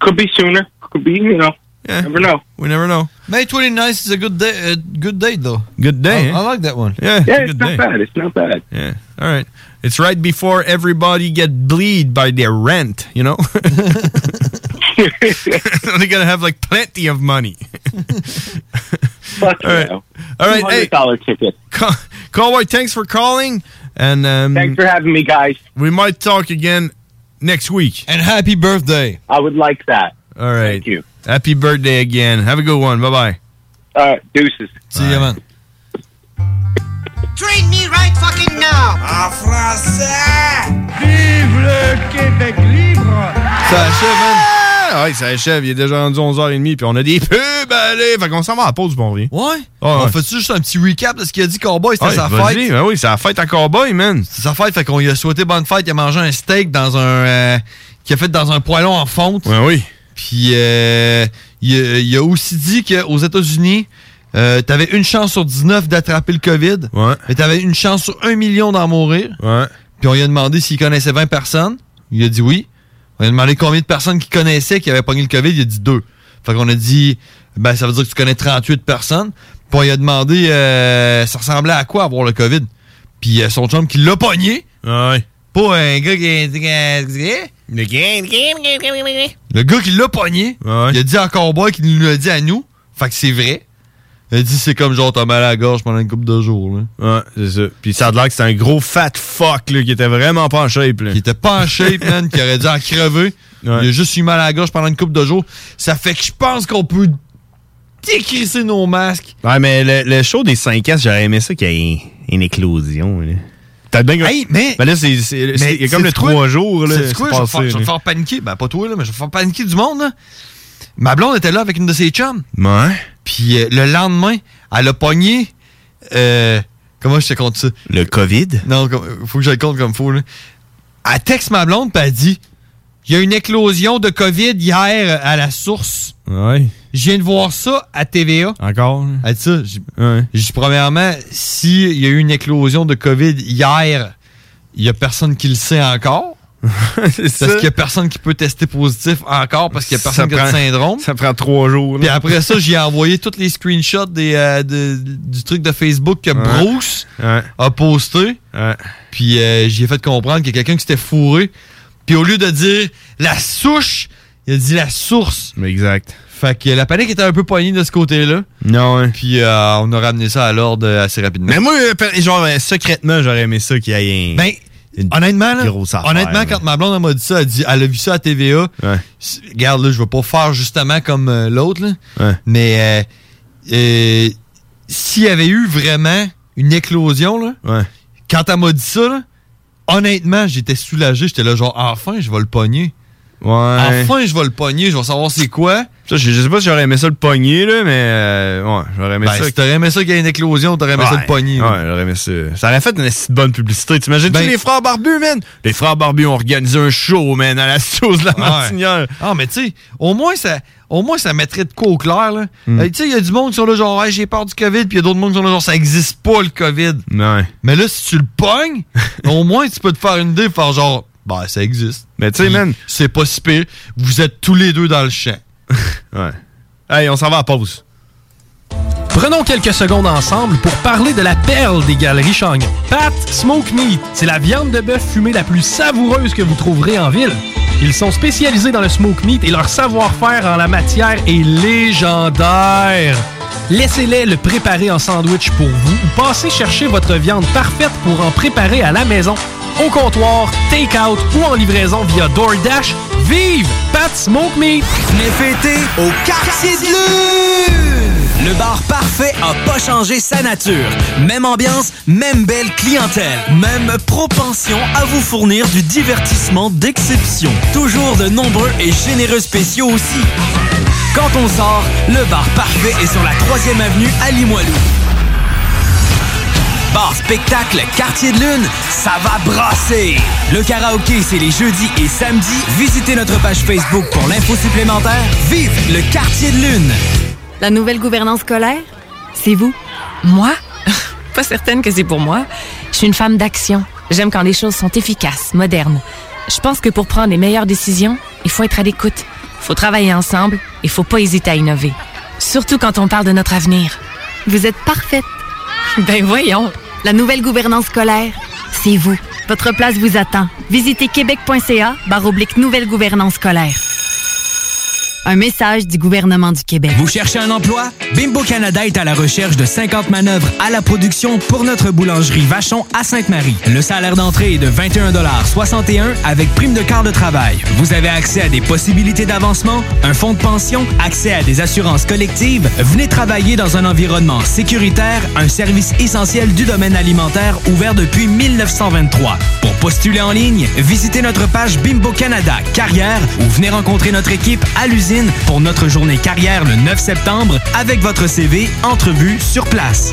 [SPEAKER 6] Could be sooner. Could be, you know.
[SPEAKER 32] Yeah.
[SPEAKER 6] Never know.
[SPEAKER 32] We never know.
[SPEAKER 11] May 29th is a good day. Uh, good date though.
[SPEAKER 32] Good day.
[SPEAKER 11] I,
[SPEAKER 32] eh?
[SPEAKER 11] I like that one.
[SPEAKER 32] Yeah,
[SPEAKER 11] Yeah,
[SPEAKER 32] a
[SPEAKER 11] it's
[SPEAKER 32] good
[SPEAKER 11] not bad,
[SPEAKER 6] It's not bad.
[SPEAKER 32] Yeah. All right. It's right before everybody get bleed by their rent,
[SPEAKER 6] <laughs>
[SPEAKER 32] you know? <laughs> They're gonna have like plenty of
[SPEAKER 11] <laughs>
[SPEAKER 32] money.
[SPEAKER 6] Fuck
[SPEAKER 32] All right.
[SPEAKER 6] you.
[SPEAKER 32] All right. Hey,
[SPEAKER 6] dollar ticket.
[SPEAKER 32] Ca- Cowboy, thanks for calling. And um, thanks
[SPEAKER 6] for having me, guys.
[SPEAKER 32] We might talk again next week.
[SPEAKER 11] And happy birthday.
[SPEAKER 6] I would like that.
[SPEAKER 32] All right. Thank you. Happy birthday again. Have a good one. Bye bye.
[SPEAKER 6] All right. Deuces.
[SPEAKER 11] See ya, man.
[SPEAKER 33] Train me right fucking now. En français. Vive le Québec libre.
[SPEAKER 32] Ça achève, man. Ah, ouais, ça achève. Il est déjà rendu 11h30, puis on a des pubs. Allez, fait qu'on s'en va à la pause, bon rien.
[SPEAKER 11] Ouais.
[SPEAKER 32] ouais.
[SPEAKER 11] On fait juste un petit recap de ce qu'il a dit Cowboy, c'était
[SPEAKER 32] Ouais,
[SPEAKER 11] sa
[SPEAKER 32] vas-y.
[SPEAKER 11] fête.
[SPEAKER 32] Ben oui, c'est la fête à Cowboy, man.
[SPEAKER 11] C'est sa fête, fait qu'on lui a souhaité bonne fête, il a mangé un steak dans un euh, qu'il a fait dans un poêlon en fonte.
[SPEAKER 32] Ouais, oui.
[SPEAKER 11] Puis euh, il, a- il a aussi dit qu'aux États-Unis, euh, t'avais une chance sur 19 d'attraper le COVID.
[SPEAKER 32] Ouais.
[SPEAKER 11] Mais t'avais une chance sur un million d'en mourir.
[SPEAKER 32] Ouais.
[SPEAKER 11] Puis on lui a demandé s'il connaissait 20 personnes. Il a dit oui. On lui a demandé combien de personnes qu'il connaissait qui avaient pogné le COVID. Il a dit deux. Fait qu'on a dit, ben, ça veut dire que tu connais 38 personnes. Puis on lui a demandé, euh, ça ressemblait à quoi avoir le COVID. Puis euh, son chum qui l'a pogné.
[SPEAKER 32] Ah Ouais.
[SPEAKER 11] Pas un gars qui a dit, euh,
[SPEAKER 32] Le game.
[SPEAKER 11] le gars qui l'a pogné, il a dit à Cowboy qu'il nous l'a dit à nous. Fait que c'est vrai. Il a dit c'est comme genre t'as mal à la gorge pendant une couple de jours.
[SPEAKER 32] Ouais, c'est ça. Puis ça a l'air que c'est un gros fat fuck, là, qui était vraiment pas en shape, là. Qui
[SPEAKER 11] était pas en shape, man, qui aurait dû en crever. Il a juste eu mal à la gorge pendant une couple de jours. Ça fait que je pense qu'on peut décrisser nos masques.
[SPEAKER 32] Ouais, mais le, le show des 5 S, j'aurais aimé ça qu'il y ait une éclosion, là. T'as bien
[SPEAKER 11] mais.
[SPEAKER 32] Ben là, c'est. c'est- c'est- Il y a comme le 3 jours, là.
[SPEAKER 11] C'est quoi, je vais, faire, je vais faire paniquer. Ben, pas toi, là, mais je vais faire paniquer du monde, là. Ma blonde était là avec une de ses chums.
[SPEAKER 32] Ouais.
[SPEAKER 11] Puis euh, le lendemain, elle a pogné. euh, comment je te compte ça?
[SPEAKER 32] Le COVID?
[SPEAKER 11] Non, comme- faut que je le compte comme faut, là. Elle texte ma blonde, puis elle dit Il y a une éclosion de COVID hier à la source.
[SPEAKER 32] Ouais.
[SPEAKER 11] Je viens de voir ça à TVA.
[SPEAKER 32] Encore?
[SPEAKER 11] Elle dit ça. J'ai j'ai dit, premièrement, s'il y a eu une éclosion de COVID hier, il y a personne qui le
[SPEAKER 32] <laughs>
[SPEAKER 11] sait encore. parce
[SPEAKER 32] ça.
[SPEAKER 11] qu'il y a personne qui peut tester positif encore parce qu'il y a personne qui a le syndrome.
[SPEAKER 32] Ça prend 3 jours, là.
[SPEAKER 11] Puis après
[SPEAKER 32] <laughs>
[SPEAKER 11] ça, j'ai envoyé tous les screenshots des, euh, de- du truc de Facebook que Bruce a posté. Puis euh, j'ai fait comprendre qu'il y a quelqu'un qui s'était fourré. Puis au lieu de dire la souche, il a dit la source.
[SPEAKER 32] Exact.
[SPEAKER 11] Fait que la panique était un peu poignée de ce côté-là.
[SPEAKER 32] Non,
[SPEAKER 11] Puis euh, on a ramené ça à l'ordre euh, assez rapidement.
[SPEAKER 32] Mais moi, euh, pe- genre, euh, secrètement, j'aurais aimé ça qu'il y ait un.
[SPEAKER 11] Ben, honnêtement, là,
[SPEAKER 32] grosse affaire,
[SPEAKER 11] honnêtement
[SPEAKER 32] là.
[SPEAKER 11] quand ma blonde elle m'a dit ça, elle, dit, elle a vu ça à TVA. S- Regarde, là, je vais pas faire justement comme euh, l'autre, là. mais euh, euh, s'il y avait eu vraiment une éclosion, là, quand elle m'a dit ça, là, honnêtement, j'étais soulagé. J'étais là, genre, enfin, je vais le pogner.
[SPEAKER 10] Ouais.
[SPEAKER 11] Enfin, je vais le pogner, je vais savoir c'est quoi.
[SPEAKER 10] Ça, je, je sais pas si j'aurais aimé ça le pogner, là, mais euh, ouais, j'aurais aimé
[SPEAKER 11] Ben,
[SPEAKER 10] ça.
[SPEAKER 11] si t'aurais aimé ça qu'il y ait une éclosion, t'aurais aimé ça le pogner.
[SPEAKER 10] Ouais, j'aurais aimé ça. Ça aurait fait une si bonne publicité. T'imagines-tu
[SPEAKER 11] Ben-
[SPEAKER 10] les frères barbus, man? Les frères barbus ont organisé un show, man, à la sauce de la
[SPEAKER 11] Ouais.
[SPEAKER 10] Martinière.
[SPEAKER 11] Ah, mais tu sais, au moins ça. Au moins, ça mettrait de quoi au clair. là.
[SPEAKER 10] Mm.
[SPEAKER 11] Euh, tu sais, il y a du monde qui sont là, genre, Hey, j'ai peur du COVID, puis il y a d'autres monde qui sont là, genre, ça existe pas le COVID.
[SPEAKER 10] Ouais.
[SPEAKER 11] Mais là, si tu le
[SPEAKER 10] <laughs>
[SPEAKER 11] pognes, au moins, tu peux te faire une idée, faire genre, bah, ça existe.
[SPEAKER 10] Mais tu sais,
[SPEAKER 11] Puis,
[SPEAKER 10] man-
[SPEAKER 11] C'est pas si pire. Vous êtes tous les deux dans le champ.
[SPEAKER 10] <laughs> ouais. Hey, on s'en va à pause.
[SPEAKER 34] Prenons quelques secondes ensemble pour parler de la perle des galeries Chagnon. Pat Smoke Meat, c'est la viande de bœuf fumée la plus savoureuse que vous trouverez en ville. Ils sont spécialisés dans le smoke meat et leur savoir-faire en la matière est légendaire. Laissez-les le préparer en sandwich pour vous ou passez chercher votre viande parfaite pour en préparer à la maison, au comptoir, take-out ou en livraison via DoorDash. Vive Pat Smoke Meat!
[SPEAKER 25] Venez fêter au Quartier de Lune! Le bar parfait a pas changé sa nature. Même ambiance, même belle clientèle, même propension à vous fournir du divertissement d'exception. Toujours de nombreux et généreux spéciaux aussi. Quand on sort, le bar parfait est sur la 3e avenue à Limoilou. Bar spectacle Quartier de Lune, ça va brasser! Le karaoké, c'est les jeudis et samedis. Visitez notre page Facebook pour l'info supplémentaire. Vive le Quartier de Lune!
[SPEAKER 18] La nouvelle gouvernance scolaire, c'est vous. Moi? Pas certaine que c'est pour moi. Je suis une femme d'action. J'aime quand les choses sont efficaces, modernes. Je pense que pour prendre les meilleures décisions, il faut être à l'écoute. faut travailler ensemble et faut pas hésiter à innover. Surtout quand on parle de notre avenir. Vous êtes parfaite. Ben voyons. La nouvelle gouvernance scolaire, c'est vous. Votre place vous attend. Visitez québec.ca barre oblique nouvelle gouvernance scolaire. Un message du gouvernement du Québec.
[SPEAKER 25] Vous cherchez un emploi? Bimbo Canada est à la recherche de 50 manœuvres à la production pour notre boulangerie Vachon à Sainte-Marie. Le salaire d'entrée est de 21,61 avec prime de quart de travail. Vous avez accès à des possibilités d'avancement, un fonds de pension, accès à des assurances collectives. Venez travailler dans un environnement sécuritaire, un service essentiel du domaine alimentaire ouvert depuis 1923. Pour postuler en ligne, visitez notre page Bimbo Canada Carrière ou venez rencontrer notre équipe à l'usine pour notre journée carrière le 9 septembre avec votre CV entrevue sur place.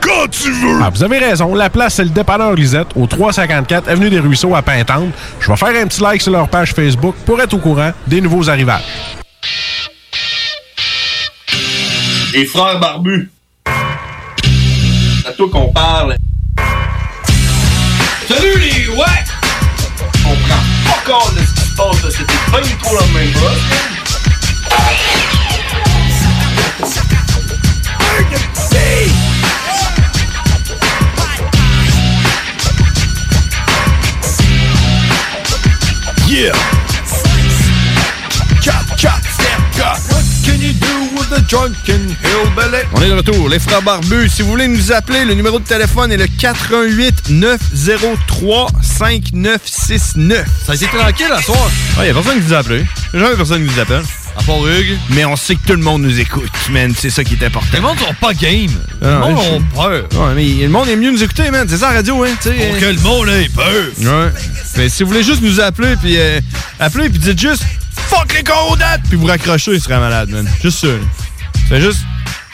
[SPEAKER 35] quand tu veux! Ah, vous avez raison. La place, c'est le dépanneur Lisette, au 354 Avenue des Ruisseaux à Pintante. Je vais faire un petit like sur leur page Facebook pour être au courant des nouveaux arrivages.
[SPEAKER 9] Les frères barbus. C'est à toi qu'on parle. Salut les ouais! On prend pas compte de ce qui se passe, là. c'était pas du tout la même brosse.
[SPEAKER 36] Yeah.
[SPEAKER 10] Chop, chop, step, chop. What can you do with a drunken hillbilly? On est de retour, les frères barbus. Si vous voulez nous appeler, le numéro de téléphone est le 418 903 5969. Ça a été tranquille à soir. Il n'y Ah, a personne qui nous a appelé. Jamais personne qui nous appelle. À part Hugues. Mais on sait que tout le monde nous écoute, man. C'est ça qui est important. Ah, Les monde sont pas game.
[SPEAKER 11] Le monde ont
[SPEAKER 10] Ouais, mais le monde aime mieux nous écouter, man. C'est ça la radio, hein. tu sais.
[SPEAKER 11] Pour que le monde ait peur.
[SPEAKER 10] Ouais. Mais si vous voulez juste nous appeler, puis euh, appeler, puis dites juste Fuck les dates puis vous raccrochez, il serait malade, man. Juste ça. là. C'est juste,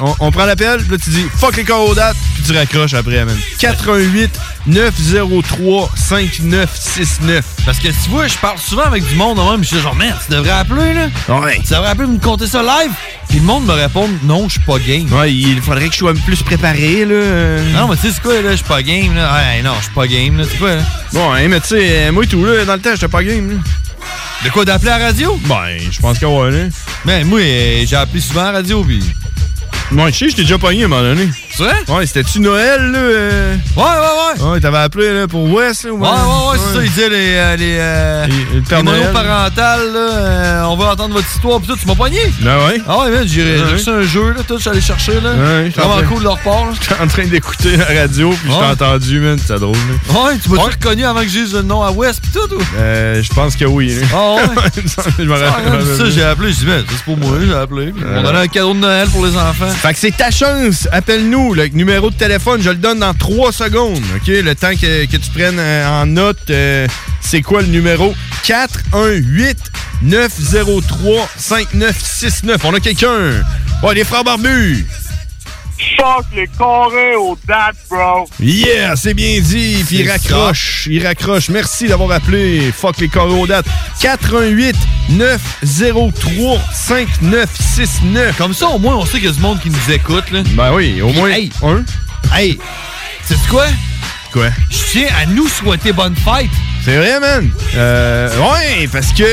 [SPEAKER 10] on, on prend l'appel, puis là tu dis Fuck les dates puis tu raccroches après, man. 88 903 5969.
[SPEAKER 11] Parce que tu vois, je parle souvent avec du monde, hein, même, je suis genre, merde, tu devrais appeler, là. Tu devrais appeler pour me compter ça live. Puis le monde me répond non, je suis pas game.
[SPEAKER 10] Ouais, il faudrait que je sois plus préparé, là.
[SPEAKER 11] Non, mais tu sais, c'est quoi, là, je suis pas game, là. Ouais, non, je suis pas game, là, c'est quoi, là?
[SPEAKER 10] Bon, hein, mais tu sais, euh, moi et tout, là, dans le temps, j'étais pas game, là.
[SPEAKER 11] De quoi, d'appeler à la radio?
[SPEAKER 10] Ben, je pense qu'à ouais, là.
[SPEAKER 11] Ben, moi, euh, j'ai appelé souvent à la radio, puis.
[SPEAKER 10] Moi, je sais, je t'ai déjà pogné à un moment donné.
[SPEAKER 11] C'est vrai?
[SPEAKER 10] Ouais, c'était-tu Noël, là? euh?
[SPEAKER 11] Ouais, ouais,
[SPEAKER 10] Ouais, t'avais appelé, là, pour West, là, ou
[SPEAKER 11] ouais. Ouais, ouais, ouais, c'est ça, il disait les. euh, les, euh,
[SPEAKER 10] le Père
[SPEAKER 11] les
[SPEAKER 10] Noël.
[SPEAKER 11] monoparentales, là, euh, on va entendre votre histoire, pis tout, tu m'as pogné?
[SPEAKER 10] Ah ouais?
[SPEAKER 11] Ah ouais, man, j'ai j'ai
[SPEAKER 10] Ouais.
[SPEAKER 11] reçu un jeu, là, tout, je suis allé chercher, là.
[SPEAKER 10] Ouais, j'étais en
[SPEAKER 11] Vraiment
[SPEAKER 10] train- <laughs>
[SPEAKER 11] cool de leur part, là.
[SPEAKER 10] J'étais en train d'écouter la radio, puis je t'ai
[SPEAKER 11] Ouais.
[SPEAKER 10] entendu, man, c'était drôle, là.
[SPEAKER 11] Ouais, tu m'as-tu reconnu avant que j'ai le nom à West, pis tout, ou?
[SPEAKER 10] Euh, je pense que oui, là.
[SPEAKER 11] Ah ouais?
[SPEAKER 10] <laughs> je me
[SPEAKER 11] Ah,
[SPEAKER 10] rappelle. Euh.
[SPEAKER 11] man, ça, j'ai appelé, j'ai dit, ben, ça, c'est pour moi, j'ai appelé. puis On donnait un cadeau de Noël pour les enfants.
[SPEAKER 10] Fait que c'est ta chance. Appelle-nous. Le numéro de téléphone, je le donne dans 3 secondes. OK? Le temps que, que tu prennes euh, en note, euh, c'est quoi le numéro? 418 903 5969. On a quelqu'un. Ouais, les frères barbus.
[SPEAKER 37] Fuck les carrés au date, bro.
[SPEAKER 10] Yeah, Ah, c'est bien dit. Puis il
[SPEAKER 37] C'est
[SPEAKER 10] raccroche. Il raccroche. Merci d'avoir appelé. Fuck les carreaux aux dates. 418 903 5969.
[SPEAKER 11] Comme ça, au moins, on sait qu'il y a du monde qui nous écoute, là.
[SPEAKER 10] Ben oui, au moins
[SPEAKER 11] Hey!
[SPEAKER 10] un.
[SPEAKER 11] Hey! C'est quoi?
[SPEAKER 10] Quoi?
[SPEAKER 11] Je tiens à nous souhaiter bonne fête.
[SPEAKER 10] C'est vrai, man. Euh, ouais, parce que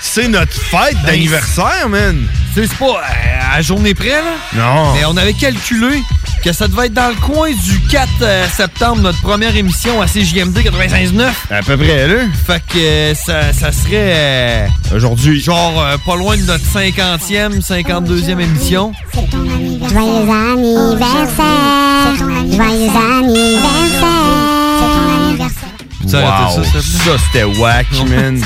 [SPEAKER 10] c'est notre fête
[SPEAKER 11] Ben,
[SPEAKER 10] d'anniversaire, man.
[SPEAKER 11] Tu sais, C'est pas euh, à journée près, là.
[SPEAKER 10] Non.
[SPEAKER 11] Mais on avait calculé que ça devait être dans le coin du 4 euh, septembre, notre première émission à CJMD 95.9.
[SPEAKER 10] À peu près, là.
[SPEAKER 11] Fait que euh, ça, ça serait... euh,
[SPEAKER 10] Aujourd'hui.
[SPEAKER 11] Genre euh, pas loin de notre 50e, 52e émission.
[SPEAKER 9] Joyeux anniversaire! Joyeux anniversaire!
[SPEAKER 10] Wow.
[SPEAKER 11] Peux-tu arrêter ça, s'il te
[SPEAKER 10] ça, c'était whack,
[SPEAKER 11] <laughs>
[SPEAKER 10] man.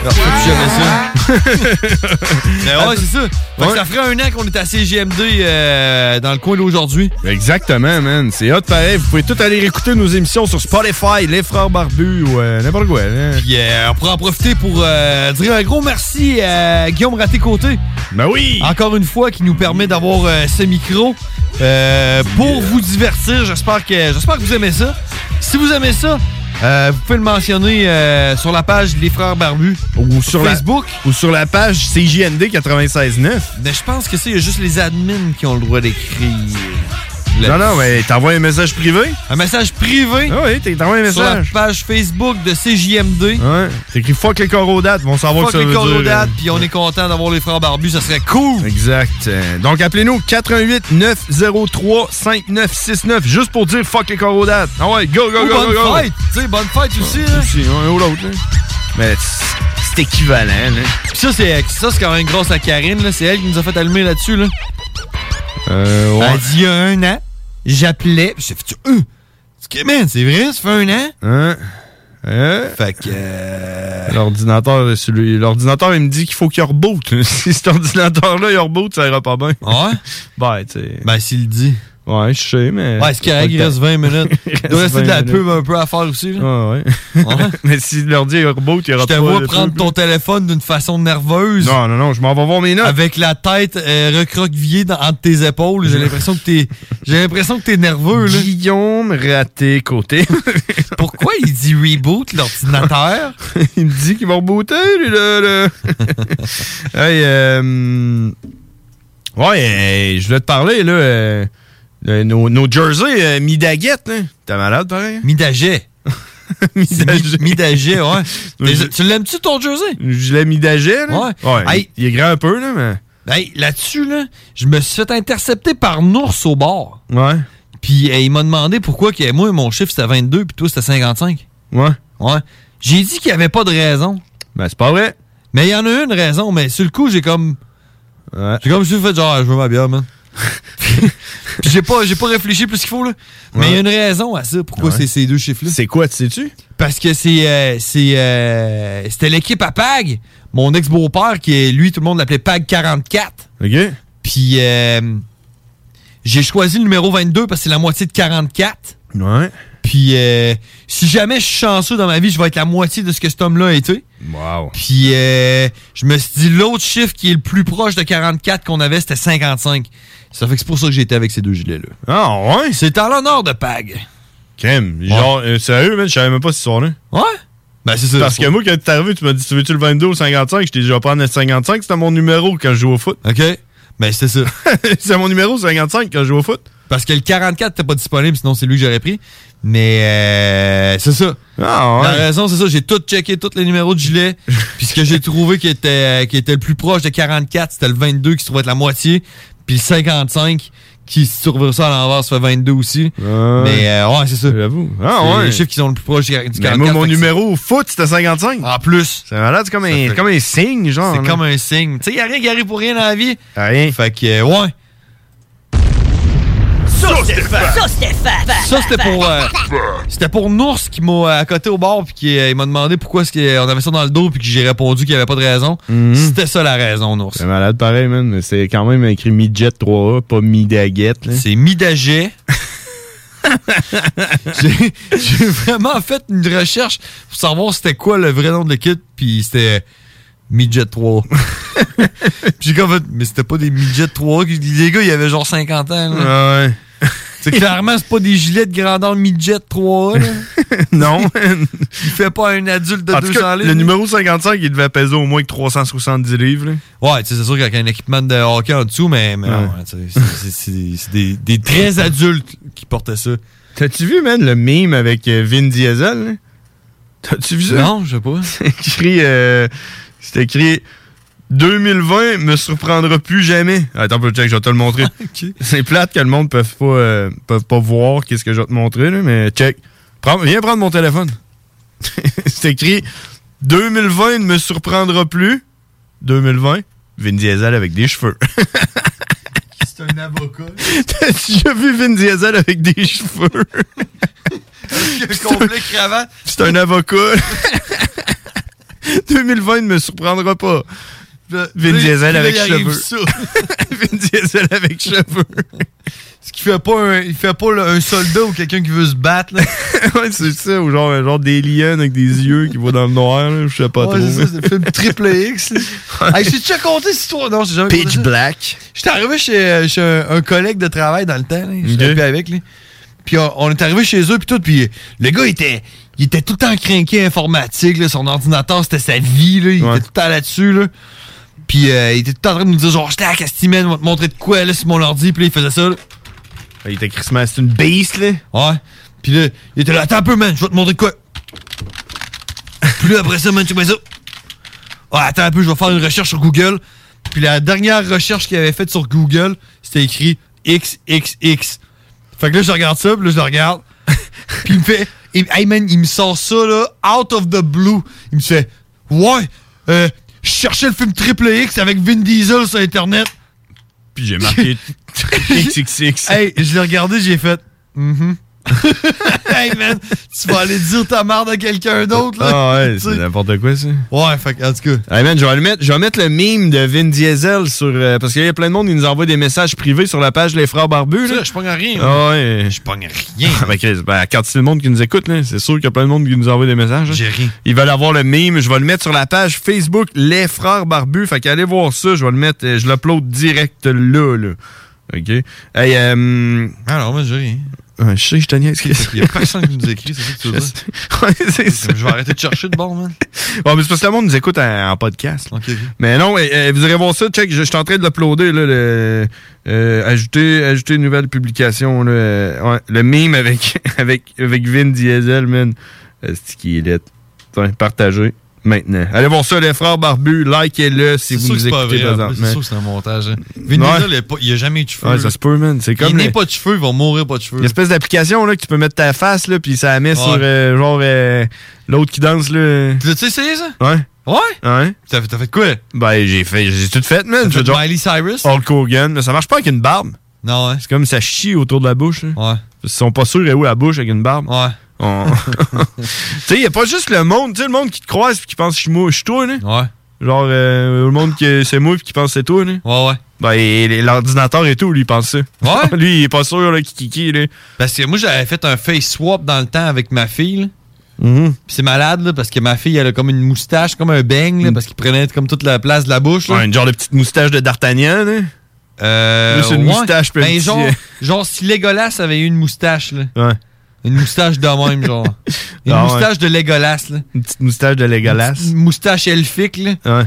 [SPEAKER 11] Alors, ça, tu jamais ça. Mais Eh ouais, c'est ça. Fait que
[SPEAKER 10] Ouais.
[SPEAKER 11] ça ferait un an qu'on est à CJMD euh, dans le coin d'aujourd'hui.
[SPEAKER 10] Exactement, man. C'est hot pareil. Vous pouvez tout aller réécouter nos émissions sur Spotify, Les Frères Barbus ou euh, n'importe quoi. là.
[SPEAKER 11] Puis euh, on pourra en profiter pour euh, dire un gros merci à Guillaume Raté-Côté.
[SPEAKER 10] Ben oui!
[SPEAKER 11] Encore une fois, qui nous permet d'avoir euh, ce micro euh, pour vous divertir. J'espère que, j'espère que vous aimez ça. Si vous aimez ça, euh, vous pouvez le mentionner euh, sur la page Les Frères Barbus
[SPEAKER 10] ou sur la-
[SPEAKER 11] Facebook.
[SPEAKER 10] ou sur la page CJND 96.9.
[SPEAKER 11] Mais je pense que ça, il y a juste les admins qui ont le droit d'écrire.
[SPEAKER 10] Non, non, mais t'envoies un message privé?
[SPEAKER 11] Un message privé?
[SPEAKER 10] Ah oui, t'es- t'envoies un
[SPEAKER 11] Sur
[SPEAKER 10] message.
[SPEAKER 11] la page Facebook de CJMD.
[SPEAKER 10] Ouais. T'écris fuck les corodates, on savoir
[SPEAKER 11] Fuck
[SPEAKER 10] que Ah, ça
[SPEAKER 11] les
[SPEAKER 10] veut dire. hein. euh,
[SPEAKER 11] corodates, puis on est content d'avoir les frères barbus, ça serait cool.
[SPEAKER 10] Exact. Euh, Donc appelez-nous 88 903 5969 juste pour dire fuck les corodates. Ah ouais, go go
[SPEAKER 11] Ou
[SPEAKER 10] go
[SPEAKER 11] bonne
[SPEAKER 10] go go.
[SPEAKER 11] fête, tu sais, bonne fête aussi. hein. là.
[SPEAKER 10] Aussi, un ou l'autre. là. Mais c'est- c'est équivalent là.
[SPEAKER 11] Puis ça, c'est euh, ça, c'est quand même grosse à Karine, là. c'est elle qui nous a fait allumer là-dessus. Là.
[SPEAKER 10] Euh, ouais.
[SPEAKER 11] Elle dit il y a un an, j'appelais, puis j'ai fait
[SPEAKER 10] <laughs>
[SPEAKER 11] euh, c'est que, man, c'est vrai, ça fait un an.
[SPEAKER 10] Hein? Hein?
[SPEAKER 11] Fait que euh,
[SPEAKER 10] l'ordinateur celui l'ordinateur il me dit qu'il faut qu'il reboot. <laughs> si cet ordinateur là il reboot, ça ira pas bien.
[SPEAKER 11] Ah Ouais.
[SPEAKER 10] <laughs> ben tu sais.
[SPEAKER 11] Ben s'il le dit.
[SPEAKER 10] Ouais, je sais mais
[SPEAKER 11] Ouais, c'est correct, il reste 20 minutes.
[SPEAKER 10] <laughs>
[SPEAKER 11] Il doit rester de la pub un peu à faire aussi. Là.
[SPEAKER 10] Ouais, Ah,
[SPEAKER 11] <laughs>
[SPEAKER 10] ouais. <laughs> mais si l'ordi il reboot, il y aura
[SPEAKER 11] Je te
[SPEAKER 10] pas
[SPEAKER 11] vois
[SPEAKER 10] de
[SPEAKER 11] prendre
[SPEAKER 10] pub.
[SPEAKER 11] ton téléphone d'une façon nerveuse.
[SPEAKER 10] Non, non, non, je m'en vais voir mes notes.
[SPEAKER 11] Avec la tête euh, recroquevillée dans- entre tes épaules, j'ai l'impression que t'es j'ai l'impression que t'es nerveux là.
[SPEAKER 10] Guillaume raté côté.
[SPEAKER 11] Pourquoi il
[SPEAKER 10] <laughs>
[SPEAKER 11] dit reboot l'ordinateur
[SPEAKER 10] il me dit qu'il va rebooter, lui, là. là. <laughs> Hey, euh, Ouais, hey, je voulais te parler, là. euh, de nos, nos jerseys euh, midaguettes, hein. T'es malade, pareil?
[SPEAKER 11] Midaget.
[SPEAKER 10] <laughs> midaget. <laughs>
[SPEAKER 11] Midaget, ouais.
[SPEAKER 10] Nos
[SPEAKER 11] Déjà-
[SPEAKER 10] je-
[SPEAKER 11] tu l'aimes-tu ton jersey
[SPEAKER 10] Je l'ai midaget, là.
[SPEAKER 11] Ouais. Hey.
[SPEAKER 10] Il il est grand un peu, là, mais.
[SPEAKER 11] Hey, là-dessus là, je me suis fait intercepter par un ours au bar.
[SPEAKER 10] Ouais.
[SPEAKER 11] Puis euh, il m'a demandé pourquoi que moi mon chiffre c'était 22 puis toi c'était 55.
[SPEAKER 10] Ouais.
[SPEAKER 11] Ouais. J'ai dit qu'il n'y avait pas de raison.
[SPEAKER 10] Ben, c'est pas vrai.
[SPEAKER 11] Mais il y en a une raison, mais sur le coup, j'ai comme. J'ai comme si vous faites genre, Ah, je veux ma bière, man. Puis j'ai pas, j'ai pas réfléchi plus qu'il faut, là. Mais il y a une raison à ça, pourquoi
[SPEAKER 10] Ouais.
[SPEAKER 11] c'est ces deux chiffres-là.
[SPEAKER 10] C'est quoi, tu sais-tu?
[SPEAKER 11] Parce que c'est. euh, c'est euh, c'était l'équipe à PAG, mon ex-beau-père, qui est lui, tout le monde l'appelait PAG 44.
[SPEAKER 10] OK?
[SPEAKER 11] Puis euh, j'ai choisi le numéro 22 parce que c'est la moitié de 44.
[SPEAKER 10] Ouais.
[SPEAKER 11] Puis euh, si jamais je suis chanceux dans ma vie, je vais être la moitié de ce que cet homme-là a été.
[SPEAKER 10] Wow.
[SPEAKER 11] Puis euh, je me suis dit l'autre chiffre qui est le plus proche de 44 qu'on avait, c'était 55. Ça fait que c'est pour ça que j'ai été avec ces deux gilets-là.
[SPEAKER 10] Ah, ouais?
[SPEAKER 11] C'est en l'honneur de Pag.
[SPEAKER 10] Crème. Genre, euh, sérieux, man, je savais même pas ce soir-là.
[SPEAKER 11] Ouais? Ben, c'est ça.
[SPEAKER 10] Parce que moi, quand t'es arrivé, tu m'as dit, tu veux-tu le 22 ou 55? Je t'ai dit, je vais prendre le 55. C'était mon numéro quand je joue au foot.
[SPEAKER 11] OK. Ben, c'était ça.
[SPEAKER 10] <laughs> c'est mon numéro 55 quand je joue au foot.
[SPEAKER 11] Parce que le 44 n'était pas disponible, sinon c'est lui que j'aurais pris. Mais euh, c'est ça.
[SPEAKER 10] Ah, ouais.
[SPEAKER 11] La raison, c'est ça. J'ai tout checké, tous les numéros
[SPEAKER 10] <laughs>
[SPEAKER 11] de gilet. puis ce que j'ai trouvé qui était, euh, qui était le plus proche de 44, c'était le 22 qui se trouvait être la moitié. Puis le 55 qui, si tu revires ça à l'envers, se fait 22 aussi. Mais euh, ouais, c'est ça.
[SPEAKER 10] J'avoue. Ah,
[SPEAKER 11] C'est
[SPEAKER 10] ouais.
[SPEAKER 11] Les chiffres qui sont le plus proches du
[SPEAKER 10] Mais
[SPEAKER 11] 44.
[SPEAKER 10] moi, mon
[SPEAKER 11] fait que
[SPEAKER 10] numéro au foot, c'était 55.
[SPEAKER 11] En plus.
[SPEAKER 10] C'est malade, c'est comme, un,
[SPEAKER 11] fait-
[SPEAKER 10] comme un signe, genre.
[SPEAKER 11] C'est
[SPEAKER 10] là.
[SPEAKER 11] comme un signe. Tu sais, il n'y a rien qui arrive pour rien dans la vie.
[SPEAKER 10] Rien.
[SPEAKER 11] Fait que, euh, ouais.
[SPEAKER 33] Ça, c'était fat. Ça, c'était
[SPEAKER 11] Ça, c'était pour. euh, c'était pour Nours qui m'a euh, accoté au bord puis qui euh, il m'a demandé pourquoi est-ce qu'on avait ça dans le dos puis que j'ai répondu qu'il n'y avait pas de raison.
[SPEAKER 10] Mm.
[SPEAKER 11] C'était ça la raison, Nours.
[SPEAKER 10] Mhm. C'est malade pareil, man. Mais c'est quand même écrit Midget 3A, pas Midaguette.
[SPEAKER 11] C'est Midaget. <laughs> j'ai j'ai vraiment fait une recherche pour savoir c'était quoi le vrai nom de l'équipe, puis c'était Midget <laughs> 3. Puis j'ai comme fait, mais c'était pas des Midget 3. Les gars, ils avaient genre 50 ans. là.
[SPEAKER 10] <laughs> Ouais.
[SPEAKER 11] C'est clairement, c'est pas des gilets de grandeur Midget 3. <laughs>
[SPEAKER 10] non.
[SPEAKER 11] Il fait pas un adulte de
[SPEAKER 10] En tout
[SPEAKER 11] 200
[SPEAKER 10] cas,
[SPEAKER 11] livres.
[SPEAKER 10] le numéro 55, il devait peser au moins que 370 livres. là.
[SPEAKER 11] Ouais, tu sais, c'est sûr qu'avec un équipement de hockey en dessous, mais, mais non, tu sais, c'est- c'est- c'est c'est des, des très adultes qui portaient ça.
[SPEAKER 10] T'as-tu vu, man, le meme avec euh, Vin Diesel? là? T'as-tu vu ça?
[SPEAKER 11] Non, je sais pas.
[SPEAKER 10] <laughs> C'est écrit. euh, c'est écrit. 2020 me surprendra plus jamais. Ah, Attends, un peu, check, je vais te le
[SPEAKER 11] <laughs>
[SPEAKER 10] montrer. C'est plate que le monde peut pas, euh, peuvent pas voir qu'est-ce que je vais te montrer, là, mais check. Prends- viens prendre mon téléphone. <laughs> c'est écrit 2020 ne me surprendra plus. 2020, Vin Diesel avec des cheveux.
[SPEAKER 11] C'est un <laughs> avocat.
[SPEAKER 10] T'as-tu déjà vu Vin Diesel
[SPEAKER 11] e
[SPEAKER 10] avec des cheveux?
[SPEAKER 11] complet cravate.
[SPEAKER 10] C'est un avocat. <laughs> 2020 ne me surprendra pas. Vin Diesel avec cheveux. <laughs>
[SPEAKER 11] <laughs>
[SPEAKER 10] Vin Diesel avec cheveux.
[SPEAKER 11] Ce qui fait pas un, il fait pas le- un soldat ou quelqu'un qui veut se battre. Là.
[SPEAKER 10] <laughs> ouais, c'est ça, ou genre, genre des lions avec des yeux qui voient dans le noir, là, je sais pas
[SPEAKER 11] Ouais,
[SPEAKER 10] trop.
[SPEAKER 11] c'est ça, c'est le film triple
[SPEAKER 10] <laughs>
[SPEAKER 11] X. hey, j'ai déjà compté cette histoire. Non, j'ai jamais
[SPEAKER 10] Pitch
[SPEAKER 11] compté ça.
[SPEAKER 10] Black.
[SPEAKER 11] J'étais arrivé chez, chez un, un collègue de travail dans le temps. là. J'étais plus avec. Là. Puis on, on est arrivé chez eux, puis tout. Puis euh, le gars, il était, il était tout le temps craqué informatique. là. Son ordinateur, c'était sa vie. là. Il était tout le temps là-dessus. Là. Puis euh, il était tout le temps en train de nous dire genre, j'étais à Castimène, on va te montrer de quoi là, sur mon ordi. Puis là, il faisait ça. là.
[SPEAKER 10] Ah, Il était crissement, c'est une beast, là.
[SPEAKER 11] Ouais. Puis là, il était là, attends un peu, man, je vais te montrer de quoi. Puis là, après ça, man, tu mets ça. Ouais, attends un peu, je vais faire une recherche sur Google. Puis la dernière recherche qu'il avait faite sur Google, c'était écrit XXX. Fait que là, je regarde ça, puis là, je
[SPEAKER 10] <laughs>
[SPEAKER 11] le regarde. puis il me fait, il- hey man, il me sort ça, là, out of the blue. Il me fait, ouais, euh, je cherchais le film Triple X avec Vin Diesel sur Internet.
[SPEAKER 10] Puis j'ai
[SPEAKER 11] <laughs>
[SPEAKER 10] marqué XXX.
[SPEAKER 11] Hey, je l'ai regardé, j'ai fait. Mhm. <laughs> hey man, tu vas aller dire ta merde à quelqu'un d'autre là.
[SPEAKER 10] Ah ouais,
[SPEAKER 11] <laughs> Tu sais.
[SPEAKER 10] c'est n'importe quoi, ça.
[SPEAKER 11] Ouais, fait que, en tout cas.
[SPEAKER 10] Hey man, je vais, le mettre, je vais mettre le meme de Vin Diesel sur. euh, parce qu'il y a plein de monde qui nous envoie des messages privés sur la page Les Frères Barbus.
[SPEAKER 11] Ça,
[SPEAKER 10] là.
[SPEAKER 11] je pogne rien. là.
[SPEAKER 10] Ah ouais.
[SPEAKER 11] Je pogne rien.
[SPEAKER 10] Ah, <laughs> ben, Chris, ben, quand c'est le monde qui nous écoute, là, c'est sûr qu'il y a plein de monde qui nous envoie des messages. là.
[SPEAKER 11] J'ai rien.
[SPEAKER 10] Ils veulent avoir le meme. Je vais le mettre sur la page Facebook Les Frères Barbus. Fait qu'allez voir ça. Je vais le mettre. euh, Je l'upload direct là. là. OK. Hey, euh,
[SPEAKER 11] Alors, moi, j'ai rien.
[SPEAKER 10] ouais, je sais, je te niaise, Chris.
[SPEAKER 11] Il y a personne qui nous écrit, c'est ça que tu veux dire.
[SPEAKER 10] <laughs> Ouais, c'est ça.
[SPEAKER 11] Je vais arrêter de chercher de bon, man.
[SPEAKER 10] Bon, mais c'est parce que le monde nous écoute en, en podcast. là.
[SPEAKER 11] Ok.
[SPEAKER 10] Mais non, euh, euh, vous irez voir ça. Check, je, je suis en train de l'uploader. là, le- euh, ajouter, ajouter une nouvelle publication. là, euh, ouais, le meme avec, <laughs> avec, avec Vin Diesel, man. Euh, C'est qui est laid. Tiens, partagez maintenant. Allez voir ça, les frères barbus. Likez-le si
[SPEAKER 11] C'est
[SPEAKER 10] vous
[SPEAKER 11] sûr que
[SPEAKER 10] nous
[SPEAKER 11] c'est pas
[SPEAKER 10] écoutez
[SPEAKER 11] vrai. en plus,
[SPEAKER 10] présentement.
[SPEAKER 11] C'est sûr que c'est un montage. hein. Vin
[SPEAKER 10] Ouais.
[SPEAKER 11] Diesel, il a pas- il a jamais eu de cheveux.
[SPEAKER 10] Ouais, ça se peut, man. C'est
[SPEAKER 11] il
[SPEAKER 10] comme
[SPEAKER 11] n'est
[SPEAKER 10] une
[SPEAKER 11] pas de cheveux, il va mourir pas de cheveux.
[SPEAKER 10] espèce d'application là, que tu peux mettre ta face, là, puis ça la met
[SPEAKER 11] Ouais.
[SPEAKER 10] sur euh, genre euh, l'autre qui danse. Là.
[SPEAKER 11] L'as-tu essayé ça?
[SPEAKER 10] Ouais.
[SPEAKER 11] Ouais?
[SPEAKER 10] Ouais.
[SPEAKER 11] T'as fait t'as fait quoi?
[SPEAKER 10] Ben, j'ai fait, j'ai tout fait, man.
[SPEAKER 11] T'as
[SPEAKER 10] Je veux
[SPEAKER 11] fait
[SPEAKER 10] dire,
[SPEAKER 11] Miley Cyrus?
[SPEAKER 10] Hulk Hogan, mais ça marche pas avec une barbe.
[SPEAKER 11] Non, ouais.
[SPEAKER 10] C'est comme ça chie autour de la bouche. là.
[SPEAKER 11] Ouais.
[SPEAKER 10] Ils sont pas sûrs et où la bouche avec une barbe.
[SPEAKER 11] Ouais.
[SPEAKER 10] On- <laughs> tu sais, il a pas juste le monde, tu sais, le monde qui te croise et qui pense que je suis moi, je suis toi, là.
[SPEAKER 11] Ouais.
[SPEAKER 10] Genre, euh, le monde que c'est moi et qui pense que c'est toi, là.
[SPEAKER 11] Ouais, ouais.
[SPEAKER 10] Ben, et- et l'ordinateur et tout, lui, il pense ça. <laughs>
[SPEAKER 11] Ouais?
[SPEAKER 10] lui, il est pas sûr, là, qui kiki, là.
[SPEAKER 11] Parce que moi, j'avais fait un face swap dans le temps avec ma fille. là.
[SPEAKER 10] Mm-hmm.
[SPEAKER 11] Puis c'est malade, là, parce que ma fille, elle a comme une moustache, comme un beigne, là, parce qu'il prenait comme toute la place de la bouche. là.
[SPEAKER 10] Mm. Ouais, une genre de petite moustache de D'Artagnan, là.
[SPEAKER 11] Euh,
[SPEAKER 10] Là, c'est une moustache, puis un
[SPEAKER 11] Ben,
[SPEAKER 10] petit-
[SPEAKER 11] genre, genre, si Legolas avait eu une moustache, là.
[SPEAKER 10] Ouais.
[SPEAKER 11] Une moustache de
[SPEAKER 10] <laughs>
[SPEAKER 11] même, genre. Une
[SPEAKER 10] Ah ouais.
[SPEAKER 11] moustache de Legolas, là.
[SPEAKER 10] Une petite moustache de Legolas.
[SPEAKER 11] Une moustache elfique, là.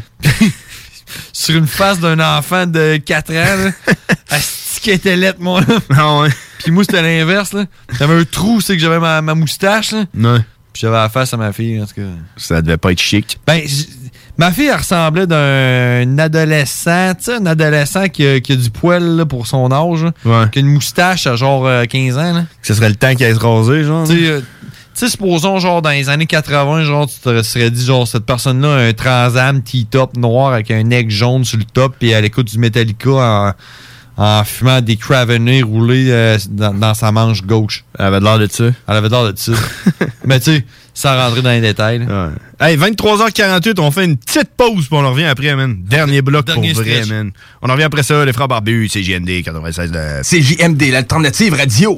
[SPEAKER 11] Sur une face d'un enfant de 4 ans, là. Asti qu'elle était laite, mon homme. Puis moi, c'était l'inverse, là. J'avais un trou, c'est que j'avais ma, ma moustache, là.
[SPEAKER 10] Non.
[SPEAKER 11] Puis j'avais la face à ma fille, en tout cas.
[SPEAKER 10] Ça devait pas être chic.
[SPEAKER 11] Ben, j- ma fille, elle ressemblait d'un adolescent, tu sais, un adolescent qui a, qui a du poil là, pour son âge, là, qui a une moustache à genre euh, 15 ans. Là.
[SPEAKER 10] Ce serait le temps qu'elle se rasait, genre.
[SPEAKER 11] Tu sais, euh, tu sais, supposons, genre, dans les années 80, genre, tu te serais dit, genre, cette personne-là a un transam T-top noir avec un neck jaune sur le top, puis elle écoute du Metallica en, en fumant des Cravenés roulés euh, dans, dans sa manche gauche.
[SPEAKER 10] Elle avait de l'air de ça.
[SPEAKER 11] Elle avait de l'air
[SPEAKER 10] <laughs>
[SPEAKER 11] de ça. Mais tu sais, sans rentrer dans les détails. là.
[SPEAKER 10] Hey, 23h48, on fait une petite pause, puis on en revient après, man. Dernier bloc
[SPEAKER 11] Dernier
[SPEAKER 10] pour vrai,
[SPEAKER 11] stretch.
[SPEAKER 10] man. On en revient après ça, les frères barbus, CJMD 96 de...
[SPEAKER 34] CJMD, l'alternative radio.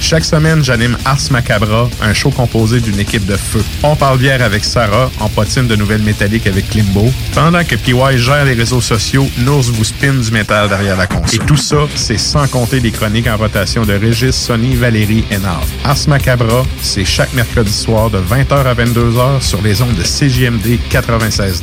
[SPEAKER 38] Chaque semaine, j'anime Ars Macabra, un show composé d'une équipe de feu. On parle bière avec Sarah, on patine de nouvelles métalliques avec Klimbo. Pendant que PY gère les réseaux sociaux, Nours vous spin du métal derrière la console. Et tout ça, c'est sans compter les chroniques en rotation de Régis, Sonny, Valérie et Nard. Ars Macabra, c'est chaque mercredi soir de 20h à 22h sur les ondes de CJMD 96.9.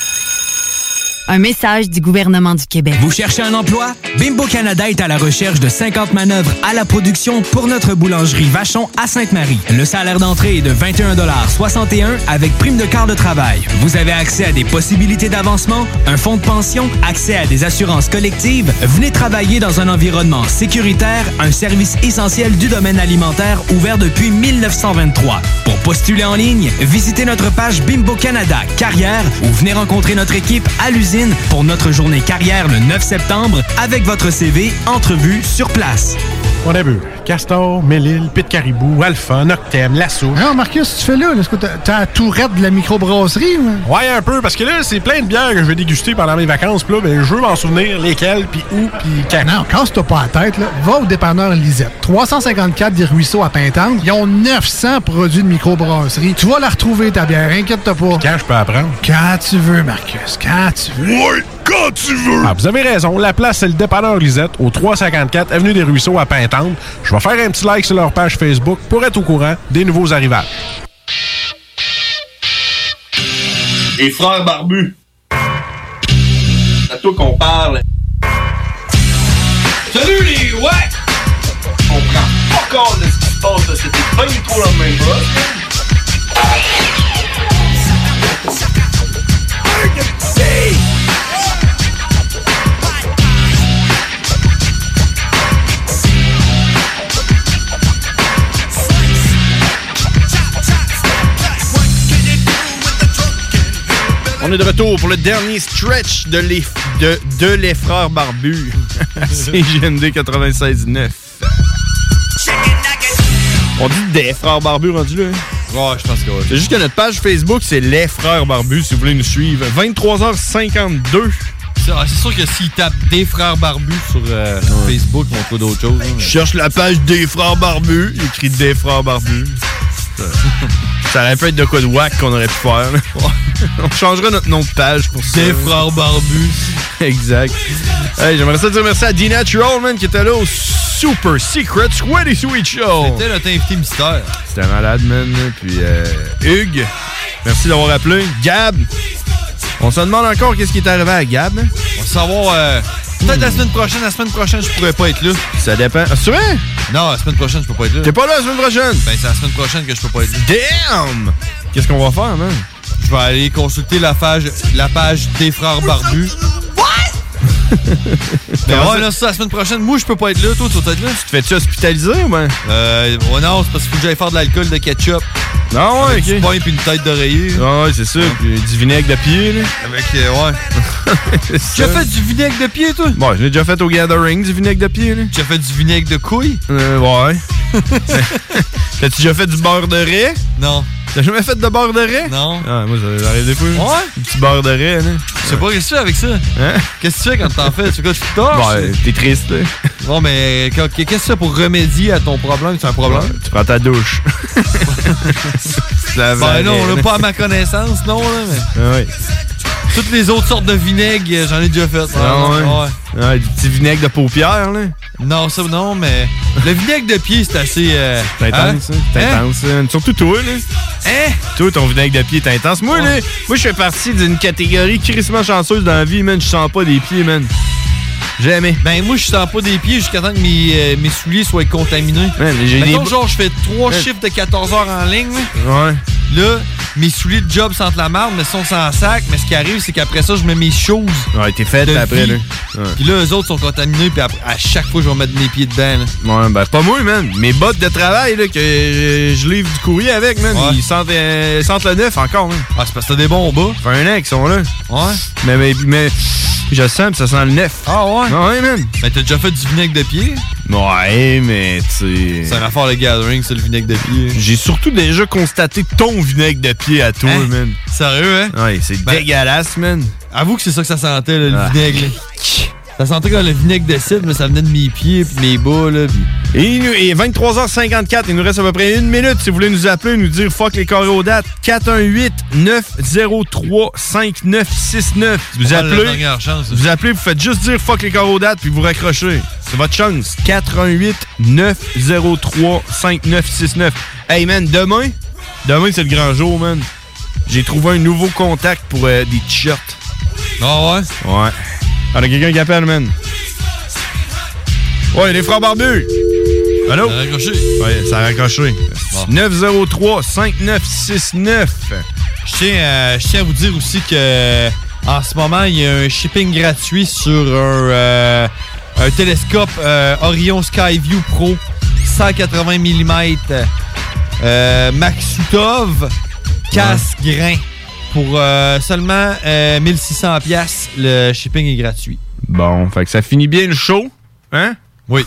[SPEAKER 18] Un message du gouvernement du Québec.
[SPEAKER 25] Vous cherchez un emploi? Bimbo Canada est à la recherche de 50 manœuvres à la production pour notre boulangerie Vachon à Sainte-Marie. Le salaire d'entrée est de 21,61 avec prime de quart de travail. Vous avez accès à des possibilités d'avancement, un fonds de pension, accès à des assurances collectives. Venez travailler dans un environnement sécuritaire, un service essentiel du domaine alimentaire ouvert depuis 1923. Pour postuler en ligne, visitez notre page Bimbo Canada Carrière ou venez rencontrer notre équipe à l'usine pour notre journée carrière le 9 septembre avec votre CV entrevue sur place.
[SPEAKER 35] On a bu Castor, Mélile, Pit Caribou, Alpha, Noctem, La Souche.
[SPEAKER 38] Non, Marcus, tu fais Ah, là. là. Est-ce que t'as t'as la tourette de la microbrasserie? ou-
[SPEAKER 35] Ouais, un peu, parce que là, c'est plein de bières que je vais déguster pendant mes vacances. Puis là, ben, je veux m'en souvenir lesquelles, puis où, puis quand.
[SPEAKER 38] Non, casse-toi pas la tête, là. va au dépanneur Lisette. 354 des Ruisseaux à Pintante. Ils ont 900 produits de microbrasserie. Tu vas la retrouver, ta bière, inquiète-toi pas.
[SPEAKER 35] Quand je peux apprendre?
[SPEAKER 38] Quand tu veux, Marcus, quand tu veux.
[SPEAKER 35] Oui, quand tu veux! Ah, vous avez raison. La place, c'est le dépanneur Lisette, au 354 Avenue des Ruisseaux à Pintante. Je vais faire un petit like sur leur page Facebook pour être au courant des nouveaux arrivages.
[SPEAKER 39] Les frères barbus. C'est à toi qu'on parle. Salut les ouais! On prend pas compte de ce qui se passe, là. c'était pas du tout la même
[SPEAKER 10] On est de retour pour le dernier stretch de les, de, de les frères <laughs> barbus. CJMD 96.9. On dit des frères barbus rendus là. Ouais, je pense que C'est juste que notre page Facebook, c'est les frères barbus si vous voulez nous suivre. 23h52.
[SPEAKER 11] ah, C'est sûr que s'ils tapent des frères barbus sur euh, Facebook, ils vont trouver d'autres choses. hein, mais-
[SPEAKER 10] Je cherche la page des frères barbus. Il écrit des frères barbus. Ça aurait pu être de quoi de whack qu'on aurait pu faire. là. On changera notre nom de page pour ça. Des frères barbus. <laughs> Exact. Hey, j'aimerais ça dire merci à D Natural, man, qui était là au Super Secret Sweaty Sweet Show.
[SPEAKER 11] C'était notre invité mystère.
[SPEAKER 10] C'était malade, man. là. Puis euh, Hugues, merci d'avoir appelé. Gab, on se demande encore qu'est-ce qui est arrivé à Gab. hein?
[SPEAKER 11] On va savoir. euh, Peut-être la semaine prochaine. La semaine prochaine, je pourrais pas être là.
[SPEAKER 10] Ça dépend. Ah, C'est vrai?
[SPEAKER 11] Non, la semaine prochaine, je peux pas être là.
[SPEAKER 10] T'es pas là la semaine prochaine?
[SPEAKER 11] Ben, c'est la semaine prochaine que je peux pas être là.
[SPEAKER 10] Damn! Qu'est-ce qu'on va faire, man?
[SPEAKER 11] Je vais aller consulter la page, la page des frères barbus. <laughs> Mais
[SPEAKER 10] Comment
[SPEAKER 11] ouais,
[SPEAKER 10] ça?
[SPEAKER 11] là, c'est la semaine prochaine. Moi, je peux pas être là. Toi, tu vas être là.
[SPEAKER 10] Tu te fais-tu hospitaliser ou ben?
[SPEAKER 11] Euh, oh non, c'est parce qu'il faut que j'aille faire de l'alcool de ketchup.
[SPEAKER 10] Non, Ah, ouais,
[SPEAKER 11] Avec
[SPEAKER 10] ok.
[SPEAKER 11] du pain puis une tête d'oreiller.
[SPEAKER 10] Ah ouais, c'est sûr. Puis du vinaigre de pied, là.
[SPEAKER 11] Avec, euh, ouais.
[SPEAKER 10] <laughs> Tu as fait
[SPEAKER 11] du vinaigre de pied, toi?
[SPEAKER 10] Bon, je l'ai déjà fait au Gathering, du vinaigre de pied, là.
[SPEAKER 11] Tu as fait du vinaigre de couille?
[SPEAKER 10] Euh, ouais.
[SPEAKER 11] <laughs>
[SPEAKER 10] T'as-tu déjà fait du beurre de raie?
[SPEAKER 11] Non.
[SPEAKER 10] T'as jamais fait de beurre de raie?
[SPEAKER 11] Non.
[SPEAKER 10] Ah, moi, ça- j'arrive des fois.
[SPEAKER 11] Ouais?
[SPEAKER 10] Du petit beurre de raie, là.
[SPEAKER 11] Je sais pas, qu'est-ce que tu fais avec ça?
[SPEAKER 10] Hein?
[SPEAKER 11] Qu'est-ce que tu fais quand t'en fais? Tu fais quoi, tu torches?
[SPEAKER 10] Bon, t'es triste, là.
[SPEAKER 11] Bon, mais quand- qu'est-ce que c'est pour remédier à ton problème? C'est un problème?
[SPEAKER 10] Tu prends ta douche.
[SPEAKER 11] Ben non, là,
[SPEAKER 10] <laughs>
[SPEAKER 11] pas à ma connaissance, non, là, mais
[SPEAKER 10] Ouais.
[SPEAKER 11] toutes les autres sortes de vinaigre, euh, j'en ai déjà fait.
[SPEAKER 10] Ah
[SPEAKER 11] Ouais,
[SPEAKER 10] ouais.
[SPEAKER 11] ouais.
[SPEAKER 10] Ouais, du petit vinaigre de paupières, là.
[SPEAKER 11] Non, ça, non, mais le vinaigre de pied, c'est assez... euh,
[SPEAKER 10] C'est intense,
[SPEAKER 11] hein?
[SPEAKER 10] ça. C'est
[SPEAKER 11] Hein?
[SPEAKER 10] intense, ça. Surtout toi, là.
[SPEAKER 11] Hein?
[SPEAKER 10] Toi, ton vinaigre de pied est intense. Moi, là, moi, je fais partie d'une catégorie crissement chanceuse dans la vie, man. Je sens pas des pieds, man. Jamais.
[SPEAKER 11] Ben, moi, je sens pas des pieds jusqu'à temps que mes, euh, mes souliers soient contaminés.
[SPEAKER 10] Man, j'ai des...
[SPEAKER 11] Mettons, genre, je fais trois
[SPEAKER 10] Ouais.
[SPEAKER 11] chiffres de 14 heures en ligne, là.
[SPEAKER 10] Ouais.
[SPEAKER 11] Là, mes souliers de job sentent la marde, mais sont sans sac. Mais ce qui arrive, c'est qu'après ça, je mets mes choses.
[SPEAKER 10] Ouais, t'es fait
[SPEAKER 11] de
[SPEAKER 10] après,
[SPEAKER 11] vie.
[SPEAKER 10] là. Ouais.
[SPEAKER 11] Puis là, eux autres sont contaminés, puis après- à chaque fois, je vais mettre mes pieds dedans. là.
[SPEAKER 10] Ouais, ben pas moi, man. Mes bottes de travail, là, que euh, je livre du courrier avec, man.
[SPEAKER 11] Ouais.
[SPEAKER 10] Ils sentent, euh, sentent le neuf encore, man.
[SPEAKER 11] Ah, c'est parce que t'as des bons bas.
[SPEAKER 10] Ça fait un an qu'ils sont là.
[SPEAKER 11] Ouais.
[SPEAKER 10] Mais, mais, mais je le sens, pis ça sent le neuf.
[SPEAKER 11] Ah ouais?
[SPEAKER 10] Ouais, man.
[SPEAKER 11] Mais t'as déjà fait du vinaigre de pied?
[SPEAKER 10] Ouais, mais tu
[SPEAKER 11] C'est un affaire le gathering, c'est le vinaigre de pied.
[SPEAKER 10] J'ai surtout déjà constaté ton vinaigre de pied à toi,
[SPEAKER 11] Hein?
[SPEAKER 10] man.
[SPEAKER 11] Sérieux, hein?
[SPEAKER 10] Ouais, c'est
[SPEAKER 11] Ben-
[SPEAKER 10] dégueulasse, man.
[SPEAKER 11] Avoue que c'est ça que ça sentait, là, le
[SPEAKER 10] Ah.
[SPEAKER 11] vinaigre. là. Ça sentait comme le vinaigre de cidre, mais ça venait de mes pieds puis de mes bas, là. puis-
[SPEAKER 10] Et, il nous- et 23h54, il nous reste à peu près une minute si vous voulez nous appeler, nous dire fuck les carrés aux dates. 418-903-5969. Vous
[SPEAKER 11] C'est pas mal La
[SPEAKER 10] appelez,
[SPEAKER 11] dernière chance. là.
[SPEAKER 10] vous appelez, vous faites juste dire fuck les carrés aux dates puis vous raccrochez. C'est votre chance. 418-903-5969. Hey man, demain, demain c'est le grand jour, man. J'ai trouvé un nouveau contact pour euh, des t-shirts.
[SPEAKER 11] Ah ouais?
[SPEAKER 10] Ouais. On a quelqu'un qui appelle, man. Ouais, les frères barbus. Allô?
[SPEAKER 11] Ça a raccroché.
[SPEAKER 10] Ouais, ça a raccroché. 903-5969.
[SPEAKER 11] Je tiens, à- Euh, je tiens à vous dire aussi que en ce moment, il y a un shipping gratuit sur un, euh, un télescope euh, Orion Skyview Pro 180 mm euh, Maxutov casse-grain pour euh, seulement euh, 1600 pièces. Le shipping est gratuit.
[SPEAKER 10] Bon, fait que ça finit bien le show. Hein? <laughs>
[SPEAKER 11] Oui.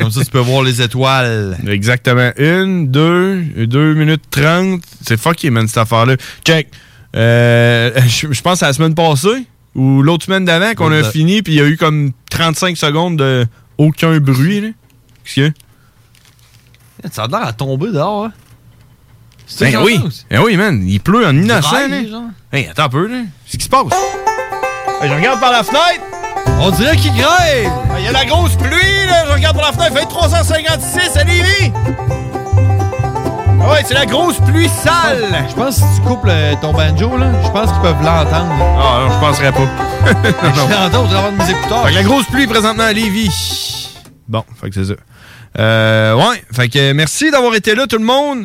[SPEAKER 11] Comme ça, tu peux voir les étoiles.
[SPEAKER 10] Exactement. Une, deux, deux minutes trente. C'est fucké, man, cette affaire-là. Check. Euh, <laughs> je je pense à la semaine passée ou l'autre semaine d'avant qu'on a
[SPEAKER 11] L'autre-
[SPEAKER 10] fini, puis il y a eu comme 35 secondes de aucun bruit. là. Qu'est-ce qu'il y a?
[SPEAKER 11] Ça a l'air à tomber dehors. hein. C'est
[SPEAKER 10] Ben
[SPEAKER 11] ça,
[SPEAKER 10] oui.
[SPEAKER 11] ça, aussi?
[SPEAKER 10] Ben oui, man. Il pleut en innocent.
[SPEAKER 11] Braille,
[SPEAKER 10] là.
[SPEAKER 11] genre?
[SPEAKER 10] Hey, attends un peu, là. Qu'est-ce qui se passe? Hey, je regarde par la fenêtre.
[SPEAKER 11] On dirait qu'il grêle.
[SPEAKER 10] Il y a la grosse pluie, là. Je regarde par la fenêtre. Il fait 356 à Lévis. Ah Ouais, c'est la grosse pluie sale.
[SPEAKER 11] Je pense que si tu coupes le- ton banjo, là, je pense qu'ils peuvent l'entendre.
[SPEAKER 10] Ah, non, je penserais <laughs> pas.
[SPEAKER 11] Je
[SPEAKER 10] Non.
[SPEAKER 11] l'entends au travers de mes écouteurs.
[SPEAKER 10] Fait que la grosse pluie présentement à Lévis. Bon, fait que c'est ça. Euh, ouais, fait que euh, merci d'avoir été là, tout le monde.